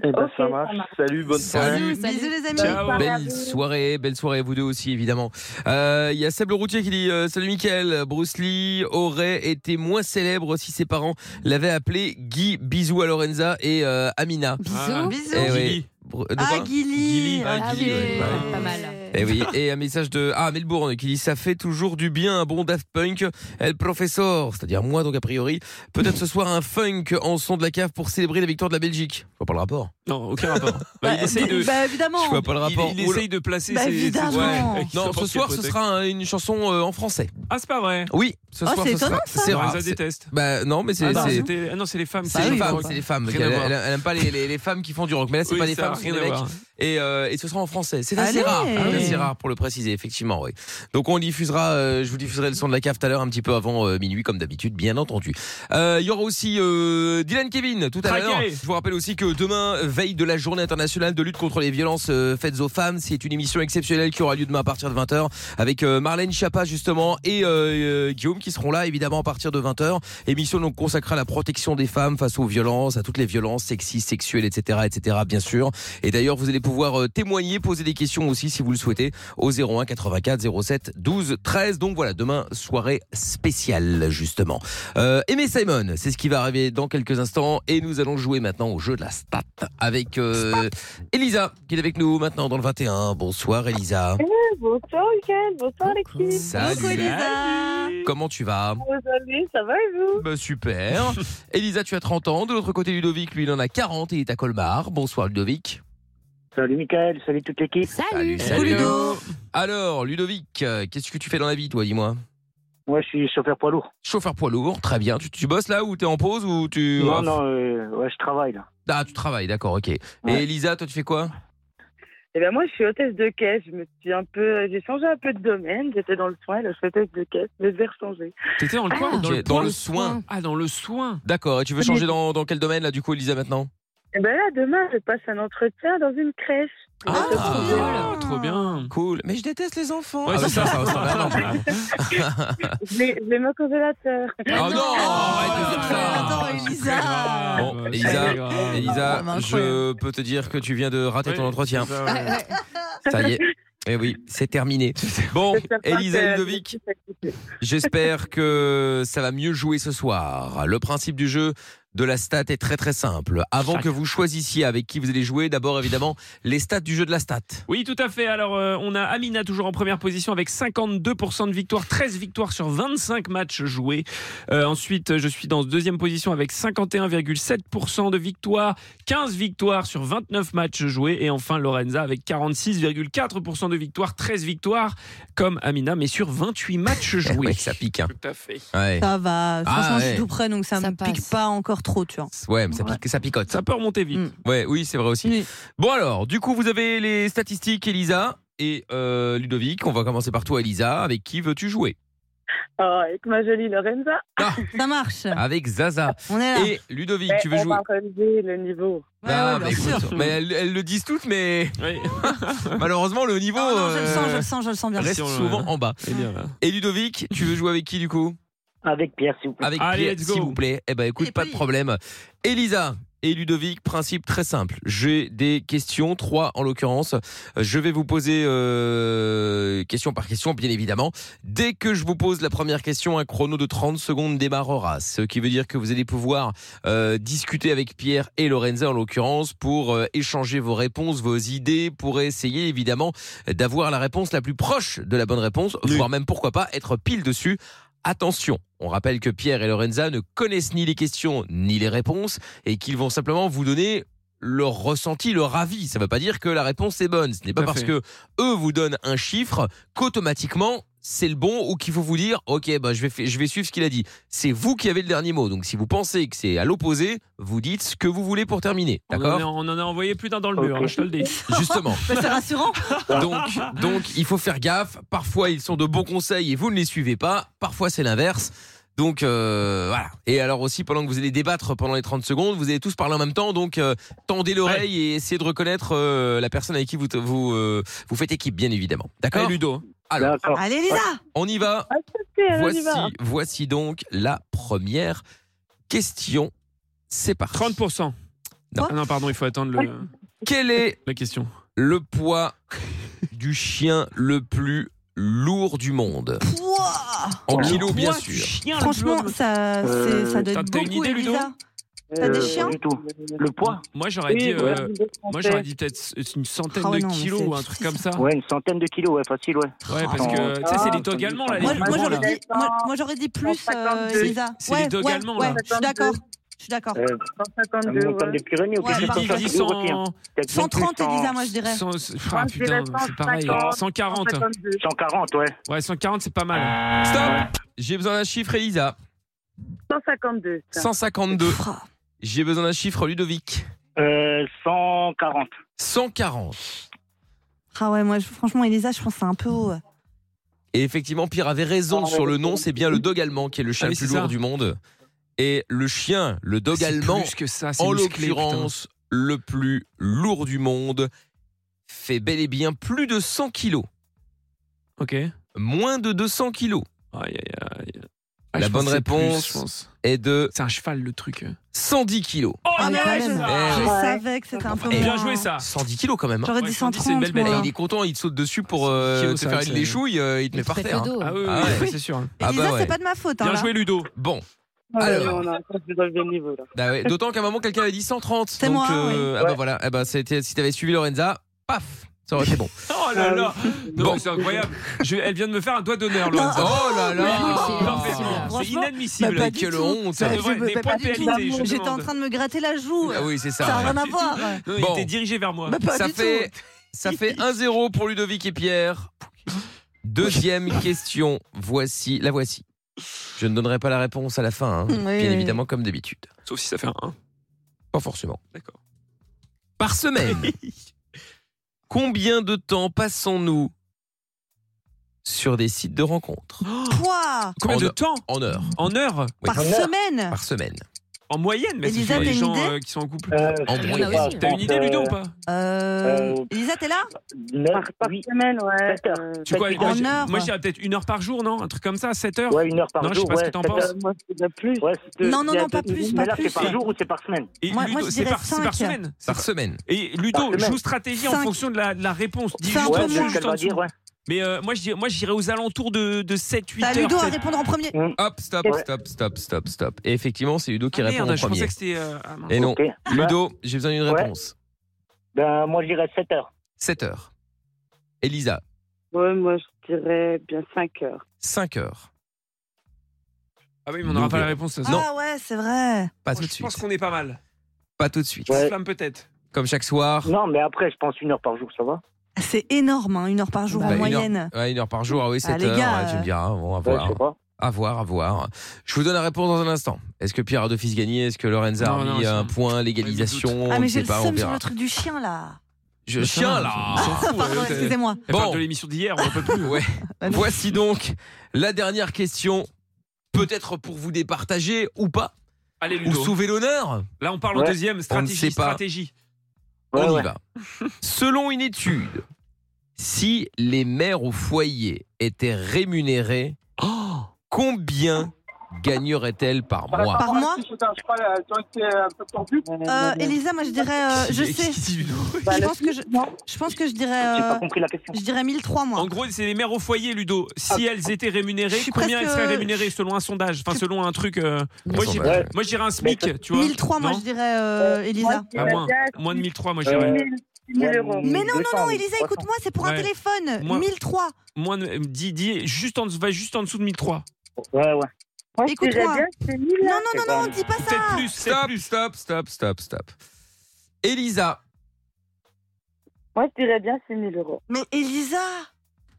Speaker 12: Eh ben, ça, marche. Salut, bonne soirée.
Speaker 2: Bisous les amis.
Speaker 1: Belle soirée, belle soirée à vous deux aussi, évidemment. Euh, Il y a Seb le Routier qui dit euh, Salut Mickaël, Bruce Lee aurait été moins célèbre si ses parents l'avaient appelé Guy. Bisous à Lorenza et euh, Amina.
Speaker 3: Ah,
Speaker 2: Bisous.
Speaker 1: Eh oui.
Speaker 3: Guili.
Speaker 1: Br- de
Speaker 2: Ah
Speaker 1: quoi
Speaker 2: Guili.
Speaker 1: Ah, Guili, ouais. Ouais.
Speaker 4: Pas mal.
Speaker 1: Et Eh oui, et un message de ah Melbourne qui dit ça fait toujours du bien un bon Daft Punk, El Professor, c'est-à-dire moi donc a priori, peut-être ce soir un funk en son de la cave pour célébrer la victoire de la Belgique. Je vois pas le rapport.
Speaker 3: Non, aucun rapport. Bah, il essaye de.
Speaker 2: Bah évidemment.
Speaker 1: Je vois pas le rapport.
Speaker 3: Il, il essaye de placer
Speaker 2: Bah,
Speaker 3: ses.
Speaker 2: évidemment.
Speaker 3: ouais, avec
Speaker 1: Non,
Speaker 3: n'importe
Speaker 1: ce
Speaker 3: quel
Speaker 1: soir ce
Speaker 3: prétexte.
Speaker 1: sera un- une chanson euh, en français.
Speaker 3: Ah, c'est pas vrai.
Speaker 1: Oui, ce
Speaker 2: Oh,
Speaker 1: soir
Speaker 2: c'est
Speaker 1: ce sera
Speaker 2: étonnant, ça. Bah
Speaker 1: c'est rare.
Speaker 3: Lorenza
Speaker 1: c'est-
Speaker 3: déteste.
Speaker 1: Bah non, mais
Speaker 3: Ah
Speaker 1: c'est
Speaker 3: non,
Speaker 1: c'est-
Speaker 3: c'était- ah non, c'est les femmes.
Speaker 1: c'est les
Speaker 3: je
Speaker 1: femmes,
Speaker 3: crois.
Speaker 1: c'est les femmes.
Speaker 3: Rien à
Speaker 1: Elle,
Speaker 3: voir.
Speaker 1: elle- elle aime pas les, les- les femmes qui font du rock. Mais là, c'est
Speaker 3: Oui,
Speaker 1: pas des
Speaker 3: ça
Speaker 1: femmes,
Speaker 3: a
Speaker 1: c'est
Speaker 3: rien
Speaker 1: des
Speaker 3: à
Speaker 1: mecs.
Speaker 3: voir.
Speaker 1: Et, euh, et ce sera en français. C'est assez
Speaker 2: Allez.
Speaker 1: rare.
Speaker 2: Ah
Speaker 1: C'est
Speaker 2: oui.
Speaker 1: assez rare pour le préciser, effectivement. Oui. Donc on diffusera, euh, je vous diffuserai le son de la cave tout à l'heure, un petit peu avant euh, minuit, comme d'habitude, bien entendu. Euh, Il y aura aussi euh, Dylan Kevin tout à
Speaker 3: Traqué.
Speaker 1: l'heure. Je vous rappelle aussi que demain, veille de la journée internationale de lutte contre les violences euh, faites aux femmes, c'est une émission exceptionnelle qui aura lieu demain à partir de 20h avec euh, Marlène Schiappa justement et euh, euh, Guillaume qui seront là évidemment à partir de 20h. Émission donc consacrée à la protection des femmes face aux violences, à toutes les violences sexistes, sexuelles, etc. etc. bien sûr. Et d'ailleurs, vous allez pouvoir euh, témoigner, poser des questions aussi si vous le souhaitez au 01 84 07 12 13. Donc voilà, demain, soirée spéciale justement. Euh, Aimé Simon, c'est ce qui va arriver dans quelques instants et nous allons jouer maintenant au jeu de la stat avec euh, Elisa qui est avec nous maintenant dans le 21. Bonsoir Elisa.
Speaker 10: Bonsoir, Michael. Bonsoir, l'équipe.
Speaker 1: Salut.
Speaker 2: Elisa.
Speaker 1: Comment tu vas
Speaker 10: Vous allez, ça va et vous
Speaker 1: Bah, super. Elisa, tu as 30 ans. De l'autre côté, Ludovic, lui, il en a 40 et il est à Colmar. Bonsoir, Ludovic.
Speaker 12: Salut, Michael. Salut, toute l'équipe.
Speaker 4: Salut.
Speaker 1: salut. Alors, Ludovic, euh, qu'est-ce que tu fais dans la vie, toi, dis-moi
Speaker 12: Moi, je suis chauffeur poids lourd.
Speaker 1: Chauffeur poids lourd, très bien. Tu, tu bosses là ou t'es en pause ou tu.
Speaker 12: Non, non, euh, ouais, je travaille là.
Speaker 1: Ah, tu travailles, d'accord, ok. Et
Speaker 12: Ouais.
Speaker 1: Elisa, toi, tu fais quoi
Speaker 10: Eh ben moi, je suis hôtesse de caisse. Je me suis un peu, j'ai changé un peu de domaine. J'étais dans le soin, là, je suis hôtesse de caisse, mais je vais rechanger.
Speaker 3: T'étais dans le coin
Speaker 1: Ah, Ok,
Speaker 3: ou dans le
Speaker 1: Dans
Speaker 3: point
Speaker 1: le soin.
Speaker 3: Ah, dans le soin.
Speaker 1: D'accord. Et tu veux changer dans, dans quel domaine, là, du coup, Elisa, maintenant
Speaker 10: Eh ben là, demain, je passe un entretien dans une crèche.
Speaker 3: Ah, trop
Speaker 1: bien.
Speaker 3: bien. Trop bien.
Speaker 1: Cool. Mais je déteste les enfants.
Speaker 3: Ouais,
Speaker 1: ah,
Speaker 3: c'est
Speaker 1: bah, ça,
Speaker 3: ça.
Speaker 1: ça, ressemble à un enfant.
Speaker 10: J'ai j'ai mon congélateur.
Speaker 1: Ah non arrête de dire ça.
Speaker 2: Attends Elisa.
Speaker 1: Bon, Elisa, Elisa,
Speaker 2: Vraiment
Speaker 1: je peux te dire que tu viens de rater ton entretien. Ça y est. Eh oui, c'est terminé. Bon, Elisa et Ludovic, j'espère que ça va mieux jouer ce soir. Le principe du jeu de la stat est très très simple. Avant que vous choisissiez avec qui vous allez jouer, d'abord évidemment les stats du jeu de la stat.
Speaker 3: Oui, tout à fait. Alors, euh, on a Amina toujours en première position avec 52% de victoire, 13 victoires sur 25 matchs joués. Euh, ensuite, je suis dans deuxième position avec 51,7% de victoire, 15 victoires sur 29 matchs joués. Et enfin, Lorenza avec 46,4% de victoire, 13 victoires comme Amina, mais sur 28 matchs
Speaker 1: Eh
Speaker 3: joués.
Speaker 1: ouais, ça pique. hein.
Speaker 3: Tout à fait.
Speaker 1: Ouais.
Speaker 2: Ça va. Franchement,
Speaker 1: Ah,
Speaker 2: je
Speaker 1: ouais.
Speaker 2: suis tout près, donc ça,
Speaker 4: Ça
Speaker 2: me
Speaker 4: passe.
Speaker 2: pique pas encore trop, tu vois.
Speaker 1: Ouais, mais ça, pique, ça picote.
Speaker 3: Ça peut remonter vite.
Speaker 2: Mm.
Speaker 1: Ouais, oui, c'est vrai aussi.
Speaker 2: Oui.
Speaker 1: Bon alors, du coup, vous avez les statistiques, Elisa et euh, Ludovic. On va commencer par toi, Elisa. Avec qui veux-tu jouer
Speaker 10: Oh, avec ma jolie Lorenza.
Speaker 2: Ça marche.
Speaker 1: Avec Zaza.
Speaker 2: On est là.
Speaker 1: Ah.
Speaker 2: ben,
Speaker 1: Et Ludovic,
Speaker 10: Eh,
Speaker 1: tu veux
Speaker 10: on
Speaker 1: jouer
Speaker 10: va relever le niveau.
Speaker 1: Ah, mais écoute, mais elles, elles le disent toutes, mais malheureusement, le niveau
Speaker 2: Je le sens, je
Speaker 1: euh,
Speaker 2: le sens, je le sens bien.
Speaker 1: reste souvent en bas. Et Ludovic, tu veux jouer avec qui du coup Avec Pierre, s'il vous plaît. Avec
Speaker 3: Allez,
Speaker 1: Pierre,
Speaker 3: let's go.
Speaker 1: s'il vous plaît. Eh ben, écoute, pas de problème. Elisa et Ludovic, principe très simple. J'ai des questions, trois en l'occurrence. Je vais vous poser euh, question par question, bien évidemment. Dès que je vous pose la première question, un chrono de 30 secondes démarrera. Ce qui veut dire que vous allez pouvoir euh, discuter avec Pierre et Lorenza en l'occurrence pour euh, échanger vos réponses, vos idées, pour essayer évidemment d'avoir la réponse la plus proche de la bonne réponse, voire même pourquoi pas être pile dessus. Attention, on rappelle que Pierre et Lorenza ne connaissent ni les questions ni les réponses et qu'ils vont simplement vous donner leur ressenti, leur avis. Ça ne veut pas dire que la réponse est bonne. Ce n'est pas
Speaker 3: Tout à
Speaker 1: parce
Speaker 3: fait.
Speaker 1: que eux vous donnent un chiffre qu'automatiquement c'est le bon ou qu'il faut vous dire ok bah je vais fa- je vais suivre ce qu'il a dit. C'est vous qui avez le dernier mot. Donc si vous pensez que c'est à l'opposé, vous dites ce que vous voulez pour terminer.
Speaker 3: On en,
Speaker 1: D'accord
Speaker 3: a, on en a envoyé plus d'un dans le mur, hein, je te le dis.
Speaker 1: Justement.
Speaker 2: Bah, c'est rassurant.
Speaker 1: Donc, donc, il faut faire gaffe. Parfois, ils sont de bons conseils et vous ne les suivez pas. Parfois, c'est l'inverse. Donc, euh, voilà. Et alors aussi, pendant que vous allez débattre pendant les 30 secondes, vous allez tous parler en même temps. Donc, euh, tendez l'oreille et essayez de reconnaître euh, la personne avec qui vous, vous, euh, vous faites équipe, bien évidemment. D'accord
Speaker 3: Allez, Ludo.
Speaker 1: Alors,
Speaker 2: Allez, Lisa
Speaker 1: on y va.
Speaker 10: on y
Speaker 1: Voici,
Speaker 10: va.
Speaker 1: voici donc la première question. C'est parti.
Speaker 3: 30%.
Speaker 1: Non.
Speaker 3: Ah non, pardon, il faut attendre le,
Speaker 1: Quel est
Speaker 3: la question.
Speaker 1: le poids du chien le plus lourd du monde
Speaker 2: Pouah
Speaker 1: En
Speaker 3: Le
Speaker 1: kilos, bien
Speaker 3: poids du
Speaker 1: sûr.
Speaker 3: chien,
Speaker 2: Franchement,
Speaker 3: le-
Speaker 2: ça,
Speaker 1: Euh,
Speaker 2: c'est- ça doit
Speaker 3: t'as-
Speaker 2: être
Speaker 3: t'as une
Speaker 2: beaucoup,
Speaker 3: idée, Ludo
Speaker 2: Elisa. T'as des chiens
Speaker 12: Le poids
Speaker 3: Moi, j'aurais
Speaker 12: Oui,
Speaker 3: dit,
Speaker 12: voilà.
Speaker 3: euh, moi, j'aurais dit peut-être une centaine
Speaker 2: Oh
Speaker 3: de
Speaker 2: non, mais
Speaker 3: kilos
Speaker 2: c'est
Speaker 3: ou un truc comme ça.
Speaker 12: Ouais, une centaine de kilos, ouais, facile, ouais.
Speaker 3: Ouais, parce que tu sais, c'est les dogs allemands là. les
Speaker 2: Moi,
Speaker 3: petits
Speaker 2: moi,
Speaker 3: marrons,
Speaker 2: j'aurais
Speaker 3: là.
Speaker 2: dit, moi, moi, j'aurais dit plus, euh,
Speaker 3: C'est-
Speaker 2: Elisa.
Speaker 3: c'est les dogs
Speaker 2: ouais,
Speaker 3: allemands,
Speaker 2: ouais,
Speaker 3: là.
Speaker 2: Je suis d'accord. Je suis d'accord.
Speaker 12: Euh, on montagne des Pyrénées, ou
Speaker 2: Ouais,
Speaker 12: quelque chose
Speaker 2: par
Speaker 12: comme ça,
Speaker 2: contre,
Speaker 12: c'est
Speaker 3: ils
Speaker 12: lourd
Speaker 3: sont-
Speaker 12: aussi, hein. Peut-être même
Speaker 2: 130,
Speaker 12: plus, cent-
Speaker 2: Elisa, moi, je dirais.
Speaker 3: Cent- ah, putain, c'est pareil. 140.
Speaker 12: 140, ouais.
Speaker 3: Ouais, 140, c'est pas mal.
Speaker 1: Stop J'ai besoin d'un chiffre, Elisa.
Speaker 10: 152.
Speaker 1: 152.
Speaker 10: Oh.
Speaker 1: J'ai besoin d'un chiffre, Ludovic.
Speaker 12: 140.
Speaker 1: 140.
Speaker 2: Ah ouais, moi, je- franchement, Elisa, je pense que c'est un peu haut. ouais.
Speaker 1: Et effectivement, Pierre avait raison sur le nom. C'est bien le dog allemand qui est le chien
Speaker 3: Ah oui,
Speaker 1: le plus
Speaker 3: c'est
Speaker 1: lourd
Speaker 3: ça.
Speaker 1: du monde. Et le chien, le dog
Speaker 3: C'est
Speaker 1: allemand,
Speaker 3: plus que ça, c'est
Speaker 1: en
Speaker 3: musclé,
Speaker 1: l'occurrence, le plus lourd du monde, fait bel et bien plus de 100 kilos.
Speaker 3: Ok. Ah,
Speaker 1: Moins de 200 kilos.
Speaker 3: Aïe, aïe, aïe. Ah,
Speaker 1: La
Speaker 3: je
Speaker 1: bonne
Speaker 3: pensais plus,
Speaker 1: réponse
Speaker 3: je pense.
Speaker 1: est de
Speaker 3: C'est un cheval, le truc. Oh,
Speaker 1: 110 kilos.
Speaker 2: Ah, mais quand
Speaker 3: ouais,
Speaker 2: même,
Speaker 1: ça.
Speaker 2: je
Speaker 1: Eh
Speaker 10: ouais.
Speaker 2: savais que c'était un peu
Speaker 1: Eh,
Speaker 2: moins.
Speaker 3: Bien joué ça.
Speaker 1: 110 kilos quand même. hein.
Speaker 2: J'aurais dit
Speaker 3: c'est une
Speaker 2: 130,
Speaker 3: belle
Speaker 1: Et
Speaker 3: bête.
Speaker 2: moi.
Speaker 1: il est content, il te saute dessus pour euh,
Speaker 3: kilos,
Speaker 1: te
Speaker 3: c'est
Speaker 1: faire
Speaker 3: vrai que
Speaker 1: les
Speaker 3: c'est-
Speaker 1: chouilles, euh, il te met par
Speaker 4: fait le
Speaker 1: terre. hein.
Speaker 4: dos.
Speaker 3: Ah oui, oui,
Speaker 1: Ah ouais.
Speaker 3: oui, c'est sûr.
Speaker 1: Ah
Speaker 2: Elisa,
Speaker 1: bah ouais.
Speaker 2: c'est pas de ma faute. hein,
Speaker 3: Bien
Speaker 2: là.
Speaker 3: joué Ludo.
Speaker 1: Bon,
Speaker 10: Ouais,
Speaker 1: alors.
Speaker 10: on a encore plus relevé le niveau là.
Speaker 1: Bah ouais, D'autant qu'à un moment, quelqu'un avait dit 130.
Speaker 2: C'est
Speaker 1: donc,
Speaker 2: moi,
Speaker 1: ah bah voilà, eh bah, c'était- si t'avais suivi Lorenza, paf, ça aurait été bon.
Speaker 3: Oh là là. Non, mais c'est incroyable. Je- elle vient de me faire un doigt d'honneur, Lorenza.
Speaker 1: Oh là
Speaker 4: c'est
Speaker 1: là
Speaker 4: impossible.
Speaker 3: C'est
Speaker 2: Bah, Franchement,
Speaker 1: bah,
Speaker 3: inadmissible.
Speaker 1: pas du Quelle tout. honte.
Speaker 3: Ça
Speaker 1: Bah,
Speaker 3: devrait
Speaker 2: je veux-
Speaker 3: des
Speaker 2: bah,
Speaker 3: points
Speaker 2: pas
Speaker 3: de
Speaker 2: du tout.
Speaker 3: pénalité, je
Speaker 2: J'étais en
Speaker 3: demande.
Speaker 2: train de me gratter la joue.
Speaker 1: Ah oui, c'est ça.
Speaker 2: Ça n'a
Speaker 1: ouais.
Speaker 2: rien à voir. Oh.
Speaker 3: Non,
Speaker 1: Bon.
Speaker 3: Il était dirigé vers moi.
Speaker 2: Bah, pas
Speaker 1: ça
Speaker 2: du
Speaker 1: fait,
Speaker 2: tout.
Speaker 1: ça fait 1-0 pour Ludovic et Pierre. Deuxième question, voici, la voici. Je ne donnerai pas la réponse à la fin, hein,
Speaker 2: Oui, oui,
Speaker 1: bien
Speaker 2: oui.
Speaker 1: évidemment, comme d'habitude.
Speaker 3: Sauf si ça fait un 1.
Speaker 1: Pas forcément.
Speaker 3: D'accord.
Speaker 1: Par semaine, combien de temps passons-nous sur des sites de rencontres
Speaker 2: Quoi
Speaker 3: Combien
Speaker 1: En
Speaker 3: de
Speaker 1: heure.
Speaker 3: temps
Speaker 1: En heure.
Speaker 3: En heure
Speaker 1: Oui,
Speaker 2: Par semaine
Speaker 1: par semaine.
Speaker 3: En moyenne Mais c'est
Speaker 2: Elisa,
Speaker 3: sur les
Speaker 2: t'as une
Speaker 3: gens
Speaker 2: idée
Speaker 3: euh, qui sont en couple. bah,
Speaker 12: Euh,
Speaker 1: En
Speaker 12: je sais
Speaker 1: moyenne.
Speaker 12: pas, je
Speaker 3: T'as
Speaker 12: pense,
Speaker 3: une idée Ludo ou
Speaker 12: euh,
Speaker 3: pas
Speaker 2: Euh,
Speaker 12: Euh,
Speaker 2: Elisa, t'es là
Speaker 12: neuf,
Speaker 10: Par, par
Speaker 12: huit,
Speaker 10: semaine, ouais.
Speaker 12: sept heures.
Speaker 10: Euh,
Speaker 3: Tu quoi
Speaker 2: en
Speaker 3: Moi, j'ai-
Speaker 2: heure.
Speaker 3: moi, je dirais peut-être une heure par jour, non Un truc comme ça, 7 heures
Speaker 12: Ouais, une heure par
Speaker 3: Non, je sais
Speaker 12: jour.
Speaker 3: pas ce
Speaker 12: ouais,
Speaker 3: que t'en
Speaker 12: sept
Speaker 3: penses.
Speaker 12: heures.
Speaker 10: euh, moi, c'est de plus.
Speaker 12: Ouais, c'est deux-
Speaker 2: Non, non,
Speaker 12: il y a
Speaker 2: non, pas
Speaker 12: deux-
Speaker 2: plus,
Speaker 12: Mais
Speaker 2: pas
Speaker 12: là,
Speaker 2: plus.
Speaker 12: c'est par jour ou c'est par semaine
Speaker 3: Et
Speaker 2: Moi- moi, je
Speaker 3: c'est
Speaker 2: dirais
Speaker 3: par, c'est par
Speaker 2: cinq.
Speaker 3: semaine.
Speaker 1: Par semaine.
Speaker 3: Et Ludo,
Speaker 12: Par semaine.
Speaker 3: joue stratégie en
Speaker 2: Cinq.
Speaker 3: fonction de la, de la réponse. Dis
Speaker 2: C'est un
Speaker 3: juste
Speaker 2: peu
Speaker 3: en
Speaker 12: Ouais,
Speaker 3: dessous,
Speaker 12: c'est
Speaker 2: moins.
Speaker 12: ce
Speaker 3: juste
Speaker 12: qu'elle
Speaker 3: en
Speaker 12: va
Speaker 3: dessous.
Speaker 12: dire, ouais.
Speaker 3: Mais euh, moi, je dirais- moi, j'irais aux alentours de, de 7-8
Speaker 2: Bah,
Speaker 3: heures.
Speaker 2: Ludo à
Speaker 3: peut-être. Mm.
Speaker 2: répondre en premier.
Speaker 1: Hop, stop,
Speaker 12: Ouais.
Speaker 1: stop, stop, stop, stop. Et effectivement, c'est Ludo qui
Speaker 3: Ah,
Speaker 1: répond
Speaker 3: merde,
Speaker 1: en
Speaker 3: je pensais
Speaker 1: premier.
Speaker 3: que c'était. euh, ah, mince.
Speaker 1: Et non,
Speaker 12: Ok.
Speaker 1: Ludo, j'ai besoin d'une
Speaker 12: Ouais.
Speaker 1: réponse.
Speaker 12: Ben, moi, je dirais 7 heures.
Speaker 1: 7 heures. Elisa,
Speaker 10: Ouais, moi, je dirais bien 5 heures.
Speaker 1: 5 heures.
Speaker 3: Ah oui, mais on n'aura
Speaker 12: euh,
Speaker 3: pas la réponse. ça, ça.
Speaker 1: Non.
Speaker 2: Ah ouais, c'est vrai.
Speaker 1: Pas
Speaker 3: Oh,
Speaker 1: tout de
Speaker 3: je pense
Speaker 1: suite.
Speaker 3: qu'on est pas mal.
Speaker 1: Pas tout de suite.
Speaker 12: Ouais.
Speaker 3: Flamme peut-être.
Speaker 1: Comme chaque soir.
Speaker 12: Non, mais après, je pense une heure par jour, ça va.
Speaker 2: C'est énorme, hein, une heure par jour
Speaker 1: Bah,
Speaker 2: en
Speaker 1: une heure-
Speaker 2: moyenne.
Speaker 1: ouais, une heure par jour, ah oui, 7
Speaker 2: les
Speaker 1: heures.
Speaker 2: gars,
Speaker 1: ouais, tu me
Speaker 2: euh,
Speaker 1: diras, bon, à
Speaker 12: Ouais,
Speaker 1: voir.
Speaker 12: je sais pas.
Speaker 1: À voir, à voir. Je vous donne la réponse dans un instant. Est-ce que Pierre a deux fils gagnés Est-ce que Lorenza
Speaker 3: Non,
Speaker 1: a
Speaker 3: non,
Speaker 1: mis
Speaker 3: ça-
Speaker 1: un point,
Speaker 3: Ouais, je me
Speaker 1: légalisation
Speaker 2: Ah,
Speaker 1: On ne
Speaker 2: mais j'ai
Speaker 1: sait
Speaker 2: le
Speaker 1: pas, on
Speaker 2: seum sur
Speaker 1: verra.
Speaker 2: le truc du chien là.
Speaker 1: Je chien là
Speaker 2: Pardon, excusez-moi.
Speaker 3: euh, Elle parle de l'émission d'hier, on n'en peut plus.
Speaker 1: Ouais. Voici donc la dernière question, peut-être pour vous départager ou pas.
Speaker 3: Allez, Ludo.
Speaker 1: Ou sauver l'honneur.
Speaker 3: Là, on parle au
Speaker 1: Ouais.
Speaker 3: deuxième, stratégie,
Speaker 1: On ne sait pas.
Speaker 3: stratégie.
Speaker 1: On
Speaker 3: Ouais, ouais.
Speaker 1: y va. Selon une étude, si les mères au foyer étaient rémunérées,
Speaker 3: Oh.
Speaker 1: combien gagneraient-elles par mois
Speaker 2: Par mois
Speaker 11: Euh,
Speaker 2: Elisa, moi je dirais, euh, je sais. Je pense que je, je pense que je dirais. euh, Je dirais 1003 mois.
Speaker 3: En gros, c'est les mères au foyer, Ludo. Si elles étaient rémunérées, combien
Speaker 2: Ah. presque-
Speaker 3: elles seraient rémunérées selon un sondage Enfin, selon un truc. euh, Moi,
Speaker 1: Un
Speaker 3: j'ai-
Speaker 1: sondage.
Speaker 3: moi, je dirais un SMIC, tu vois.
Speaker 2: 1003, moi
Speaker 3: Non
Speaker 2: je dirais, euh, Elisa.
Speaker 3: Ah, moins, moins de 1003, moi, je dirais.
Speaker 2: Mais non, non, non, Elisa, écoute-moi, c'est pour un
Speaker 3: Ouais.
Speaker 2: téléphone.
Speaker 3: Moi-
Speaker 2: 1003.
Speaker 3: Moins de. Dis, dis- juste en, dessous- va juste en dessous de 1003.
Speaker 12: Ouais, ouais.
Speaker 2: Écoute-moi.
Speaker 11: bien,
Speaker 2: Non, non, non, non,
Speaker 12: bon.
Speaker 2: dis pas ça.
Speaker 3: Plus, c'est
Speaker 1: Stop,
Speaker 3: plus.
Speaker 1: stop, stop, stop, stop. Elisa,
Speaker 11: Moi, je dirais bien 6 000 euros.
Speaker 2: Mais Elisa,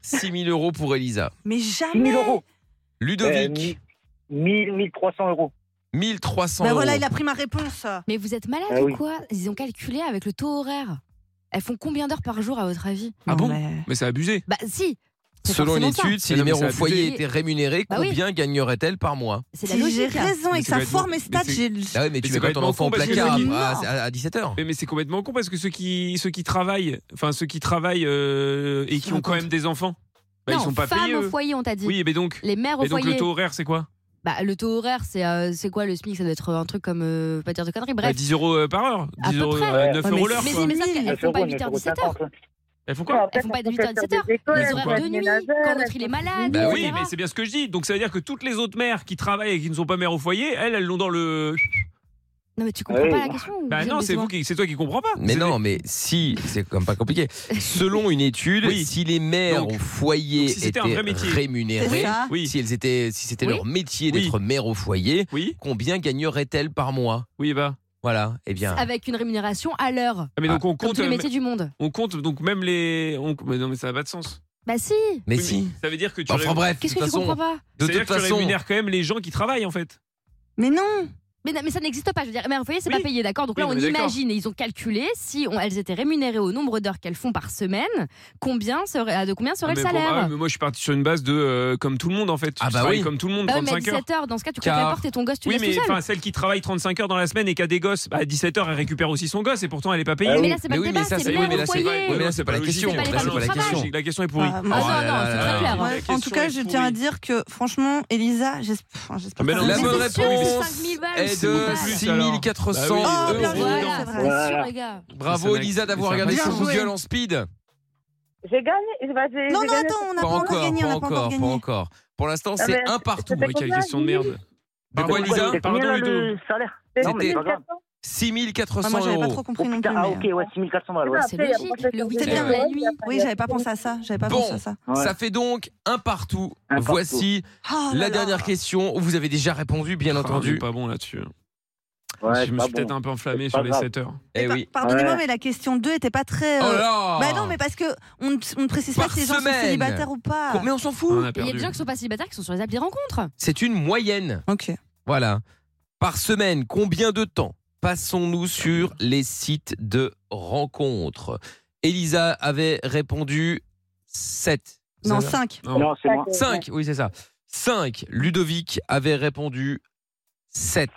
Speaker 1: 6 000 euros pour Elisa.
Speaker 2: mais
Speaker 11: 6
Speaker 2: jamais.
Speaker 11: 000 euros.
Speaker 1: Ludovic,
Speaker 12: 1000, 1300 euros.
Speaker 1: 1300
Speaker 2: Bah
Speaker 1: euros.
Speaker 2: voilà, il a pris ma réponse.
Speaker 4: Mais vous êtes malade
Speaker 1: Ah
Speaker 4: ou
Speaker 1: oui.
Speaker 4: quoi Ils ont calculé avec le taux horaire. Elles font combien d'heures par jour à votre avis
Speaker 3: Ah bon Mais c'est abusé.
Speaker 4: Bah si C'est
Speaker 1: Selon une
Speaker 4: forcément ça.
Speaker 1: étude, si
Speaker 3: Mais
Speaker 1: les
Speaker 3: non, mais
Speaker 1: mères
Speaker 3: c'est
Speaker 1: au foyer
Speaker 4: abusé.
Speaker 1: étaient rémunérées,
Speaker 4: Bah oui.
Speaker 1: combien gagneraient-elles par mois
Speaker 4: C'est la
Speaker 2: Si j'ai
Speaker 4: logique.
Speaker 2: raison et que
Speaker 3: c'est
Speaker 2: ça
Speaker 3: complètement-
Speaker 2: forme mes stats, j'ai
Speaker 3: mais c'est-
Speaker 2: le-
Speaker 1: Ah oui, mais tu
Speaker 3: c'est
Speaker 1: mets pas ton
Speaker 3: complètement
Speaker 1: enfant au
Speaker 3: con, parce que
Speaker 1: placard
Speaker 3: c'est
Speaker 1: à,
Speaker 2: mort.
Speaker 1: à 17h.
Speaker 3: Mais, mais c'est complètement con parce que ceux qui, ceux qui travaillent, enfin ceux qui travaillent euh, et qui ont quand même des enfants, bah,
Speaker 4: non,
Speaker 3: ils sont pas
Speaker 4: femmes
Speaker 3: payés.
Speaker 4: au
Speaker 3: eux.
Speaker 4: foyer, on t'a dit.
Speaker 3: Oui, mais donc,
Speaker 4: Les mères au
Speaker 3: mais donc
Speaker 4: foyer.
Speaker 3: le taux horaire, c'est quoi
Speaker 4: Bah, le taux horaire, c'est euh, c'est quoi le SMIC Ça doit être un truc comme. euh, faut pas dire de conneries.
Speaker 3: Bah,
Speaker 4: Bref.
Speaker 3: 10 euros euh, par heure, 10 euros,
Speaker 4: près.
Speaker 3: euh, 9
Speaker 4: Ouais,
Speaker 3: euros
Speaker 4: mais-
Speaker 3: l'heure.
Speaker 4: mais-
Speaker 3: quoi.
Speaker 4: mais ça, elles font pas 8h, 17h.
Speaker 3: Elles font quoi
Speaker 4: Elles font pas de 8h, 17h.
Speaker 11: des écoles,
Speaker 4: Les horaires de
Speaker 11: elles
Speaker 4: nuit,
Speaker 11: font des
Speaker 4: quand l'autre il est malade.
Speaker 3: Bah oui,
Speaker 4: etc.
Speaker 3: mais c'est bien ce que je dis. Donc ça veut dire que toutes les autres mères qui travaillent et qui ne sont pas mères au foyer, elles, elles l'ont dans le.
Speaker 4: Non, mais tu
Speaker 1: Ah
Speaker 4: comprends
Speaker 3: Oui.
Speaker 4: pas la question ou
Speaker 3: Bah
Speaker 4: j'ai
Speaker 3: non, c'est
Speaker 4: besoin
Speaker 3: vous qui, c'est toi qui comprends pas.
Speaker 1: Mais non, mais si, c'est comme pas compliqué. Selon une étude,
Speaker 3: Oui.
Speaker 1: si les mères
Speaker 3: Donc,
Speaker 1: au foyer
Speaker 3: donc si c'était
Speaker 1: étaient
Speaker 3: un vrai métier.
Speaker 2: C'est
Speaker 1: rémunérées,
Speaker 2: ça.
Speaker 1: si elles étaient, si c'était
Speaker 3: Oui.
Speaker 1: leur métier
Speaker 3: Oui.
Speaker 1: d'être mère au foyer,
Speaker 3: Oui.
Speaker 1: combien gagneraient-elles par mois
Speaker 3: Oui, bah.
Speaker 1: Voilà, eh bien.
Speaker 4: Avec une rémunération à l'heure.
Speaker 3: Ah, mais donc on
Speaker 4: Comme
Speaker 3: compte.
Speaker 4: tous les
Speaker 3: euh,
Speaker 4: métiers du monde.
Speaker 3: On compte donc même les. on- Mais non, mais ça n'a pas de sens.
Speaker 4: Bah si
Speaker 1: Mais
Speaker 3: Oui,
Speaker 1: si.
Speaker 3: Ça veut dire que tu.
Speaker 1: Enfin
Speaker 3: ré-
Speaker 1: bref, de
Speaker 4: Qu'est-ce
Speaker 1: toute
Speaker 4: que tu
Speaker 1: façon,
Speaker 4: comprends pas
Speaker 1: de
Speaker 3: C'est-à-dire
Speaker 1: toute
Speaker 3: que tu
Speaker 1: façon,
Speaker 3: rémunères quand même les gens qui travaillent en fait.
Speaker 2: Mais non
Speaker 4: mais, non, mais ça n'existe pas. Je veux dire, mère au foyer, c'est pas payé, d'accord Donc
Speaker 3: Oui,
Speaker 4: là,
Speaker 3: non,
Speaker 4: on
Speaker 3: mais d'accord.
Speaker 4: imagine et ils ont calculé si on- elles étaient rémunérées au nombre d'heures qu'elles font par semaine, combien serait, à de combien serait
Speaker 3: Ah, mais
Speaker 4: le
Speaker 3: pour- ah,
Speaker 4: salaire
Speaker 3: mais moi, je suis parti sur une base de euh, comme tout le monde en fait. Tu
Speaker 1: Ah, bah
Speaker 3: travailles
Speaker 1: oui.
Speaker 3: Comme tout le monde,
Speaker 4: Bah oui, mais à
Speaker 3: 35 heures.
Speaker 4: 17 heures, dans ce cas, tu claques la
Speaker 3: Car-
Speaker 4: porte et ton gosse, tu
Speaker 3: oui,
Speaker 4: le laisses
Speaker 3: mais
Speaker 4: tout seul.
Speaker 3: enfin, celle qui travaille 35 heures dans la semaine et qui a des gosses, bah, à 17 heures, elle récupère aussi son gosse et pourtant elle est pas payée.
Speaker 4: Ah oui. Mais là, c'est pas le
Speaker 1: oui,
Speaker 4: débat,
Speaker 1: mais ça,
Speaker 4: c'est
Speaker 1: c'est-
Speaker 4: mère
Speaker 1: oui, mais
Speaker 4: au
Speaker 1: là, c'est-
Speaker 4: foyer.
Speaker 1: oui, mais là, c'est pas la question.
Speaker 4: C'est pas les
Speaker 1: Là, c'est
Speaker 4: femmes
Speaker 1: pas
Speaker 4: au
Speaker 1: la
Speaker 4: travail.
Speaker 1: question.
Speaker 3: logique, La question est pourrie.
Speaker 2: Ah,
Speaker 1: Oh
Speaker 2: moi-
Speaker 1: là
Speaker 4: non,
Speaker 1: là
Speaker 4: c'est
Speaker 1: là
Speaker 4: très
Speaker 1: là.
Speaker 4: clair. hein.
Speaker 2: Ouais,
Speaker 3: la
Speaker 2: en
Speaker 3: question
Speaker 2: tout cas,
Speaker 3: est
Speaker 2: je tiens à
Speaker 3: pourrie.
Speaker 2: dire que franchement, Elisa, j'esp- enfin, j'espère
Speaker 3: Mais
Speaker 2: pas
Speaker 3: non,
Speaker 2: que
Speaker 1: La
Speaker 2: ça-
Speaker 1: bonne
Speaker 2: Mais c'est
Speaker 1: réponse
Speaker 4: 5000 balles.
Speaker 1: est de
Speaker 3: Plus,
Speaker 1: 6400
Speaker 3: alors. Bah oui,
Speaker 1: euros.
Speaker 2: bien joué.
Speaker 4: Voilà,
Speaker 2: c'est vrai.
Speaker 4: c'est sûr, les gars.
Speaker 1: Bravo Elisa d'avoir regardé
Speaker 2: Bien
Speaker 1: sur
Speaker 2: joué.
Speaker 1: Google en speed.
Speaker 11: J'ai gagné. eh ben, j'ai-
Speaker 2: Non,
Speaker 11: j'ai
Speaker 2: non,
Speaker 11: gagné.
Speaker 2: attends, on n'a
Speaker 1: Pas
Speaker 2: pas encore
Speaker 1: encore,
Speaker 2: gagné, on
Speaker 1: pas
Speaker 2: n'a pas encore
Speaker 1: encore, pas
Speaker 2: gagné.
Speaker 1: encore. Pour l'instant,
Speaker 11: Ah,
Speaker 1: c'est
Speaker 11: mais
Speaker 1: un partout.
Speaker 11: c'était
Speaker 3: Ouais, quelle
Speaker 11: combien,
Speaker 3: question de merde.
Speaker 1: De quoi, Elisa
Speaker 12: C'était
Speaker 3: Pardon,
Speaker 12: combien,
Speaker 3: Ludo
Speaker 12: le salaire Non, mais c'est pas grave.
Speaker 11: 1400.
Speaker 2: Ah,
Speaker 1: 6400
Speaker 2: Moi, j'avais pas
Speaker 1: euros.
Speaker 2: trop compris non plus.
Speaker 12: Ah,
Speaker 2: mais, Ah,
Speaker 12: ok, ouais, 6400 balles, ouais.
Speaker 4: C'est
Speaker 11: Après,
Speaker 4: logique,
Speaker 11: après,
Speaker 4: le
Speaker 11: c'est-
Speaker 2: week-end,
Speaker 11: Ouais,
Speaker 4: la nuit.
Speaker 2: euh, Oui, j'avais pas pensé à ça, j'avais pas
Speaker 1: Bon.
Speaker 2: pensé à ça.
Speaker 12: Ouais.
Speaker 1: Ça fait donc un partout.
Speaker 12: Un partout.
Speaker 1: Voici
Speaker 2: Oh là
Speaker 1: la
Speaker 2: là.
Speaker 1: dernière question où vous avez déjà répondu, bien
Speaker 3: Ah, on est
Speaker 1: entendu.
Speaker 3: pas bon là-dessus.
Speaker 12: Ouais,
Speaker 3: je me
Speaker 12: pas
Speaker 3: suis peut-être
Speaker 12: bon.
Speaker 3: un peu enflammé
Speaker 12: C'est
Speaker 3: sur
Speaker 12: pas
Speaker 3: les
Speaker 12: grave.
Speaker 3: 7 heures.
Speaker 1: Eh
Speaker 2: Par-
Speaker 1: oui.
Speaker 2: ben, Pardonnez-moi,
Speaker 12: Ouais.
Speaker 2: mais la question 2 était pas très.
Speaker 1: Oh
Speaker 2: euh,
Speaker 1: là
Speaker 2: Bah non, mais parce que on ne, on ne précise
Speaker 1: Par
Speaker 2: pas si les gens
Speaker 1: semaine.
Speaker 2: sont célibataires ou pas.
Speaker 1: Mais on s'en
Speaker 3: On
Speaker 1: fout.
Speaker 3: a
Speaker 4: Et Il y a
Speaker 3: perdu.
Speaker 4: des gens qui sont pas célibataires qui sont sur les applis de rencontre.
Speaker 1: C'est une moyenne.
Speaker 2: Ok.
Speaker 1: Voilà. Par semaine, combien de temps passons-nous sur les sites de rencontres Elisa avait répondu 7.
Speaker 2: Non, 5.
Speaker 3: Non.
Speaker 12: Non, c'est moi.
Speaker 1: 5, oui, c'est ça. 5. Ludovic avait répondu 7.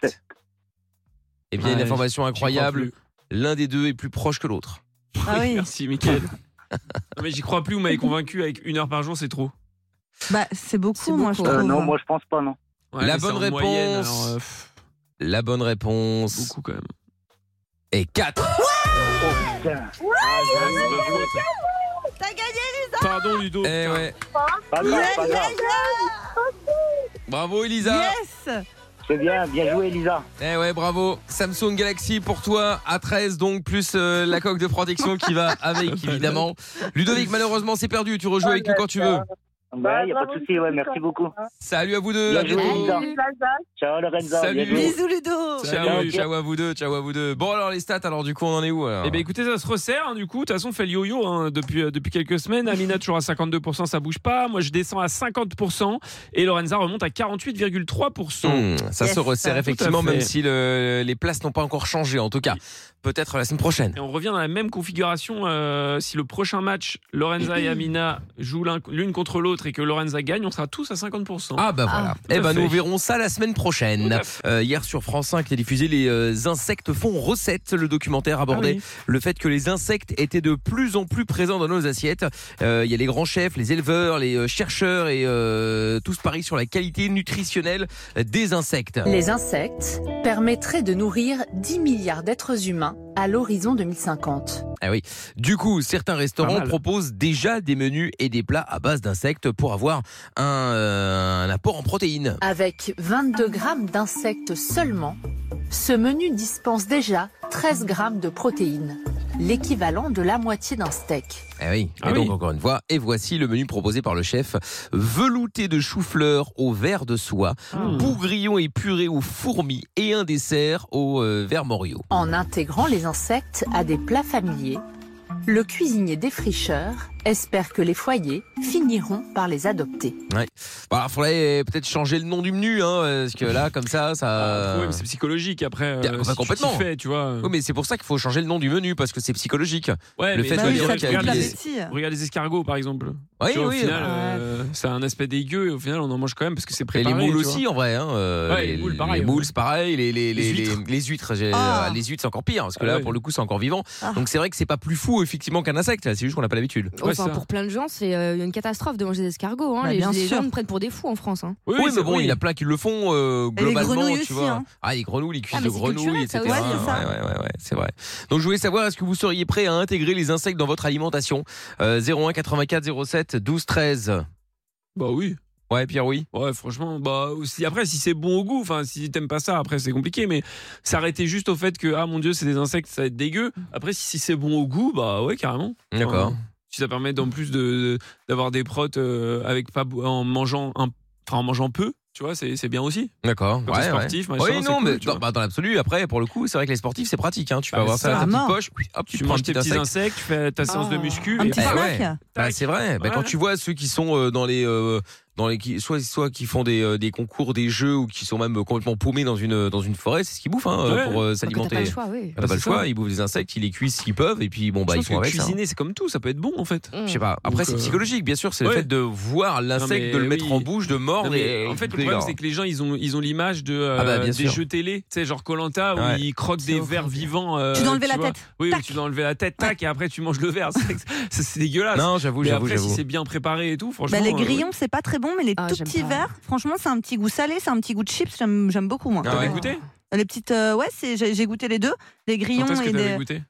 Speaker 1: Eh bien,
Speaker 3: Ouais,
Speaker 1: une information
Speaker 3: J'y Ah, crois
Speaker 1: incroyable,
Speaker 3: plus.
Speaker 1: l'un des deux est plus proche que l'autre.
Speaker 2: Ah oui.
Speaker 3: Merci, Mickaël. Non, mais j'y crois plus, vous m'avez convaincu avec une heure par jour, c'est trop.
Speaker 2: Bah, c'est beaucoup,
Speaker 4: C'est
Speaker 2: moi, je trouve. hein.
Speaker 12: Euh, non, moi je pense pas, non.
Speaker 3: Ouais,
Speaker 1: La
Speaker 3: mais c'est
Speaker 1: bonne
Speaker 3: en moyenne,
Speaker 1: réponse.
Speaker 3: alors, euh, pff,
Speaker 1: La bonne réponse
Speaker 3: beaucoup quand même.
Speaker 1: est 4.
Speaker 12: Oh putain.
Speaker 2: T'as gagné
Speaker 3: Pardon, Ludo.
Speaker 1: Eh ouais.
Speaker 12: Pas grave,
Speaker 2: Yeah,
Speaker 12: pas
Speaker 2: yeah,
Speaker 12: grave.
Speaker 1: Bravo, Elisa.
Speaker 2: Yes
Speaker 12: C'est bien, bien joué, Elisa.
Speaker 1: Eh ouais, bravo. Samsung Galaxy pour toi, à 13 donc, plus euh, la coque de protection qui va avec, évidemment. Ludovic, malheureusement, c'est perdu. Tu rejoues avec nous quand tu veux.
Speaker 12: Ouais, Bah, y a pas de souci, ouais, merci beaucoup.
Speaker 1: Salut à vous deux.
Speaker 12: Bien
Speaker 1: À
Speaker 12: joué,
Speaker 1: bientôt.
Speaker 12: Elisa. Ciao, Lorenzo.
Speaker 1: Euh, Salut.
Speaker 12: bien joué.
Speaker 2: Bisous, Ludo
Speaker 1: Ciao,
Speaker 3: Salut.
Speaker 1: ciao à vous deux, ciao à vous deux. Bon, alors les stats, alors du coup, on en est où alors
Speaker 3: Eh ben écoutez, ça se resserre hein, du coup. De toute façon, on fait le yo-yo hein, depuis, euh, depuis quelques semaines. Amina toujours à 52%, ça bouge pas. Moi, je descends à 50% et Lorenza remonte à 48,3%.
Speaker 1: Hmm, ça
Speaker 2: Yes,
Speaker 1: se resserre
Speaker 2: tout à
Speaker 1: effectivement,
Speaker 3: fait.
Speaker 1: même si le- les places n'ont pas encore changé en tout cas. peut-être la semaine prochaine.
Speaker 3: Et on revient dans la même configuration. euh, si le prochain match, Lorenza et Amina jouent l'un- l'une contre l'autre et que Lorenza gagne, on sera tous à 50%.
Speaker 1: Ah bah voilà.
Speaker 3: Tout
Speaker 1: eh
Speaker 3: à
Speaker 1: ben
Speaker 3: fait.
Speaker 1: nous verrons ça la semaine prochaine.
Speaker 3: Tout à
Speaker 1: Euh, hier sur France 5, il a diffusé les euh, insectes font recette. Le documentaire abordait
Speaker 3: Ah oui.
Speaker 1: le fait que les insectes étaient de plus en plus présents dans nos assiettes. Euh, Il y a les grands chefs, les éleveurs, les euh, chercheurs et euh, tous parient sur la qualité nutritionnelle des insectes.
Speaker 13: Les insectes permettraient de nourrir 10 milliards d'êtres humains à l'horizon 2050.
Speaker 1: Ah oui. Du coup, certains
Speaker 13: Pas
Speaker 1: restaurants
Speaker 13: mal.
Speaker 1: proposent déjà des menus et des plats à base d'insectes pour avoir un, euh, un apport en protéines.
Speaker 13: Avec 22 grammes d'insectes seulement, ce menu dispense déjà 13 grammes de protéines, l'équivalent de la moitié d'un steak.
Speaker 1: Eh oui.
Speaker 13: Ah
Speaker 1: et donc
Speaker 13: oui.
Speaker 1: encore une fois, et voici le menu proposé par le chef velouté de chou-fleur au verre de soie,
Speaker 3: Ah.
Speaker 1: bougrillon et purée aux fourmis et un dessert au euh, verre morio.
Speaker 13: En intégrant les insectes à des plats familiers, le cuisinier défricheur espère que les foyers finiront par les adopter.
Speaker 1: Ouais. Bon, alors, faudrait peut-être changer le nom du menu, hein, parce que là, comme ça, ça.
Speaker 3: Ouais, mais Ah, c'est psychologique après. euh,
Speaker 1: Bien, enfin,
Speaker 3: si tu
Speaker 1: complètement.
Speaker 3: t'y fais, tu vois.
Speaker 1: Oui, mais c'est pour ça qu'il faut changer le nom du menu parce que c'est psychologique.
Speaker 3: Ouais,
Speaker 1: le
Speaker 3: mais bah
Speaker 1: fait
Speaker 3: regarde-
Speaker 1: de dire
Speaker 3: regarde-
Speaker 1: qu'il y a
Speaker 3: regarde
Speaker 1: des-
Speaker 3: les, regarde les escargots par exemple.
Speaker 1: Oui,
Speaker 3: Tu vois,
Speaker 1: oui.
Speaker 3: Au final,
Speaker 1: Ouais.
Speaker 3: euh, ça a un aspect dégueu et au final on en mange quand même parce que c'est
Speaker 1: Et
Speaker 3: préparé.
Speaker 1: les moules
Speaker 3: tu vois.
Speaker 1: aussi en vrai. Hein, euh,
Speaker 3: Ouais, les moules, pareil,
Speaker 1: les
Speaker 3: ouais.
Speaker 1: moules, c'est pareil. Les, les, les, les- les huîtres, j'ai-
Speaker 3: Ah.
Speaker 1: euh, les huîtres c'est encore pire parce que
Speaker 3: Ah
Speaker 1: là
Speaker 3: ouais.
Speaker 1: pour le coup c'est encore vivant.
Speaker 4: Ah.
Speaker 1: Donc c'est vrai que c'est pas plus fou effectivement qu'un insecte. là, C'est juste qu'on n'a pas l'habitude.
Speaker 4: Enfin, pour plein de gens, c'est euh, une catastrophe de manger des escargots. Hein.
Speaker 1: Bah,
Speaker 4: les
Speaker 1: bien
Speaker 4: les
Speaker 1: sûr.
Speaker 4: gens me prennent pour des fous en France. hein.
Speaker 1: Oui, mais bon, il y en a plein qui le font euh,
Speaker 4: Et les
Speaker 1: globalement,
Speaker 4: grenouilles
Speaker 1: tu
Speaker 4: aussi,
Speaker 1: vois.
Speaker 4: hein.
Speaker 1: Ah, les grenouilles, les cuisses
Speaker 4: Ah, mais
Speaker 1: de
Speaker 4: c'est
Speaker 1: grenouilles,
Speaker 4: culturel, ça
Speaker 1: etc.
Speaker 4: aussi. Ouais, c'est ça.
Speaker 1: ouais, ouais, ouais, c'est vrai. Donc, je voulais savoir, est-ce que vous seriez prêt à intégrer les insectes dans votre alimentation Euh, 01 84 07 12 13.
Speaker 3: Bah oui.
Speaker 1: Ouais, Pierre, oui.
Speaker 3: Ouais, franchement, bah aussi. Après, si c'est bon au goût, enfin, si t'aimes pas ça, après c'est compliqué. Mais s'arrêter juste au fait que ah mon dieu, c'est des insectes, ça va être dégueu. Après, si c'est bon au goût, bah ouais, carrément.
Speaker 1: D'accord.
Speaker 3: Enfin, si ça permet en plus de d'avoir des protes euh, avec pas bou- en mangeant un, enfin en mangeant peu, tu vois, c'est c'est bien aussi.
Speaker 1: D'accord.
Speaker 3: Quand t'es sportif, machin,
Speaker 1: Oui,
Speaker 3: c'est
Speaker 1: non,
Speaker 3: cool,
Speaker 1: mais
Speaker 3: tu
Speaker 1: dans, bah, dans l'absolu, après, pour le coup, c'est vrai que les sportifs, c'est pratique. Hein. Tu peux
Speaker 3: Ah,
Speaker 1: avoir
Speaker 3: c'est ça.
Speaker 1: ça dans ta petite
Speaker 3: Vraiment.
Speaker 1: poche. oui, Hop, tu,
Speaker 3: Tu
Speaker 1: prends
Speaker 3: manges
Speaker 1: un petit
Speaker 3: tes petits
Speaker 1: insecte.
Speaker 3: insectes, tu fais ta séance de muscu.
Speaker 1: Eh
Speaker 3: et après-
Speaker 1: ouais. Bah, c'est vrai. Bah, Quand
Speaker 3: Ouais.
Speaker 1: tu vois ceux qui sont euh, dans les euh, dans les qui- soit soit qui font des, euh, des concours, des jeux ou qui sont même euh, complètement paumés dans une dans une forêt, c'est ce qu'ils bouffent hein, euh,
Speaker 3: Ouais.
Speaker 1: pour euh,
Speaker 3: Bah, que t'as pas le
Speaker 1: s'alimenter.
Speaker 3: choix, oui.
Speaker 1: T'as
Speaker 3: Bah,
Speaker 1: pas le
Speaker 3: c'est
Speaker 1: choix.
Speaker 3: ça.
Speaker 1: Ils bouffent des insectes, ils les cuisent s'ils peuvent et puis bon bah
Speaker 3: Je
Speaker 1: ils
Speaker 3: pense
Speaker 1: font
Speaker 3: que
Speaker 1: avec ça.
Speaker 3: cuisiner, c'est comme tout, ça peut être bon en fait.
Speaker 2: Mm.
Speaker 1: Je sais pas. Après,
Speaker 3: Donc,
Speaker 1: c'est
Speaker 3: euh,
Speaker 1: psychologique, bien sûr. C'est
Speaker 3: ouais.
Speaker 1: le fait de voir
Speaker 3: Non,
Speaker 1: l'insecte,
Speaker 3: mais
Speaker 1: de le mettre
Speaker 3: oui.
Speaker 1: en bouche, de mordre.
Speaker 3: Non, mais
Speaker 1: et,
Speaker 3: en fait, le problème, c'est que les gens, ils ont, ils ont l'image de, euh,
Speaker 1: Ah bah, bien
Speaker 3: des
Speaker 1: sûr.
Speaker 3: jeux télé, tu sais, genre Colanta, où
Speaker 1: Ouais.
Speaker 3: ils croquent des vers vivants. euh,
Speaker 1: Tu dois enlever la
Speaker 3: vois.
Speaker 1: tête.
Speaker 3: Oui, où tu dois enlever la tête, tac, et après, tu manges le verre. C'est- C'est c'est dégueulasse.
Speaker 1: Non, j'avoue,
Speaker 3: Mais
Speaker 1: j'avoue,
Speaker 3: après,
Speaker 1: j'avoue.
Speaker 3: si c'est bien préparé et tout, franchement.
Speaker 2: Bah, les
Speaker 3: euh,
Speaker 2: grillons, c'est pas très bon, mais les tout
Speaker 4: j'aime
Speaker 2: petits
Speaker 4: pas.
Speaker 2: verres, franchement, c'est un petit goût salé, c'est un petit goût de chips, j'aime j'aime beaucoup moi.
Speaker 3: T'avais goûté
Speaker 2: Les petites. euh, ouais, c'est- j'ai j'ai goûté les deux. Les grillons
Speaker 3: Quand est-ce que
Speaker 2: et
Speaker 3: t'avais
Speaker 2: des.
Speaker 3: goûté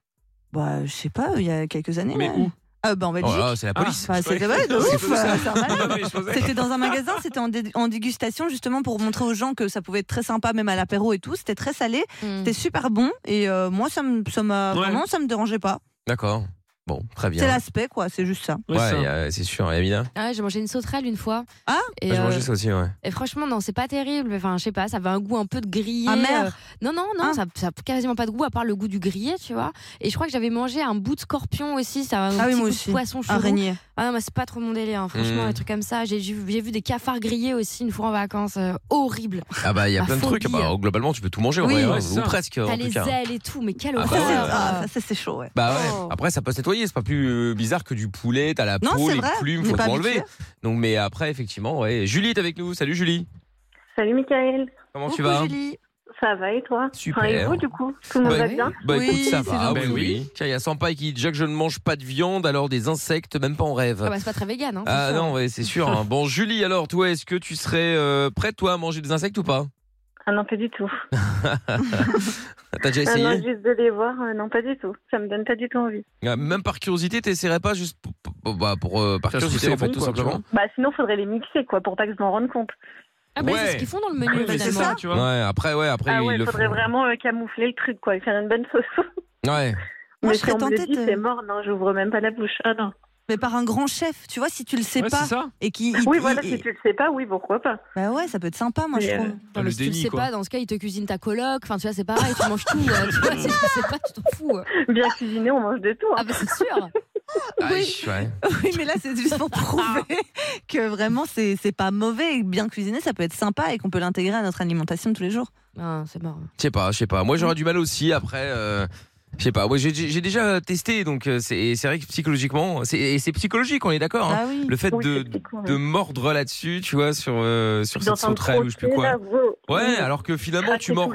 Speaker 2: Bah, je sais pas,
Speaker 5: Ah,
Speaker 2: il y a quelques années.
Speaker 3: Mais
Speaker 2: ouais.
Speaker 3: où
Speaker 2: Ah, bah, en Belgique.
Speaker 1: Oh là là, c'est la police.
Speaker 5: bah,
Speaker 2: Enfin, c'était
Speaker 1: Ouais.
Speaker 2: ouais, de
Speaker 1: C'est
Speaker 2: ouf,
Speaker 1: fou, ça.
Speaker 2: euh, c'est un malade.
Speaker 1: Non, mais je pensais-
Speaker 2: C'était dans un magasin, c'était en, dé- en dégustation justement pour montrer aux gens que ça pouvait être très sympa, même à l'apéro et tout. C'était très salé, c'était super bon et euh, moi, ça me, ça m'a,
Speaker 1: Ouais.
Speaker 2: vraiment, ça me dérangeait pas.
Speaker 1: D'accord. Bon, très bien.
Speaker 2: C'est l'aspect, quoi, c'est juste ça.
Speaker 1: Ouais, y a- c'est sûr. Et Amina,
Speaker 4: Ah ouais, j'ai mangé une sauterelle une fois.
Speaker 2: Ah
Speaker 4: et,
Speaker 3: Bah,
Speaker 1: j'ai mangé
Speaker 4: euh,
Speaker 1: ça aussi, ouais.
Speaker 4: et franchement, non, c'est pas terrible. Enfin, je sais pas, ça avait un goût un peu de grillé.
Speaker 2: Amer. Ah.
Speaker 4: euh, Non, non, non, ça, ça a quasiment pas de goût à part le goût du grillé, tu vois. Et je crois que j'avais mangé un bout de scorpion aussi, ça a un
Speaker 2: Ah oui,
Speaker 4: petit
Speaker 2: moi
Speaker 4: goût
Speaker 2: aussi.
Speaker 4: de poisson chelou.
Speaker 2: Araignée.
Speaker 4: Ah non, mais c'est pas trop mon délire, hein, franchement,
Speaker 1: Mm.
Speaker 4: les trucs comme ça. J'ai j'ai vu j'ai vu des cafards grillés aussi une fois en vacances, euh, horrible.
Speaker 1: Ah bah il y a
Speaker 4: Ma
Speaker 1: plein de trucs.
Speaker 4: phobie.
Speaker 1: Bah, globalement, tu peux tout manger, en
Speaker 4: Oui.
Speaker 1: vrai, hein,
Speaker 4: Ouais, c'est
Speaker 1: ou
Speaker 4: ça.
Speaker 1: presque
Speaker 4: T'as
Speaker 1: en
Speaker 4: les
Speaker 1: tout cas. hein.
Speaker 4: ailes et tout, mais quelle
Speaker 1: Ah bah
Speaker 4: horreur.
Speaker 1: ouais.
Speaker 2: Ah, ça, c'est chaud, ouais.
Speaker 1: Bah ouais. Après, ça peut se nettoyer. C'est pas plus euh, bizarre que du poulet. T'as la
Speaker 2: Non,
Speaker 1: peau,
Speaker 2: c'est
Speaker 1: les
Speaker 2: vrai,
Speaker 1: plumes,
Speaker 2: on n'est
Speaker 1: faut
Speaker 2: pas
Speaker 1: tout enlever.
Speaker 2: habitué.
Speaker 1: Donc, mais après, effectivement, ouais. Julie est avec nous. Salut Julie.
Speaker 14: Salut Michael.
Speaker 1: Comment tu vas
Speaker 14: Ça va et toi
Speaker 1: Super.
Speaker 14: Enfin, et vous, du coup Tout le monde va bien
Speaker 1: bah écoute, ça va. Oui, oui. Tiens, il y a Sampai qui dit déjà que je ne mange pas de viande, alors des insectes, même pas en rêve.
Speaker 4: Ah bah, c'est pas très vegan, hein.
Speaker 1: Ah non, ouais, c'est sûr. hein. Bon, Julie, alors, toi, est-ce que tu serais euh, prête, toi, à manger des insectes ou pas
Speaker 14: Ah non, pas du tout.
Speaker 1: T'as déjà
Speaker 14: Ah non,
Speaker 1: essayé
Speaker 14: juste de les voir, euh, non, pas du tout. Ça me donne pas du tout envie.
Speaker 1: Ah, Même par curiosité, t'essaierais pas juste pour, pour- bah, pour, euh, par
Speaker 3: Ça se trouve,
Speaker 1: curiosité,
Speaker 3: c'est
Speaker 1: en fait,
Speaker 3: bon,
Speaker 1: tout
Speaker 3: quoi,
Speaker 1: simplement
Speaker 14: Bah, sinon, faudrait les mixer, quoi, pour pas que je m'en rende compte.
Speaker 4: Ah
Speaker 1: bah, c'est Ouais. ce qu'ils font
Speaker 4: dans le menu,
Speaker 1: Ouais, après, ouais, après,
Speaker 14: Ah
Speaker 1: ils
Speaker 14: ouais,
Speaker 1: le
Speaker 14: faudrait
Speaker 1: font.
Speaker 14: vraiment euh, camoufler le truc, quoi, et faire une bonne sauce.
Speaker 1: Ouais.
Speaker 14: Mais si on me le dit, c'est mort, non, j'ouvre même pas la bouche. Ah non.
Speaker 2: Ah, Mais par un grand chef, tu vois, si tu le sais
Speaker 14: Ouais,
Speaker 2: pas
Speaker 14: c'est ça.
Speaker 2: et qui.
Speaker 14: Oui, voilà, si tu le sais pas, oui, pourquoi pas.
Speaker 2: Bah ouais, ça peut être sympa, moi, je
Speaker 14: Mais, euh,
Speaker 2: trouve.
Speaker 4: Non, mais si tu le sais pas, dans ce cas, ils te cuisinent ta coloc. Enfin, tu vois, c'est pareil, tu manges tout. euh, tu vois, si tu le sais pas, tu t'en fous.
Speaker 14: Bien cuisiné, on mange de tout. hein.
Speaker 4: Ah, bah, c'est sûr. Ah.
Speaker 1: Oui. Ouais.
Speaker 2: Oui, mais là, c'est juste pour prouver que vraiment, c'est c'est pas mauvais. et Bien cuisiné, ça peut être sympa et qu'on peut l'intégrer à notre alimentation de tous les jours.
Speaker 4: Ah, c'est marrant.
Speaker 14: Mm.
Speaker 1: Je sais pas, je sais pas. Moi, j'aurais du mal aussi. Après, euh, Je sais pas. Moi, j'ai- j'ai j'ai déjà testé, donc euh, c'est et c'est vrai que psychologiquement, c'est et c'est psychologique, on est d'accord. hein.
Speaker 14: Ah oui.
Speaker 1: Le fait
Speaker 14: Oui,
Speaker 1: de,
Speaker 14: c'est psycho,
Speaker 1: de
Speaker 14: oui.
Speaker 1: mordre là-dessus, tu vois, sur euh, sur cette sauterelle ou je sais plus quoi. Ouais, alors que finalement tu mords.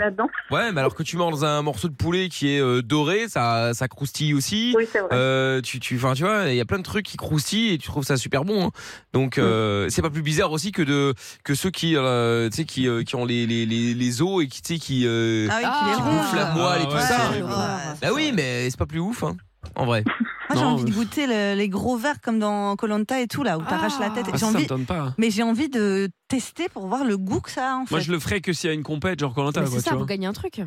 Speaker 1: Ouais, mais alors que tu mords dans un morceau de poulet qui est euh, doré, ça ça croustille aussi. Euh, tu tu enfin tu vois, il y a plein de trucs qui croustillent et tu trouves ça super bon. hein. Donc euh, c'est pas plus bizarre aussi que de que ceux qui euh, tu sais qui euh, qui ont les les les, les os et qui tu sais qui euh,
Speaker 2: Ah oui, qui les
Speaker 1: qui
Speaker 2: rongent.
Speaker 1: bouffent la moelle et
Speaker 2: Ah
Speaker 1: tout
Speaker 2: ouais,
Speaker 1: ça.
Speaker 2: c'est horreur.
Speaker 1: Bah oui, mais c'est pas plus ouf hein, en vrai.
Speaker 2: Moi, j'ai
Speaker 1: Non,
Speaker 2: envie de goûter le- les gros verres comme dans Colanta et tout, là, où t'arraches la tête.
Speaker 3: Ah,
Speaker 2: J'ai
Speaker 3: ça me
Speaker 2: envie,
Speaker 3: tente pas.
Speaker 2: mais j'ai envie de tester pour voir le goût que ça a, en fait.
Speaker 3: Moi, je le ferais que s'il y a une compète, genre Colanta,
Speaker 2: Mais
Speaker 3: quoi,
Speaker 2: c'est
Speaker 3: tu
Speaker 2: ça,
Speaker 3: vois.
Speaker 2: vous
Speaker 4: gagner un truc.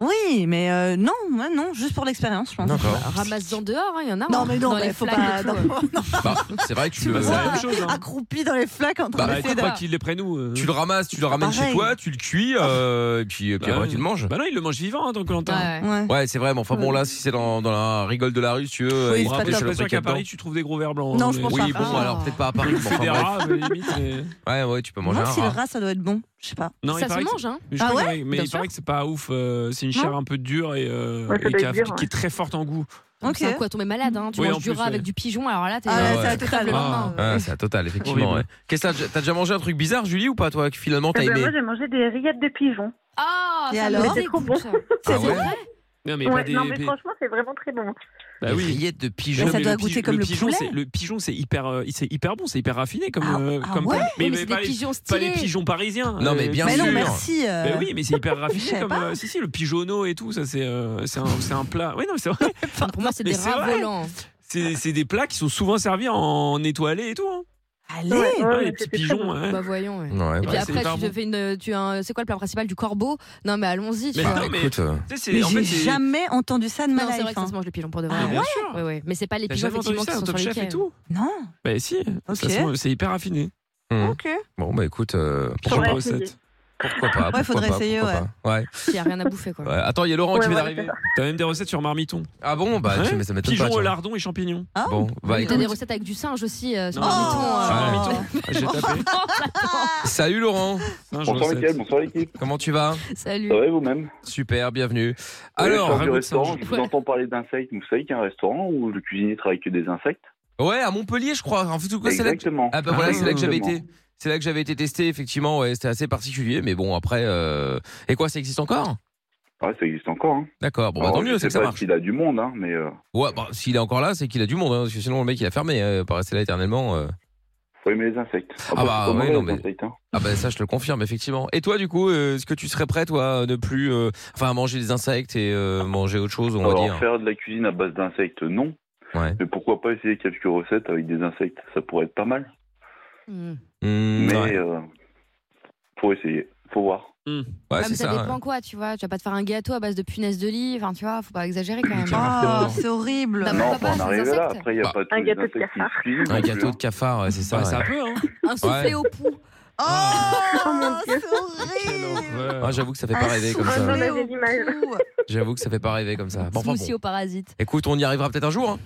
Speaker 2: Oui, mais euh, non, moi, non, juste pour l'expérience, je pense.
Speaker 3: D'accord. Bah,
Speaker 4: Ramasse-en dehors, hein, il y en a.
Speaker 2: Non,
Speaker 4: hein,
Speaker 2: mais non,
Speaker 4: dans
Speaker 2: mais
Speaker 4: les
Speaker 2: faut
Speaker 4: flaques
Speaker 2: pas-
Speaker 4: et tout.
Speaker 2: non.
Speaker 1: Bah, c'est vrai que tu
Speaker 2: Tu
Speaker 1: le
Speaker 2: me vois
Speaker 3: hein.
Speaker 2: accroupi dans les flaques en train
Speaker 1: Bah,
Speaker 2: d'essayer
Speaker 1: faut
Speaker 2: de-
Speaker 1: pas
Speaker 3: Qu'il les prenne où euh Ah.
Speaker 1: Tu le ramasses, tu le ramènes chez
Speaker 2: pareil.
Speaker 1: toi, tu le cuis, euh, et puis, et puis
Speaker 3: Bah
Speaker 1: après
Speaker 3: ouais.
Speaker 1: tu le manges.
Speaker 3: Bah non, il le mange vivant, hein, dans Colanta.
Speaker 2: Ouais.
Speaker 1: Ouais, c'est vrai, mais enfin bon, là, si c'est dans, dans la rigole de la rue, si tu veux, euh,
Speaker 3: Oui,
Speaker 1: il
Speaker 3: c'est pas
Speaker 1: faut
Speaker 3: top.
Speaker 1: pêcher le
Speaker 3: Je suis pas sûr
Speaker 1: truc
Speaker 3: qu'à
Speaker 1: là-dedans.
Speaker 3: Paris, tu trouves des gros verres blancs.
Speaker 2: Non, je pense
Speaker 1: Oui,
Speaker 2: pas.
Speaker 1: bon,
Speaker 2: Ah.
Speaker 1: alors peut-être pas à Paris, mais enfin,
Speaker 3: Federa,
Speaker 1: bref.
Speaker 3: euh, limite, mais-
Speaker 1: Ouais, ouais, tu peux manger hein.
Speaker 2: Moi,
Speaker 1: un
Speaker 2: si le
Speaker 1: rat.
Speaker 2: rat, ça doit être bon. Je sais pas.
Speaker 3: Non, il paraît que-
Speaker 4: hein.
Speaker 3: mais je
Speaker 2: Ah
Speaker 3: crois que-
Speaker 2: ouais
Speaker 3: Mais
Speaker 2: Bien
Speaker 3: il paraît
Speaker 2: sûr.
Speaker 3: que c'est pas ouf. euh, c'est une
Speaker 2: Non.
Speaker 3: chair un peu dure et, euh,
Speaker 2: Ouais, ça doit
Speaker 3: et qui,
Speaker 2: être
Speaker 3: a-
Speaker 2: dur,
Speaker 3: qui est très forte en goût.
Speaker 4: Donc, C'est un coup à tomber malade, hein. tu
Speaker 3: Oui, en
Speaker 4: manges du
Speaker 3: plus,
Speaker 4: rat
Speaker 3: ouais.
Speaker 4: avec du pigeon, alors là, t'es
Speaker 2: Ah, là,
Speaker 4: t'es
Speaker 1: ça
Speaker 4: crève le lendemain.
Speaker 1: Ouais, c'est à total, effectivement.
Speaker 3: Horrible.
Speaker 1: ouais. Qu'est-ce que t'as- t'as déjà mangé un truc bizarre, Julie, ou pas, toi, que finalement t'as
Speaker 14: Eh ben,
Speaker 1: aimé
Speaker 14: moi, j'ai mangé des rillettes de pigeon.
Speaker 4: Ah,
Speaker 2: Et
Speaker 4: ça me
Speaker 2: alors
Speaker 14: C'est trop bon.
Speaker 1: Ah ouais
Speaker 3: Non, mais
Speaker 14: Ouais,
Speaker 3: pas des.
Speaker 14: non, mais
Speaker 3: des-
Speaker 14: franchement, c'est vraiment très bon.
Speaker 3: Bah oui.
Speaker 1: rillettes de
Speaker 3: Non,
Speaker 1: pigeon.
Speaker 3: mais le pige- pigeon, c'est- Le pigeon, c'est hyper, euh, c'est hyper bon, c'est hyper raffiné comme, euh,
Speaker 2: ah
Speaker 3: comme
Speaker 2: ouais
Speaker 3: pas-
Speaker 4: Oui, mais c'est des
Speaker 3: pas les-
Speaker 4: pigeons
Speaker 3: pas les
Speaker 4: stylés.
Speaker 3: pigeons parisiens.
Speaker 1: Non, mais bien Mais non, sûr.
Speaker 2: merci, euh.
Speaker 3: Bah oui, mais c'est hyper
Speaker 2: Je
Speaker 3: raffiné
Speaker 2: savais
Speaker 3: comme.
Speaker 2: pas.
Speaker 3: euh, si, si, le pigeonneau et tout, ça, c'est euh, c'est un, c'est un plat. Oui, non, mais c'est vrai.
Speaker 4: Pour moi, c'est
Speaker 3: Mais
Speaker 4: des
Speaker 3: c'est
Speaker 4: rats
Speaker 3: vrai.
Speaker 4: volants.
Speaker 3: C'est c'est des plats qui sont souvent servis en étoilé et tout. hein.
Speaker 2: Allez
Speaker 3: Ouais, ouais, les petits pigeons. hein.
Speaker 4: Bah voyons.
Speaker 1: Ouais,
Speaker 4: ouais. Et
Speaker 1: bah,
Speaker 4: puis
Speaker 1: c'est
Speaker 4: après,
Speaker 1: hyper
Speaker 4: tu
Speaker 1: bon.
Speaker 4: te fais une. Tu as un- c'est quoi le plat principal du corbeau Non, mais allons-y. tu
Speaker 1: Mais
Speaker 4: vois.
Speaker 1: non, mais-
Speaker 4: Écoute,
Speaker 1: tu sais, c'est-
Speaker 2: Mais
Speaker 1: en
Speaker 2: j'ai
Speaker 1: fait, c'est-
Speaker 2: jamais entendu ça de ma
Speaker 4: Non, c'est
Speaker 2: life,
Speaker 4: vrai que ça
Speaker 2: hein.
Speaker 4: se mange le pilon pour de vrai.
Speaker 2: Ah, bien
Speaker 4: ouais. Ouais, ouais. Mais c'est pas les
Speaker 3: T'as
Speaker 4: pigeons
Speaker 3: jamais entendu
Speaker 4: effectivement qui
Speaker 3: ça, un
Speaker 4: sont sur
Speaker 3: top
Speaker 4: les
Speaker 3: chef et
Speaker 4: quais.
Speaker 3: tout
Speaker 2: Non.
Speaker 3: Bah si, ça se mange, c'est hyper raffiné.
Speaker 1: Hum.
Speaker 2: Ok.
Speaker 1: Bon, bah écoute, euh,
Speaker 3: Faudrait
Speaker 1: pourquoi pas
Speaker 3: essayer.
Speaker 1: recette Ah, Pourquoi pas
Speaker 2: Ouais, faudrait
Speaker 1: pourquoi pas,
Speaker 2: essayer,
Speaker 1: pourquoi
Speaker 2: ouais.
Speaker 1: pas. Ouais.
Speaker 4: Il y a rien à bouffer quoi.
Speaker 1: Ouais, Attends, il y a Laurent
Speaker 3: Ouais,
Speaker 1: qui vient
Speaker 3: voilà,
Speaker 1: d'arriver.
Speaker 3: T'as même des recettes sur marmiton.
Speaker 1: Ah bon Bah,
Speaker 3: Ouais.
Speaker 1: tu- mais ça m'étonne pas.
Speaker 3: Pigeon au
Speaker 1: tiens.
Speaker 3: lardon et champignons.
Speaker 1: Bon, bah
Speaker 4: Il y a des
Speaker 1: écoute.
Speaker 4: recettes avec du singe aussi. euh, sur
Speaker 3: Non.
Speaker 4: un
Speaker 1: Oh.
Speaker 4: mouton, euh.
Speaker 3: J'ai tapé.
Speaker 1: Salut Laurent.
Speaker 12: Bonsoir Mickaël, bonsoir l'équipe.
Speaker 1: Comment tu vas
Speaker 4: Salut.
Speaker 12: Ça va et vous-même
Speaker 1: Super, bienvenue.
Speaker 12: Alors,
Speaker 1: Alors,
Speaker 12: du restaurant,
Speaker 1: raconte-nous.
Speaker 12: je vous entends parler d'insectes. Vous savez qu'il y a un restaurant où le cuisinier travaille que des insectes
Speaker 1: Ouais, à Montpellier, je crois. En fait, tout cas, c'est là. que-
Speaker 12: Exactement.
Speaker 1: Ah bah voilà,
Speaker 12: Ah,
Speaker 1: c'est là que j'avais été.
Speaker 12: exactement.
Speaker 1: C'est là que j'avais été testé, effectivement. Ouais, c'était assez particulier, mais bon, après. euh, Et quoi, ça existe encore
Speaker 12: Ouais, ça existe encore. hein.
Speaker 1: D'accord. Bon, bah,
Speaker 12: Alors,
Speaker 1: tant
Speaker 12: je
Speaker 1: mieux,
Speaker 12: sais
Speaker 1: c'est que ça
Speaker 12: pas
Speaker 1: marche.
Speaker 12: s'il a du monde, hein, mais euh,
Speaker 1: Ouais, bah, s'il est encore là, c'est qu'il a du monde, hein, parce que sinon le mec il a fermé, hein, pas rester là éternellement. euh.
Speaker 12: faut aimer les insectes.
Speaker 1: Ah bah,
Speaker 12: c'est pas
Speaker 1: ouais,
Speaker 12: mauvais,
Speaker 1: non,
Speaker 12: les
Speaker 1: mais-
Speaker 12: insectes, hein.
Speaker 1: Ah bah ça, je te le confirme, effectivement. Et toi, du coup, euh, est-ce que tu serais prêt, toi, à ne plus, euh, enfin, à manger des insectes et euh, manger autre chose, on va
Speaker 12: Alors,
Speaker 1: dire.
Speaker 12: faire de la cuisine à base d'insectes, non.
Speaker 1: Ouais.
Speaker 12: Mais pourquoi pas essayer quelques recettes avec des insectes Ça pourrait être pas mal.
Speaker 1: Hmm,
Speaker 12: mais
Speaker 1: ouais.
Speaker 12: euh, faut essayer, faut voir.
Speaker 1: Ouais,
Speaker 4: Ah,
Speaker 1: c'est
Speaker 4: mais ça,
Speaker 1: ça. hein.
Speaker 4: dépend
Speaker 1: ouais.
Speaker 4: quoi, tu vois. Tu vas pas te faire un gâteau à base de punaises de lit. Enfin, tu vois, faut pas exagérer quand même.
Speaker 2: Ah, c'est horrible.
Speaker 4: Bah,
Speaker 12: non,
Speaker 4: pourquoi
Speaker 12: faut
Speaker 4: pas,
Speaker 12: en
Speaker 4: ces
Speaker 12: arriver là.
Speaker 4: insectes
Speaker 12: Après, Ah, il n'y a
Speaker 1: Bah,
Speaker 12: pas tous
Speaker 14: un
Speaker 12: les
Speaker 14: gâteau de
Speaker 12: insectes qui
Speaker 14: cafard.
Speaker 12: se suivent,
Speaker 1: Un
Speaker 12: non plus,
Speaker 1: gâteau
Speaker 12: hein.
Speaker 1: de cafard, ouais, c'est ça.
Speaker 3: Bah, ça
Speaker 1: ouais.
Speaker 3: peut, hein.
Speaker 4: Un
Speaker 1: Ouais.
Speaker 4: soufflé au pou.
Speaker 2: Oh, c'est horrible.
Speaker 1: Ah, J'avoue que ça fait pas rêver comme ça.
Speaker 14: on avait l'image.
Speaker 1: J'avoue que ça fait pas rêver comme ça. Bon, enfin,
Speaker 4: Smoothie
Speaker 1: bon.
Speaker 4: aux parasites.
Speaker 1: Écoute, on y arrivera peut-être un jour. hein.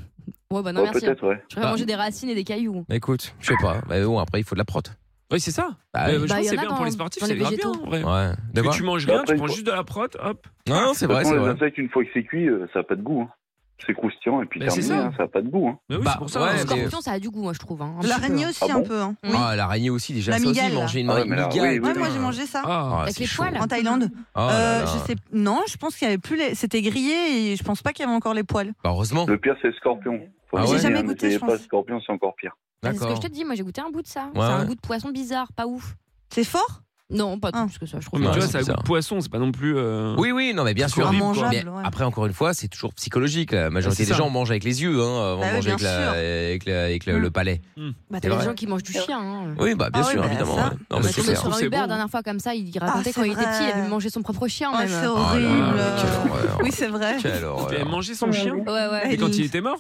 Speaker 4: Ouais, bah non,
Speaker 12: Ouais,
Speaker 4: merci.
Speaker 12: Oh, Peut-être, ouais.
Speaker 4: J'aurais mangé des racines et des cailloux.
Speaker 1: Écoute, je sais pas. Mais bon, après, il faut de la prote.
Speaker 3: Bah, Oui, c'est ça.
Speaker 1: Bah,
Speaker 3: Mais
Speaker 1: oui.
Speaker 3: je
Speaker 4: Bah,
Speaker 3: pense
Speaker 4: y
Speaker 3: que c'est
Speaker 4: en a
Speaker 3: bien
Speaker 4: dans-
Speaker 3: pour les sportifs,
Speaker 4: dans
Speaker 3: c'est
Speaker 4: les
Speaker 3: grave bien
Speaker 4: végétaux.
Speaker 3: en vrai.
Speaker 1: Ouais.
Speaker 3: Parce
Speaker 1: D'accord.
Speaker 3: que tu manges rien,
Speaker 12: Après,
Speaker 3: tu
Speaker 12: il
Speaker 3: prends
Speaker 12: faut-
Speaker 3: juste de la prot, hop.
Speaker 1: Non, non, c'est
Speaker 12: De toute
Speaker 1: vrai,
Speaker 12: façon,
Speaker 1: c'est
Speaker 12: les
Speaker 1: vrai.
Speaker 12: insectes, une fois que c'est cuit, euh, ça n'a pas de goût. hein. C'est croustillant et puis
Speaker 3: Bah,
Speaker 12: terminé,
Speaker 3: c'est ça.
Speaker 12: hein, ça n'a pas de goût. hein.
Speaker 3: Mais oui,
Speaker 1: Bah,
Speaker 3: c'est pour ça.
Speaker 1: ouais,
Speaker 4: Le
Speaker 3: hein.
Speaker 1: mais-
Speaker 4: scorpion, ça a du goût, moi, je trouve. hein, un petit
Speaker 2: L'araignée
Speaker 4: peu.
Speaker 2: aussi,
Speaker 12: Ah
Speaker 2: un
Speaker 12: bon
Speaker 2: peu. Hein. Oui.
Speaker 1: Ah, l'araignée aussi, déjà.
Speaker 2: La
Speaker 1: ça aussi,
Speaker 2: migale, là.
Speaker 1: manger une
Speaker 12: Ah ouais, mais là, oui,
Speaker 1: migale.
Speaker 12: oui,
Speaker 2: Ouais,
Speaker 1: putain.
Speaker 2: moi j'ai mangé ça.
Speaker 1: Ah,
Speaker 4: Avec
Speaker 1: c'est
Speaker 4: les
Speaker 1: chaud.
Speaker 4: poils.
Speaker 2: En Thaïlande,
Speaker 1: Oh là
Speaker 2: Euh,
Speaker 1: là.
Speaker 2: je sais non, je pense qu'il y avait plus les, c'était grillé et je pense pas qu'il y avait encore les poils.
Speaker 1: Bah, heureusement.
Speaker 12: Le pire, c'est le scorpion. Faut
Speaker 1: Ah
Speaker 12: essayer,
Speaker 1: ouais
Speaker 2: J'ai jamais
Speaker 12: hein,
Speaker 2: goûté,
Speaker 12: n'essayez
Speaker 2: je
Speaker 12: pas
Speaker 2: pense.
Speaker 12: le scorpion, c'est encore pire.
Speaker 4: C'est ce que
Speaker 1: D'accord.
Speaker 4: je te dis, moi j'ai goûté un bout de ça.
Speaker 1: Ouais,
Speaker 4: c'est un
Speaker 1: ouais.
Speaker 4: goût de poisson bizarre, pas ouf.
Speaker 2: C'est fort
Speaker 4: Non, pas
Speaker 2: Ah.
Speaker 4: tout, parce que ça, je
Speaker 3: Ouais,
Speaker 4: trouve.
Speaker 3: mais
Speaker 1: Ouais,
Speaker 3: tu vois,
Speaker 1: c'est
Speaker 3: ça a goût
Speaker 1: bizarre.
Speaker 3: de poisson, c'est pas non plus. euh,
Speaker 1: Oui, oui, non, mais bien sûr.
Speaker 3: horrible,
Speaker 1: Mais
Speaker 2: quoi. Mangeable, ouais.
Speaker 1: Après, encore une fois, c'est toujours psychologique. La majorité
Speaker 3: c'est
Speaker 1: des
Speaker 3: ça.
Speaker 1: gens mangent avec les yeux, hein, avant
Speaker 2: Bah
Speaker 1: de
Speaker 2: oui,
Speaker 1: manger avec,
Speaker 2: bien
Speaker 1: la- avec, la- avec le,
Speaker 2: Mm.
Speaker 1: le palais.
Speaker 4: Bah,
Speaker 1: C'est
Speaker 4: t'as des
Speaker 1: vrai.
Speaker 4: gens qui mangent du chien. Hein.
Speaker 1: Oui, bah, bien
Speaker 2: Ah oui,
Speaker 1: sûr,
Speaker 2: bah,
Speaker 1: évidemment.
Speaker 2: ça.
Speaker 1: ouais. Non,
Speaker 4: On
Speaker 1: mais
Speaker 4: est
Speaker 1: c'est clair.
Speaker 4: tombé
Speaker 3: Je
Speaker 4: sur
Speaker 3: trouve
Speaker 4: un
Speaker 3: c'est
Speaker 4: Uber
Speaker 3: bon.
Speaker 4: la dernière fois comme ça, il racontait
Speaker 2: Ah,
Speaker 4: quand il
Speaker 2: c'est
Speaker 4: était petit, il
Speaker 2: vrai.
Speaker 4: avait mangé son propre chien
Speaker 2: Ah,
Speaker 4: même.
Speaker 2: c'est
Speaker 1: Oh là là,
Speaker 2: horrible.
Speaker 1: quelle horreur.
Speaker 2: oui, c'est vrai.
Speaker 1: Quelle horreur.
Speaker 3: Il avait Eh, mangé son chien.
Speaker 4: Ouais, ouais.
Speaker 3: Et quand il était mort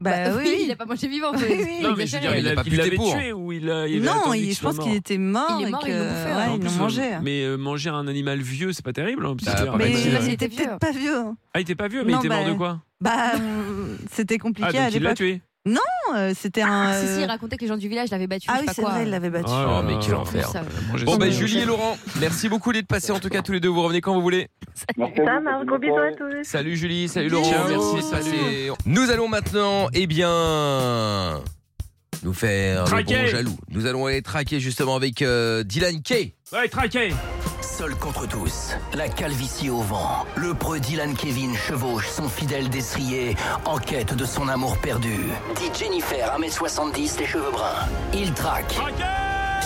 Speaker 2: Bah
Speaker 4: Bah,
Speaker 2: oui.
Speaker 4: il a pas mangé vivant.
Speaker 2: Oui,
Speaker 4: faut-
Speaker 2: oui.
Speaker 4: faut
Speaker 2: Non,
Speaker 3: Non,
Speaker 4: exagérer.
Speaker 3: mais je veux dire,
Speaker 1: exagéré.
Speaker 3: il
Speaker 1: Il a
Speaker 3: l'a-
Speaker 1: pas
Speaker 3: il l'avait
Speaker 1: buté pour.
Speaker 3: tué ou il a- il avait
Speaker 2: Non,
Speaker 3: attendu
Speaker 2: il-
Speaker 3: qu'il
Speaker 2: je
Speaker 3: soit
Speaker 2: pense
Speaker 3: mort.
Speaker 2: qu'il était mort.
Speaker 4: Il est
Speaker 2: et
Speaker 4: mort,
Speaker 2: que-
Speaker 4: ils l'ont bouffé, hein.
Speaker 2: ouais,
Speaker 4: alors.
Speaker 3: En
Speaker 2: ils
Speaker 3: plus,
Speaker 2: l'ont
Speaker 3: euh,
Speaker 2: mangé.
Speaker 3: Mais euh, manger un animal vieux, c'est pas terrible. hein, parce
Speaker 1: Bah,
Speaker 3: que-
Speaker 1: pas
Speaker 2: Ah, Mais
Speaker 1: facile,
Speaker 2: il
Speaker 1: ouais.
Speaker 2: était peut-être pas vieux.
Speaker 3: Ah, il était pas vieux, mais
Speaker 2: Non,
Speaker 3: il était mort
Speaker 2: bah,
Speaker 3: de quoi
Speaker 2: Bah, euh, c'était
Speaker 3: Ah,
Speaker 2: compliqué à
Speaker 3: donc il l'a
Speaker 2: l'époque.
Speaker 3: tué.
Speaker 2: Non, euh, c'était un.
Speaker 4: Ah, Si, si, il
Speaker 2: euh,
Speaker 4: racontait que les gens du village l'avaient battu.
Speaker 2: Ah
Speaker 4: je sais
Speaker 2: oui,
Speaker 4: pas
Speaker 2: c'est
Speaker 4: quoi.
Speaker 2: vrai, il l'avait battu.
Speaker 1: Oh, mais quel enfer.
Speaker 4: Ça,
Speaker 3: j'ai
Speaker 1: Bon,
Speaker 3: ça.
Speaker 1: ben Julie et Laurent, merci beaucoup d'être passés en tout cas tous les deux. Vous revenez quand vous voulez.
Speaker 14: Ça marche, gros bisous à tous.
Speaker 1: Salut Julie, salut Laurent,
Speaker 14: Ciao.
Speaker 1: merci d'être passés. Nous allons maintenant, eh bien, nous faire
Speaker 3: Traquer.
Speaker 1: le bon jaloux. Nous allons aller traquer justement avec euh, Dylan Kay.
Speaker 3: Ouais, traqué
Speaker 8: Seul contre tous, la calvitie au vent, le preux Dylan Kevin chevauche son fidèle destrier en quête de son amour perdu. Dit Jennifer, 1m70, les cheveux bruns. Il traque.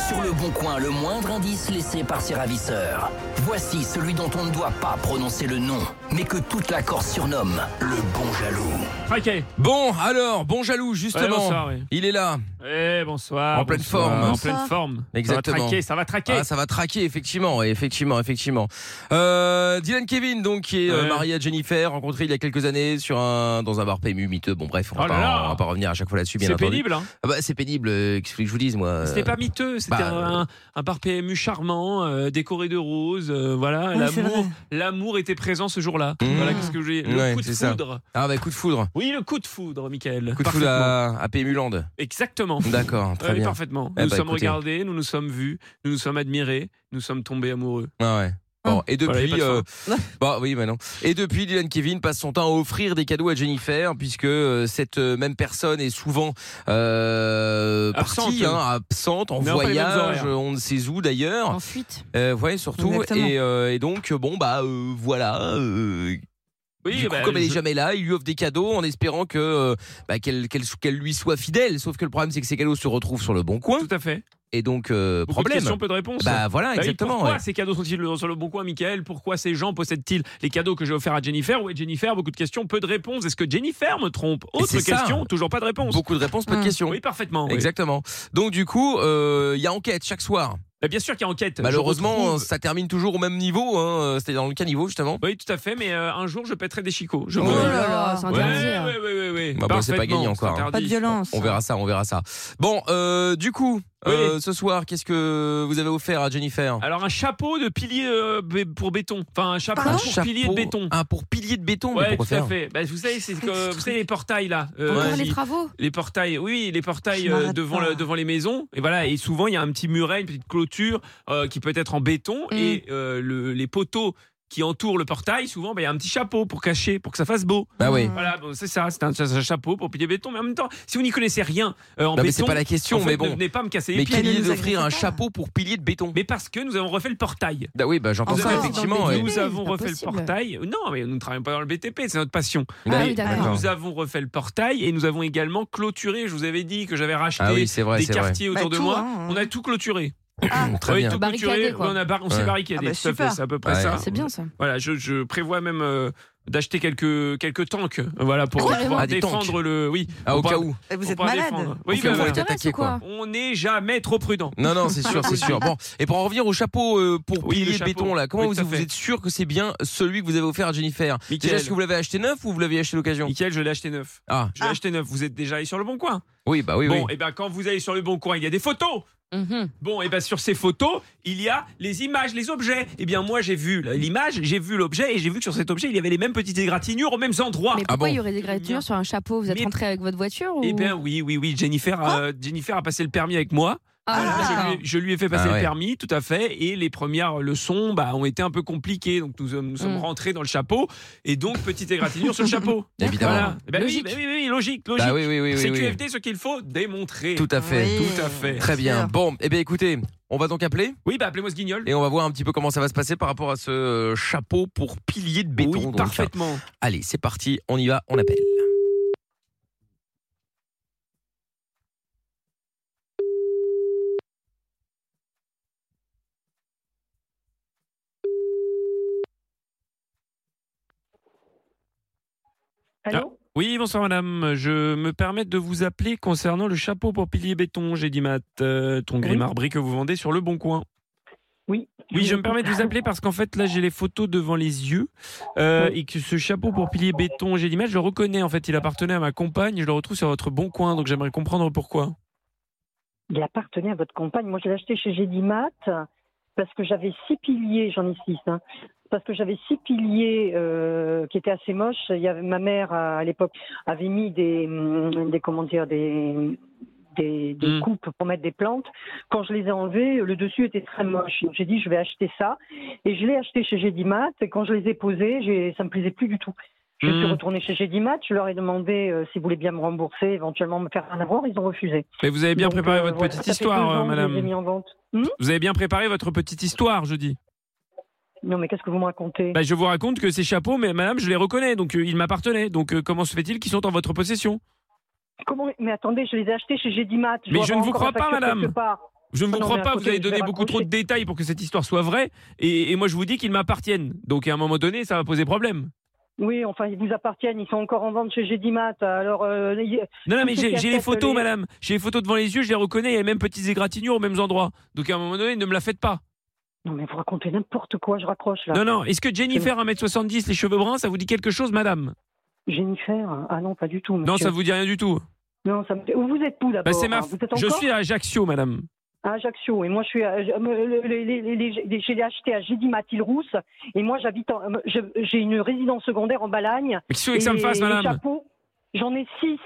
Speaker 8: Sur le bon coin, le moindre indice laissé par ses ravisseurs. Voici celui dont on ne doit pas prononcer le nom, mais que toute la Corse surnomme le bon jaloux.
Speaker 3: Traqué
Speaker 1: Bon, alors, bon jaloux, justement.
Speaker 3: Ouais, bonsoir, oui.
Speaker 1: Il est là.
Speaker 3: Eh, bonsoir.
Speaker 1: en pleine
Speaker 3: bonsoir.
Speaker 1: forme.
Speaker 3: En pleine forme.
Speaker 1: Exactement.
Speaker 3: Ça va traquer, ça va traquer.
Speaker 1: Ah, ça va traquer, effectivement, effectivement, effectivement. Euh, Dylan Kevin, donc, qui est euh,
Speaker 3: Ouais.
Speaker 1: marié à Jennifer, rencontré il y a quelques années sur un, dans un bar PMU miteux. Bon, bref, on va,
Speaker 3: Oh là
Speaker 1: pas,
Speaker 3: là.
Speaker 1: on va pas revenir à chaque fois là-dessus, bien
Speaker 3: C'est
Speaker 1: entendu.
Speaker 3: pénible, hein.
Speaker 1: Ah bah, c'est pénible, euh, qu'est-ce que je vous dise, moi.
Speaker 3: C'était
Speaker 1: euh,
Speaker 3: pas miteux, c'était
Speaker 1: bah,
Speaker 3: un, un bar PMU charmant, euh, décoré de roses. euh, voilà,
Speaker 1: Oui, c'est
Speaker 3: l'amour,
Speaker 1: vrai.
Speaker 3: l'amour était présent ce jour-là.
Speaker 1: Mmh.
Speaker 3: Voilà, qu'est-ce que j'ai. Le
Speaker 1: Ouais,
Speaker 3: coup de
Speaker 1: c'est ça.
Speaker 3: foudre.
Speaker 1: Ah, bah, coup de foudre.
Speaker 3: Oui, le coup de foudre, Michael.
Speaker 1: Coup de foudre à, à PMU Land.
Speaker 3: Exactement. Ah
Speaker 1: D'accord, très
Speaker 3: Oui,
Speaker 1: bien.
Speaker 3: parfaitement. Nous
Speaker 1: Eh
Speaker 3: nous
Speaker 1: bah,
Speaker 3: sommes
Speaker 1: écoutez.
Speaker 3: regardés, nous nous sommes vus, nous nous sommes admirés, nous sommes tombés amoureux.
Speaker 1: Ah ouais. Bon, et
Speaker 3: Voilà,
Speaker 1: depuis,
Speaker 3: y a pas de
Speaker 1: euh, bah oui, maintenant. Et depuis, Dylan Kevin passe son temps à offrir des cadeaux à Jennifer, puisque euh, cette euh, même personne est souvent euh, partie,
Speaker 3: Absente.
Speaker 1: hein, absente, en
Speaker 3: Mais on a pas les mêmes
Speaker 1: voyage,
Speaker 3: horaires.
Speaker 1: euh, on ne sait où d'ailleurs.
Speaker 4: En fuite.
Speaker 1: Euh, ouais, surtout.
Speaker 3: Exactement.
Speaker 1: Et, euh, et donc, bon, bah euh, voilà. euh,
Speaker 3: Oui,
Speaker 1: du coup,
Speaker 3: bah,
Speaker 1: comme elle est
Speaker 3: je-
Speaker 1: jamais là, il lui offre des cadeaux en espérant que euh, bah, qu'elle qu'elle qu'elle lui soit fidèle. Sauf que le problème, c'est que ces cadeaux se retrouvent sur le bon coin.
Speaker 3: Tout à fait.
Speaker 1: Et donc euh,
Speaker 3: Beaucoup
Speaker 1: problème.
Speaker 3: De questions, peu de réponses.
Speaker 1: Bah voilà,
Speaker 3: oui,
Speaker 1: exactement.
Speaker 3: Pourquoi
Speaker 1: ouais.
Speaker 3: ces cadeaux sont-ils sur le bon coin, Michael Pourquoi ces gens possèdent-ils les cadeaux que j'ai offerts à Jennifer Ouais, Jennifer, beaucoup de questions, peu de réponses. Est-ce que Jennifer me trompe
Speaker 1: Et
Speaker 3: Autre
Speaker 1: c'est ça.
Speaker 3: question, toujours pas de réponse.
Speaker 1: Beaucoup de réponses, peu
Speaker 4: Mmh.
Speaker 1: de questions.
Speaker 3: Oui, parfaitement. oui.
Speaker 1: Exactement. Donc du coup, euh, il y a enquête chaque soir.
Speaker 3: Bah, bien sûr qu'il y a enquête. Je
Speaker 1: Malheureusement,
Speaker 3: retrouve-
Speaker 1: ça termine toujours au même niveau, hein, euh, c'est-à-dire dans le cas niveau justement.
Speaker 3: Oui, tout à fait, mais euh, un jour je pèterai des chicots. Je
Speaker 1: Oh
Speaker 3: me-
Speaker 1: là
Speaker 4: là, c'est interdit,
Speaker 3: Ouais,
Speaker 4: hein.
Speaker 3: ouais, ouais, ouais, ouais.
Speaker 1: Bah bon, c'est pas
Speaker 3: Parfaitement,
Speaker 1: gagné encore.
Speaker 3: c'est
Speaker 1: hein.
Speaker 3: interdit.
Speaker 1: On verra ça, on verra ça. Bon, euh, du coup, euh, ce soir, qu'est-ce que vous avez offert à Jennifer
Speaker 3: Alors un chapeau de pilier euh, bé- pour béton. Enfin un chapeau
Speaker 1: Un
Speaker 3: pour pilier de
Speaker 1: chapeau-
Speaker 3: béton.
Speaker 1: Ah, pour pilier de béton, mais
Speaker 3: Ouais, tout
Speaker 1: pourquoi
Speaker 3: à
Speaker 1: faire
Speaker 3: fait. Bah, vous savez, c'est ce que- vous savez les portails là. euh,
Speaker 4: Encore les
Speaker 3: qui-
Speaker 4: travaux.
Speaker 3: les portails, oui, les portails
Speaker 4: Je
Speaker 3: euh,
Speaker 4: m'arrête
Speaker 3: devant,
Speaker 4: pas.
Speaker 3: le- devant les maisons. Et voilà, et souvent il y a un petit muret, une petite clôture euh, qui peut être en béton
Speaker 4: Mm.
Speaker 3: et euh, le- les poteaux qui entourent le portail, souvent bah, il y a un petit chapeau pour cacher, pour que ça fasse beau.
Speaker 1: Bah oui.
Speaker 3: Voilà, bon, c'est ça, c'est un, c'est un chapeau pour pilier béton. Mais en même temps, si vous n'y connaissez rien euh, en
Speaker 1: Non, mais
Speaker 3: béton,
Speaker 1: c'est pas la question,
Speaker 3: en fait,
Speaker 1: mais bon.
Speaker 3: ne venez pas me casser les
Speaker 1: Mais
Speaker 3: pieds.
Speaker 1: quelle idée d'offrir un chapeau pour pilier de béton
Speaker 3: Mais parce que nous avons refait le portail.
Speaker 1: Bah oui, bah j'entends
Speaker 3: Nous
Speaker 1: ça,
Speaker 3: avons-
Speaker 1: effectivement.
Speaker 3: Nous
Speaker 1: ouais.
Speaker 3: avons
Speaker 4: c'est
Speaker 3: refait le
Speaker 4: impossible.
Speaker 3: portail. Non, mais nous ne travaillons pas dans le BTP, c'est notre passion.
Speaker 1: Ah
Speaker 3: Mais
Speaker 4: oui, d'accord.
Speaker 3: nous avons refait le portail et nous avons également clôturé. Je vous avais dit que j'avais racheté
Speaker 1: Ah oui, c'est vrai,
Speaker 3: des
Speaker 1: c'est vrai.
Speaker 3: quartiers autour
Speaker 2: Bah,
Speaker 3: de
Speaker 2: tout,
Speaker 3: moi.
Speaker 2: hein.
Speaker 3: On a tout clôturé.
Speaker 1: Très
Speaker 3: Oui,
Speaker 1: bien.
Speaker 3: tout
Speaker 4: Barricadé,
Speaker 3: clôturé.
Speaker 4: quoi.
Speaker 3: Oui, On, a bar- on s'est
Speaker 1: Ouais.
Speaker 3: barricadé.
Speaker 2: Ah bah,
Speaker 3: tout à fait,
Speaker 2: super.
Speaker 3: c'est à peu près
Speaker 1: Ouais.
Speaker 3: ça.
Speaker 4: C'est bien ça.
Speaker 3: Voilà, je, je prévois même euh, d'acheter quelques quelques tanks. euh, Voilà pour pouvoir
Speaker 1: Ah, des tanks.
Speaker 3: défendre le. Oui.
Speaker 1: Ah, au
Speaker 3: pour
Speaker 1: cas
Speaker 3: pouvoir-
Speaker 1: où.
Speaker 2: Et Vous
Speaker 3: pour
Speaker 2: êtes
Speaker 3: pouvoir
Speaker 2: malade.
Speaker 3: défendre.
Speaker 1: Au
Speaker 3: Oui,
Speaker 1: cas où
Speaker 3: bah,
Speaker 1: elle
Speaker 3: voilà.
Speaker 1: t'attaque,
Speaker 4: Forteresse ou
Speaker 1: quoi.
Speaker 3: on n'est jamais trop prudent.
Speaker 1: Non, non, c'est sûr, c'est sûr. Bon, et pour en revenir au chapeau euh, pour
Speaker 3: Oui, le
Speaker 1: pilier de
Speaker 3: chapeau.
Speaker 1: béton, là, comment
Speaker 3: Oui,
Speaker 1: vous,
Speaker 3: tout à
Speaker 1: vous
Speaker 3: fait.
Speaker 1: êtes sûr que c'est bien celui que vous avez offert à Jennifer
Speaker 3: Mickaël.
Speaker 1: Déjà, est-ce que vous l'avez acheté neuf ou vous l'aviez acheté l'occasion
Speaker 3: Nickel, je l'ai acheté neuf.
Speaker 1: Ah,
Speaker 3: Je l'ai acheté neuf. Vous êtes déjà allé sur le bon coin.
Speaker 1: oui, bah oui,
Speaker 3: bon, eh,
Speaker 1: oui.
Speaker 3: et bien quand vous allez sur le bon coin, il y a des photos.
Speaker 4: Mhm.
Speaker 3: Bon, et bien sur ces photos, il y a les images, les objets. Et bien moi, j'ai vu la- l'image, j'ai vu l'objet, et j'ai vu que sur cet objet, il y avait les mêmes petites égratignures aux mêmes endroits.
Speaker 4: Mais pourquoi
Speaker 1: Ah bon
Speaker 4: il y aurait des gratures sur un chapeau Vous êtes
Speaker 3: Mais-
Speaker 4: rentré avec votre voiture ou
Speaker 3: Eh
Speaker 2: ben,
Speaker 3: bien oui, oui, oui, Jennifer, euh, Jennifer a passé le permis avec moi.
Speaker 4: Ah,
Speaker 3: Voilà, je,
Speaker 4: d'accord.
Speaker 3: lui ai, je lui ai fait passer
Speaker 1: Ah
Speaker 3: le
Speaker 1: ouais.
Speaker 3: permis, tout à fait, et les premières leçons bah, ont été un peu compliquées, donc nous, nous sommes
Speaker 4: Mm.
Speaker 3: rentrés dans le chapeau, et donc petite égratignure sur le chapeau.
Speaker 1: Évidemment.
Speaker 3: Voilà. Eh ben oui,
Speaker 4: Logique.
Speaker 3: ben oui, oui, logique, logique.
Speaker 1: Bah oui, oui, oui, oui,
Speaker 3: C'est
Speaker 1: oui.
Speaker 3: QFD ce qu'il faut démontrer.
Speaker 1: Tout à fait.
Speaker 2: Oui.
Speaker 3: eh. Tout à fait.
Speaker 1: Très bien.
Speaker 2: sûr.
Speaker 1: Bon, eh bien écoutez, on va donc appeler
Speaker 3: Oui, bah appelez-moi ce guignol.
Speaker 1: et on va voir un petit peu comment ça va se passer par rapport à ce euh, chapeau pour pilier de béton.
Speaker 3: oui,
Speaker 1: donc.
Speaker 3: parfaitement.
Speaker 1: Allez, c'est parti, on y va, on appelle.
Speaker 11: Allô
Speaker 3: Ah, Oui, bonsoir madame. Je me permets de vous appeler concernant le chapeau pour pilier béton, j'ai dit Matt, euh, ton gris
Speaker 11: Oui.
Speaker 3: marbré que vous vendez sur le Bon Coin.
Speaker 11: Oui.
Speaker 3: Oui, je me permets de vous appeler parce qu'en fait, là, j'ai les photos devant les yeux euh, et que ce chapeau pour pilier béton, j'ai l'image, je le reconnais. En fait, il appartenait à ma compagne. Je le retrouve sur votre bon coin, donc j'aimerais comprendre pourquoi.
Speaker 11: Il appartenait à votre compagne. Moi, je l'ai acheté chez Gédimat parce que j'avais six piliers, j'en ai six, hein,
Speaker 15: parce que j'avais six piliers euh, qui étaient assez moches. Il y avait, ma mère, à à l'époque, avait mis des, hum, des, comment dire, des, des, des
Speaker 16: Mm.
Speaker 15: coupes pour mettre des plantes. Quand je les ai enlevées, le dessus était très moche. Donc j'ai dit, je vais acheter ça. Et je l'ai acheté chez Gédimat. Et quand je les ai posées, j'ai- ça me plaisait plus du tout. Je suis
Speaker 3: Mm.
Speaker 15: retournée chez Gédimat. Je leur ai demandé euh, s'ils voulaient bien me rembourser, éventuellement me faire un avoir. Ils ont refusé.
Speaker 3: Mais vous avez bien
Speaker 15: Donc,
Speaker 3: préparé
Speaker 15: euh,
Speaker 3: votre
Speaker 15: voilà,
Speaker 3: petite
Speaker 15: ça fait deux
Speaker 3: histoire,
Speaker 15: ans
Speaker 3: euh,
Speaker 15: que je les ai mis
Speaker 3: madame.
Speaker 15: en vente. Hmm
Speaker 3: Vous avez bien préparé votre petite histoire, je dis.
Speaker 15: Non, mais qu'est-ce que vous me racontez
Speaker 3: Bah, je vous raconte que ces chapeaux, mais madame, je les reconnais, donc euh, ils m'appartenaient. Donc euh, comment se fait-il qu'ils sont en votre possession
Speaker 15: Comment Mais attendez, je les ai achetés chez Gédimat.
Speaker 3: Mais
Speaker 15: dois
Speaker 3: je ne
Speaker 15: avoir
Speaker 3: vous
Speaker 15: encore
Speaker 3: crois
Speaker 15: la
Speaker 3: pas,
Speaker 15: facture
Speaker 3: madame.
Speaker 15: quelque part.
Speaker 3: Je ne
Speaker 15: Ah
Speaker 3: vous
Speaker 15: non,
Speaker 3: crois
Speaker 15: mais
Speaker 3: pas,
Speaker 15: à
Speaker 3: vous
Speaker 15: côté,
Speaker 3: avez
Speaker 15: je vais
Speaker 3: donné beaucoup trop de détails pour que cette histoire soit vraie, et, et moi je vous dis qu'ils m'appartiennent. Donc à un moment donné, ça va poser problème.
Speaker 15: Oui, enfin, ils vous appartiennent, ils sont encore en vente chez Gédimat. Alors, euh, y-
Speaker 3: Non, non, mais
Speaker 15: tous ceux
Speaker 3: j'ai
Speaker 15: qui
Speaker 3: j'ai les
Speaker 15: achètent
Speaker 3: photos,
Speaker 15: les-
Speaker 3: madame. J'ai les photos devant les yeux, je les reconnais, il y a les mêmes petites égratignures aux mêmes endroits. Donc à un moment donné, ne me la faites pas.
Speaker 15: Non, mais vous racontez n'importe quoi, je raccroche là.
Speaker 3: Non, non. Est-ce que Jennifer, 1m70, les cheveux bruns, ça vous dit quelque chose, madame
Speaker 15: Jennifer Ah non, pas du tout.
Speaker 3: Non,
Speaker 15: monsieur.
Speaker 3: ça vous dit rien du tout.
Speaker 15: Non, ça me... Vous êtes où
Speaker 3: Bah,
Speaker 15: d'abord
Speaker 3: c'est ma.
Speaker 15: hein Vous êtes
Speaker 3: Je
Speaker 15: encore
Speaker 3: suis à Ajaccio, madame.
Speaker 15: à Ajaccio et moi je suis à, je- me- le- les, les, les- les- les- je l'ai acheté à Gédimat il Rousse et moi j'habite en- euh, je- j'ai une résidence secondaire en Balagne.
Speaker 3: Mais qu'est-ce que vous voulez que ça
Speaker 15: Et
Speaker 3: me fasse,
Speaker 15: les
Speaker 3: madame
Speaker 15: chapeaux, J'en ai six,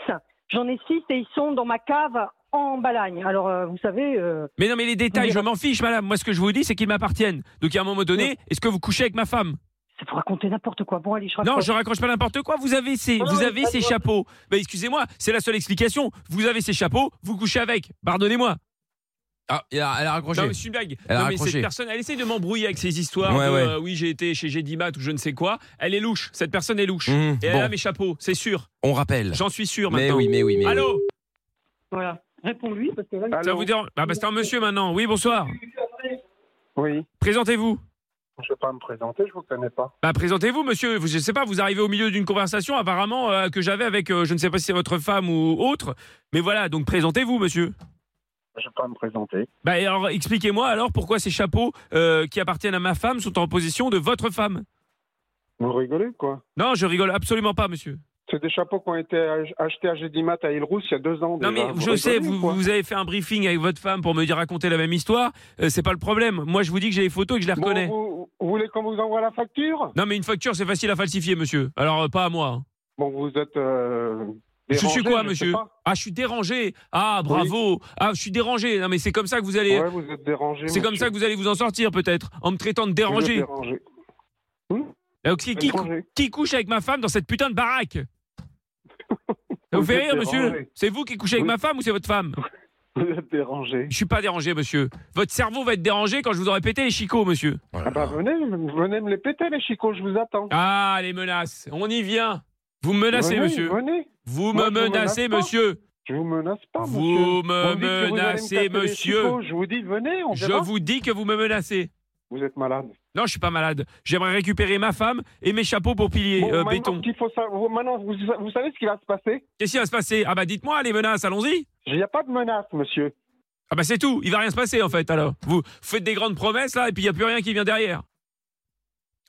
Speaker 15: j'en ai six et ils sont dans ma cave en Balagne. Alors euh, vous savez. euh,
Speaker 3: Mais non, mais les détails, je m'en fiche, madame. Moi, ce que je vous dis, c'est qu'ils m'appartiennent. Donc, à un moment donné, est-ce que vous couchez avec ma femme
Speaker 15: C'est pour raconter n'importe quoi. Bon, allez, je raccroche.
Speaker 3: Non, je raccroche pas n'importe quoi. Vous avez ces,
Speaker 15: Non, non,
Speaker 3: vous
Speaker 15: mais
Speaker 3: avez
Speaker 15: pas
Speaker 3: ces
Speaker 15: de-
Speaker 3: chapeaux. Bah, excusez-moi, c'est la seule explication. Vous avez ces chapeaux, vous couchez avec. Pardonnez-moi.
Speaker 1: Ah, elle a, elle a raccroché.
Speaker 3: Non, mais c'est une blague.
Speaker 1: Elle a
Speaker 3: non, mais
Speaker 1: raccroché.
Speaker 3: cette personne, elle essaie de m'embrouiller avec ces histoires.
Speaker 1: Ouais,
Speaker 3: de,
Speaker 1: ouais.
Speaker 3: euh, oui, j'ai été chez Gédimat ou je ne sais quoi. Elle est louche. Cette personne est louche.
Speaker 1: Mmh,
Speaker 3: Et elle
Speaker 1: bon.
Speaker 3: a mes chapeaux, c'est sûr.
Speaker 1: On rappelle.
Speaker 3: J'en suis sûr
Speaker 1: Mais
Speaker 3: maintenant.
Speaker 1: oui, mais oui, mais
Speaker 3: Allô
Speaker 15: Voilà, réponds-lui parce que là.
Speaker 3: Ça vous dérange Ah, bah, c'est un monsieur maintenant. Oui, bonsoir.
Speaker 12: Oui.
Speaker 3: Présentez-vous.
Speaker 12: Je ne vais pas me présenter, je vous connais pas.
Speaker 3: Bah, présentez-vous, monsieur. Vous- Je sais pas, vous arrivez au milieu d'une conversation apparemment euh, que j'avais avec, euh, je ne sais pas si c'est votre femme ou autre. Mais voilà, donc présentez-vous, monsieur.
Speaker 12: Je ne vais pas me présenter.
Speaker 3: Bah, et alors, expliquez-moi alors pourquoi ces chapeaux euh, qui appartiennent à ma femme sont en possession de votre femme.
Speaker 12: Vous rigolez, quoi
Speaker 3: Non, je rigole absolument pas, monsieur.
Speaker 12: C'est des chapeaux qui ont été ach- achetés à Gédimat à Ilrousse il y a deux ans.
Speaker 3: Non
Speaker 12: déjà.
Speaker 3: mais
Speaker 12: Ah, Vous
Speaker 3: je sais,
Speaker 12: rigolez ou
Speaker 3: vous,
Speaker 12: quoi
Speaker 3: vous avez fait un briefing avec votre femme pour me dire raconter la même histoire. Euh, c'est pas le problème. Moi, je vous dis que j'ai les photos et que je les
Speaker 12: Bon,
Speaker 3: reconnais.
Speaker 12: vous, vous voulez qu'on vous envoie la facture
Speaker 3: Non mais une facture, c'est facile à falsifier, monsieur. Alors euh, pas à moi. hein.
Speaker 12: Bon, vous êtes. euh,
Speaker 3: je suis
Speaker 12: dérangé,
Speaker 3: quoi,
Speaker 12: je sais
Speaker 3: monsieur
Speaker 12: pas.
Speaker 3: Ah, je suis dérangé. Ah, bravo. Ah, je suis dérangé. Non mais c'est comme ça que vous allez.
Speaker 12: Ouais, vous êtes dérangé.
Speaker 3: c'est comme
Speaker 12: monsieur.
Speaker 3: ça que vous allez vous en sortir peut-être en me traitant de
Speaker 12: Vous êtes
Speaker 3: dérangé.
Speaker 12: dérangé.
Speaker 3: Alors, qui, qui-
Speaker 12: Dérangé.
Speaker 3: qui couche avec ma femme dans cette putain de baraque Ça vous
Speaker 12: Vous
Speaker 3: fait
Speaker 12: êtes
Speaker 3: rire, monsieur
Speaker 12: dérangé.
Speaker 3: C'est vous qui couchez avec
Speaker 12: Oui.
Speaker 3: ma femme ou c'est votre femme
Speaker 12: Vous êtes dérangé.
Speaker 3: Je suis pas dérangé, monsieur. Votre cerveau va être dérangé quand je vous aurai pété les chicots, monsieur.
Speaker 12: Ah bah, venez, venez me les péter, les chicots, je vous attends.
Speaker 3: Ah, les menaces. On y vient. Vous me menacez,
Speaker 12: Venez,
Speaker 3: monsieur.
Speaker 12: venez.
Speaker 3: Vous
Speaker 12: Moi,
Speaker 3: me
Speaker 12: je vous
Speaker 3: menacez,
Speaker 12: menace pas.
Speaker 3: monsieur.
Speaker 12: Je vous menace pas,
Speaker 3: Vous
Speaker 12: monsieur.
Speaker 3: me
Speaker 12: On dit que vous allez
Speaker 3: menacez,
Speaker 12: casser les
Speaker 3: monsieur.
Speaker 12: chicots, Je vous dis, venez, on
Speaker 3: Je
Speaker 12: verra.
Speaker 3: vous dis que vous me menacez.
Speaker 12: Vous êtes malade.
Speaker 3: Non, je suis pas malade. J'aimerais récupérer ma femme et mes chapeaux pour pilier
Speaker 12: Bon,
Speaker 3: euh,
Speaker 12: maintenant,
Speaker 3: béton.
Speaker 12: qu'il faut sa- vous- maintenant, vous, vous savez ce qui va se passer
Speaker 3: Qu'est-ce qui va se passer Ah bah dites-moi les menaces, allons-y.
Speaker 12: Il n'y a pas de menace, monsieur.
Speaker 3: Ah bah c'est tout, il va rien se passer en fait alors. Vous faites des grandes promesses là et puis il n'y a plus rien qui vient derrière.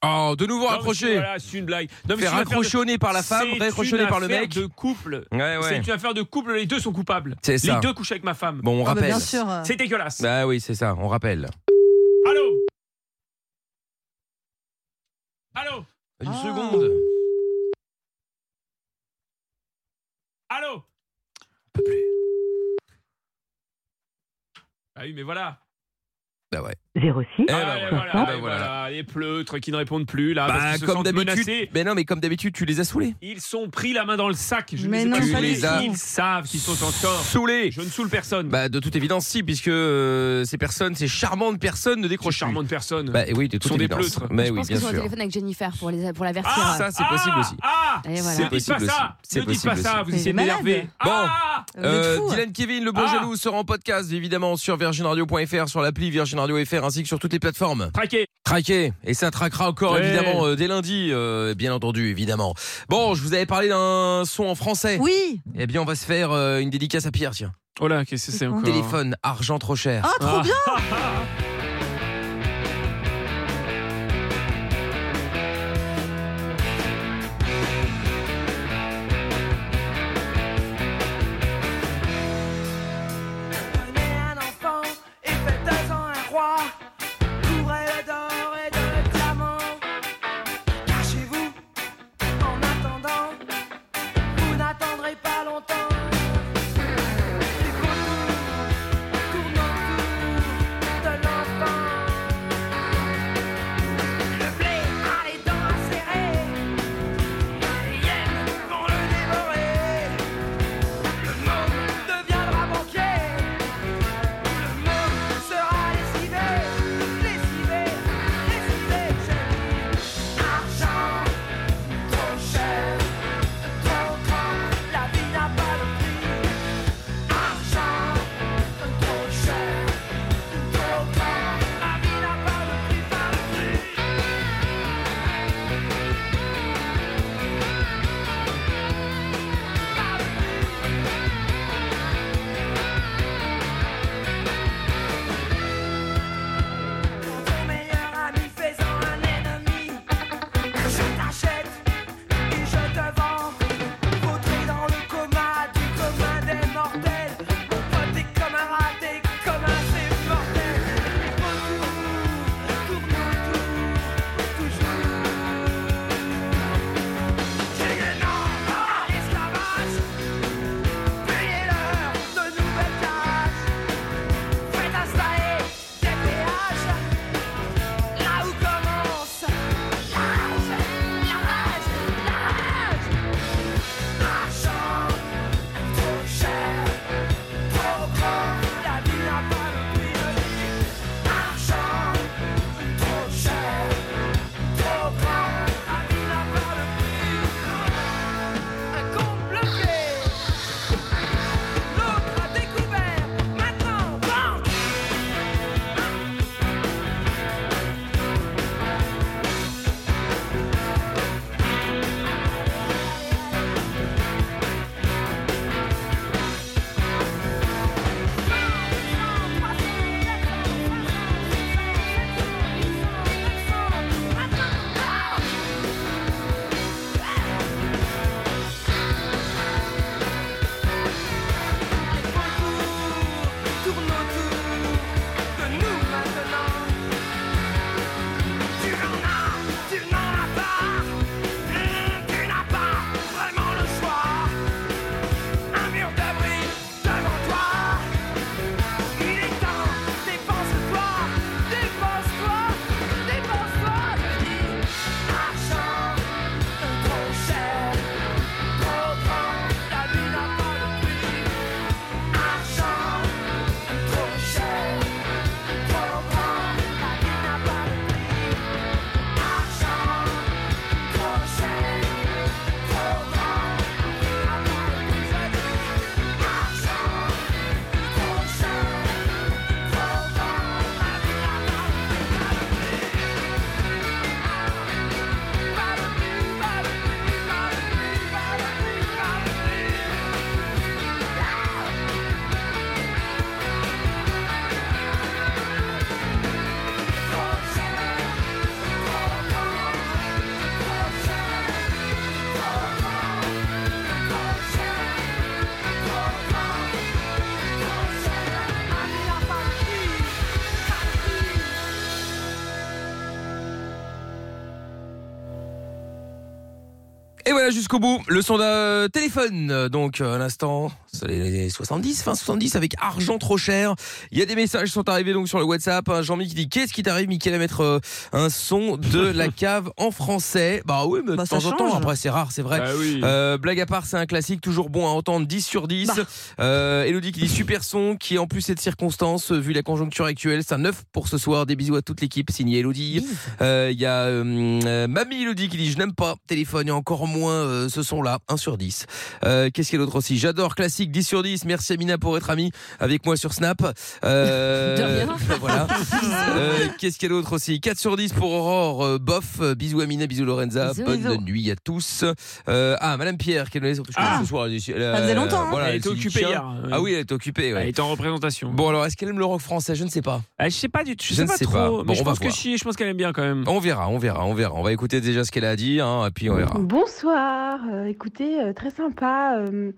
Speaker 1: Oh, de nouveau
Speaker 3: Non, monsieur,
Speaker 1: raccroché.
Speaker 3: Voilà, c'est une blague.
Speaker 1: Fait raccrochonner par la femme, raccrochonner
Speaker 3: raccrochonné
Speaker 1: par le mec.
Speaker 3: de couple.
Speaker 1: Ouais, ouais.
Speaker 3: C'est une affaire de couple, les deux sont coupables.
Speaker 1: C'est ça.
Speaker 3: Les deux couchent avec ma femme.
Speaker 1: Bon, on rappelle.
Speaker 3: C'est dégueulasse.
Speaker 1: Bah oui, c'est ça, on rappelle.
Speaker 3: Allô Allô
Speaker 1: Une seconde.
Speaker 3: Allô Ah oui, mais voilà.
Speaker 1: Bah ouais.
Speaker 17: 06
Speaker 3: Ah, et voilà,
Speaker 1: Ah, bah
Speaker 3: et
Speaker 1: voilà.
Speaker 3: voilà, les pleutres qui ne répondent plus là.
Speaker 1: Bah,
Speaker 3: parce qu'ils se
Speaker 1: comme
Speaker 3: sentent
Speaker 1: d'habitude.
Speaker 3: menacés.
Speaker 1: Mais non, mais comme d'habitude, tu les as saoulés.
Speaker 3: Ils sont pris la main dans le sac. Je
Speaker 1: Mais
Speaker 3: ne
Speaker 1: non,
Speaker 3: les ai
Speaker 1: pas
Speaker 3: pas
Speaker 1: du
Speaker 3: saoulés.
Speaker 1: tout.
Speaker 3: Ils savent qu'ils sont en tort.
Speaker 1: Saoulés.
Speaker 3: Je ne saoule personne.
Speaker 1: Bah de toute évidence si puisque euh, ces personnes, ces charmantes personnes ne décrochent
Speaker 3: charmantes personnes.
Speaker 1: Bah oui, de
Speaker 3: Ce
Speaker 1: toute
Speaker 3: sont des
Speaker 1: évidence.
Speaker 3: pleutres.
Speaker 1: Mais
Speaker 4: Je
Speaker 1: eh oui,
Speaker 4: pense
Speaker 1: bien
Speaker 4: qu'ils sont au
Speaker 1: sûr.
Speaker 4: téléphone avec Jennifer pour, les, pour l'avertir.
Speaker 1: Ah, ça c'est possible aussi.
Speaker 3: Ah
Speaker 4: Et voilà.
Speaker 1: C'est
Speaker 3: Ne dites
Speaker 1: possible
Speaker 3: pas ça.
Speaker 1: aussi. C'est
Speaker 3: Ne dites
Speaker 1: possible
Speaker 3: pas ça,
Speaker 1: aussi.
Speaker 3: vous essayez de
Speaker 1: Bon,
Speaker 3: m'énerver. Ah
Speaker 1: bon,
Speaker 3: Vous
Speaker 1: euh,
Speaker 3: êtes fous.
Speaker 1: Dylan Kevin, le bon
Speaker 3: Ah.
Speaker 1: jaloux sera en podcast évidemment sur virginradio.fr, sur l'appli virginradio.fr ainsi que sur toutes les plateformes.
Speaker 3: Traqué.
Speaker 1: Traqué. Et ça traquera encore
Speaker 3: Ouais.
Speaker 1: évidemment euh, dès lundi, euh, bien entendu évidemment. Bon, je vous avais parlé d'un son en français.
Speaker 2: Oui.
Speaker 1: Eh bien, on va se faire euh, une dédicace à Pierre, tiens.
Speaker 3: Oh là, qu'est-ce que c'est encore
Speaker 1: Téléphone, argent trop cher.
Speaker 2: Ah, trop bien
Speaker 7: Prenez un enfant et faites-en un roi. Couvrez le d'or et de diamants.
Speaker 1: Voilà jusqu'au bout le sondage téléphone. euh, Donc euh, à l'instant, c'est les 70, fin 70 avec argent trop cher. Il y a des messages qui sont arrivés donc sur le WhatsApp. Hein, Jean-Mi qui dit qu'est-ce qui t'arrive, Mickaël, à mettre euh, un son de la cave en français Bah oui, mais
Speaker 2: Bah,
Speaker 1: de
Speaker 2: ça
Speaker 1: temps en temps.
Speaker 2: change.
Speaker 1: Après c'est rare, c'est vrai. Euh, blague à part, c'est un classique toujours bon à entendre. 10 sur 10.
Speaker 2: Bah,
Speaker 1: Euh, Elodie qui dit super son, qui en plus cette circonstance, euh, vu la conjoncture actuelle, c'est un 9 pour ce soir. Des bisous à toute l'équipe, signé Elodie. Euh, Il y a euh, euh, Mamie Elodie qui dit je n'aime pas téléphone et encore moins euh, ce son-là, 1 sur 10. Euh, Qu'est-ce qu'il y a d'autre aussi J'adore classique, 10 sur 10. Merci Amina pour être amie avec moi sur Snap. Euh,
Speaker 7: De rien.
Speaker 1: Voilà. Euh, Qu'est-ce qu'il y a d'autre aussi 4 sur 10 pour Aurore, euh, bof. Euh, Bisous Amina, bisous Lorenza.
Speaker 3: Bisous,
Speaker 1: Bonne
Speaker 3: bisous.
Speaker 1: nuit à tous. Euh, ah, Madame Pierre qui est nommée ce soir. Elle, elle,
Speaker 3: Ça faisait longtemps, hein.
Speaker 1: voilà,
Speaker 3: Ah. Elle était
Speaker 1: s'est dit,
Speaker 3: occupée
Speaker 1: tiens.
Speaker 3: hier. euh.
Speaker 1: Ah oui, elle était occupée.
Speaker 3: Elle
Speaker 1: ouais.
Speaker 3: était en représentation.
Speaker 1: Bon, alors, est-ce qu'elle aime le rock français Je ne sais pas.
Speaker 3: Ah, je sais pas du tout. Je,
Speaker 1: Je
Speaker 3: sais
Speaker 1: ne
Speaker 3: pas
Speaker 1: sais
Speaker 3: trop.
Speaker 1: pas.
Speaker 3: mais
Speaker 1: Bon,
Speaker 3: je
Speaker 1: on va
Speaker 3: pense que
Speaker 1: voir.
Speaker 3: si, je pense qu'elle aime bien quand même.
Speaker 1: On verra, on verra, on verra. On va écouter déjà ce qu'elle a dit, hein, et puis on verra.
Speaker 16: Bonsoir, euh, écoutez, euh, très sympa. euh,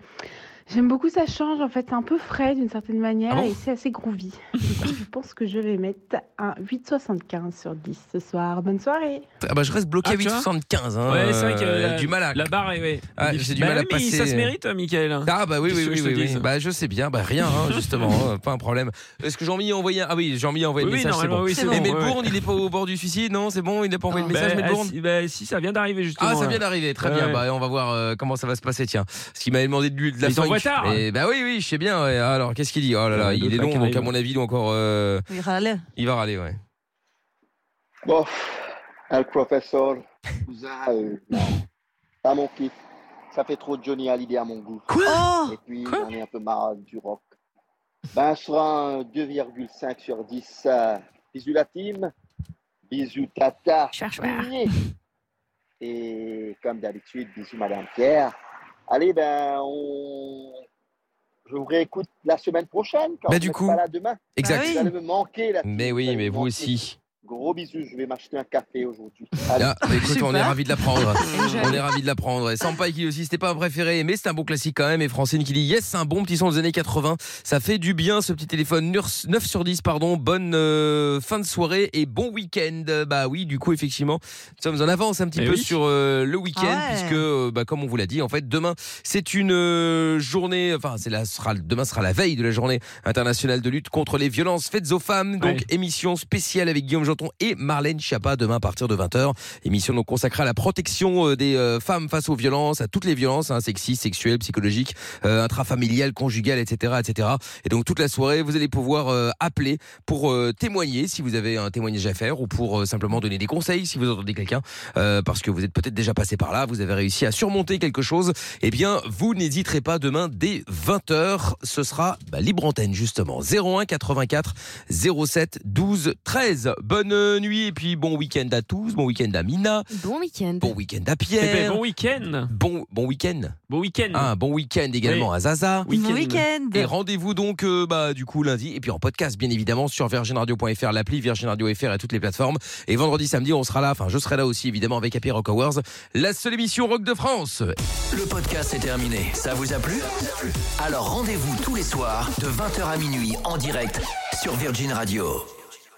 Speaker 16: J'aime beaucoup, ça change en fait, c'est un peu frais d'une certaine manière
Speaker 1: Ah bon
Speaker 16: et c'est assez groovy. Du coup, je pense que je vais mettre un 8,75 sur 10 ce soir. Bonne soirée.
Speaker 1: Ah bah, je reste bloqué
Speaker 3: Ah,
Speaker 1: à
Speaker 3: tu vois
Speaker 1: 8,75. Hein,
Speaker 3: Ouais, c'est vrai que
Speaker 1: Euh,
Speaker 3: la-
Speaker 1: du mal à.
Speaker 3: La barre est. Ouais.
Speaker 1: Ah, j'ai du
Speaker 3: Bah
Speaker 1: mal à
Speaker 3: oui, mais
Speaker 1: passer. euh.
Speaker 3: Ça se mérite, hein, Michael.
Speaker 1: Ah bah oui,
Speaker 3: Qu'est-ce
Speaker 1: oui,
Speaker 3: que
Speaker 1: oui,
Speaker 3: je te
Speaker 1: oui, oui.
Speaker 3: dise
Speaker 1: Bah je sais bien, bah rien, hein, justement, hein, pas un problème. Est-ce que Jean-Mi a envoyé un... Ah oui, Jean-Mi a envoyé
Speaker 3: Oui,
Speaker 1: le
Speaker 3: oui,
Speaker 1: message, c'est
Speaker 3: normalement,
Speaker 1: bon.
Speaker 3: oui, c'est
Speaker 1: Et
Speaker 3: bon, ouais,
Speaker 1: Melbourne, il est pas au bord du suicide, non, c'est bon, il n'a pas envoyé de
Speaker 3: Bah,
Speaker 1: message,
Speaker 3: ah,
Speaker 1: Melbourne
Speaker 3: si, bah, si, ça vient d'arriver justement.
Speaker 1: Ah, ça
Speaker 3: là.
Speaker 1: vient d'arriver, très
Speaker 3: Ouais. Eh ben,
Speaker 1: bien. Bah, on va voir euh, comment ça va se passer, tiens. Parce qu'il m'avait demandé de lui de la
Speaker 3: Mais il t'envoie
Speaker 1: funk.
Speaker 3: tard. Euh,
Speaker 1: Et bah oui, oui, je sais bien. ouais. Alors, qu'est-ce qu'il dit Oh là là,
Speaker 3: Ouais,
Speaker 1: il
Speaker 3: d'autres
Speaker 1: est
Speaker 3: là qui
Speaker 1: long, donc à
Speaker 3: arrivent.
Speaker 1: mon avis, il est encore. euh,
Speaker 2: Il râlait.
Speaker 1: Il va râler, ouais.
Speaker 17: Bof, el professeur Cousin, euh, non. pas mon kiff. Ça fait trop Johnny Hallyday à mon goût.
Speaker 4: Oh
Speaker 17: Et puis, on est un peu marre du rock. Ben, sur un 2,5 sur 10. euh, bisous la team. Bisous Tata. Et comme d'habitude, bisous Madame Pierre. Allez, ben, on... je vous réécoute la semaine prochaine. Quand
Speaker 1: Ben,
Speaker 17: vous
Speaker 1: du
Speaker 17: êtes
Speaker 1: coup.
Speaker 17: Pas là demain.
Speaker 1: Exact. Ah
Speaker 17: Vous allez me manquer, la
Speaker 1: Mais oui, mais vous aussi.
Speaker 17: Gros bisous, je vais m'acheter un café aujourd'hui.
Speaker 1: Ah, bah, écoute, on est
Speaker 17: Super.
Speaker 1: ravis de l'apprendre.
Speaker 17: Enjoy.
Speaker 1: on est ravis de l'apprendre. Et Sampai qui dit aussi, c'était pas un préféré, mais c'est un bon classique quand même. Et Francine qui dit, yes, c'est un bon petit son des années 80. Ça fait du bien ce petit téléphone. Nurs- 9 sur 10, pardon. Bonne euh, fin de soirée et bon week-end. Bah oui, du coup, effectivement, nous sommes en avance un petit
Speaker 3: Eh
Speaker 1: peu
Speaker 3: oui.
Speaker 1: sur euh, le week-end,
Speaker 3: Ah ouais.
Speaker 1: puisque, euh, bah, comme on vous l'a dit, en fait, demain, c'est une euh, journée, enfin, c'est la, sera, demain sera la veille de la journée internationale de lutte contre les violences faites aux femmes. Donc,
Speaker 3: Ouais.
Speaker 1: émission spéciale avec Guillaume Janton et Marlène Schiappa demain à partir de 20h. Émission donc consacrée à la protection euh, des euh, femmes face aux violences, à toutes les violences, hein, sexistes, sexuelles, psychologiques, euh, intrafamiliales, conjugales, etc., etc. Et donc toute la soirée, vous allez pouvoir euh, appeler pour euh, témoigner si vous avez un témoignage à faire ou pour euh, simplement donner des conseils si vous entendez quelqu'un euh, parce que vous êtes peut-être déjà passé par là, vous avez réussi à surmonter quelque chose. Eh bien, vous n'hésiterez pas demain dès 20h, ce sera bah, libre antenne justement 01 84 07 12 13. Bonne euh, nuit et puis bon week-end à tous, bon week-end à Mina,
Speaker 4: Bon week-end.
Speaker 1: bon week-end à
Speaker 3: Eh ben,
Speaker 1: Pierre,
Speaker 3: bon week-end.
Speaker 1: bon bon week-end.
Speaker 3: Bon week-end.
Speaker 1: Ah, bon week-end également
Speaker 3: Oui.
Speaker 1: à Zaza.
Speaker 3: Week-end. Bon week-end.
Speaker 1: Et rendez-vous donc euh, bah, du coup lundi et puis en podcast bien évidemment sur virginradio.fr, l'appli Virgin Radio FR et toutes les plateformes. Et vendredi, samedi, on sera là. Enfin, je serai là aussi évidemment avec Happy Rock Awards, la seule émission rock de France.
Speaker 8: Le podcast est terminé. Ça vous a plu Alors rendez-vous tous les soirs de 20h à minuit en direct sur Virgin Radio.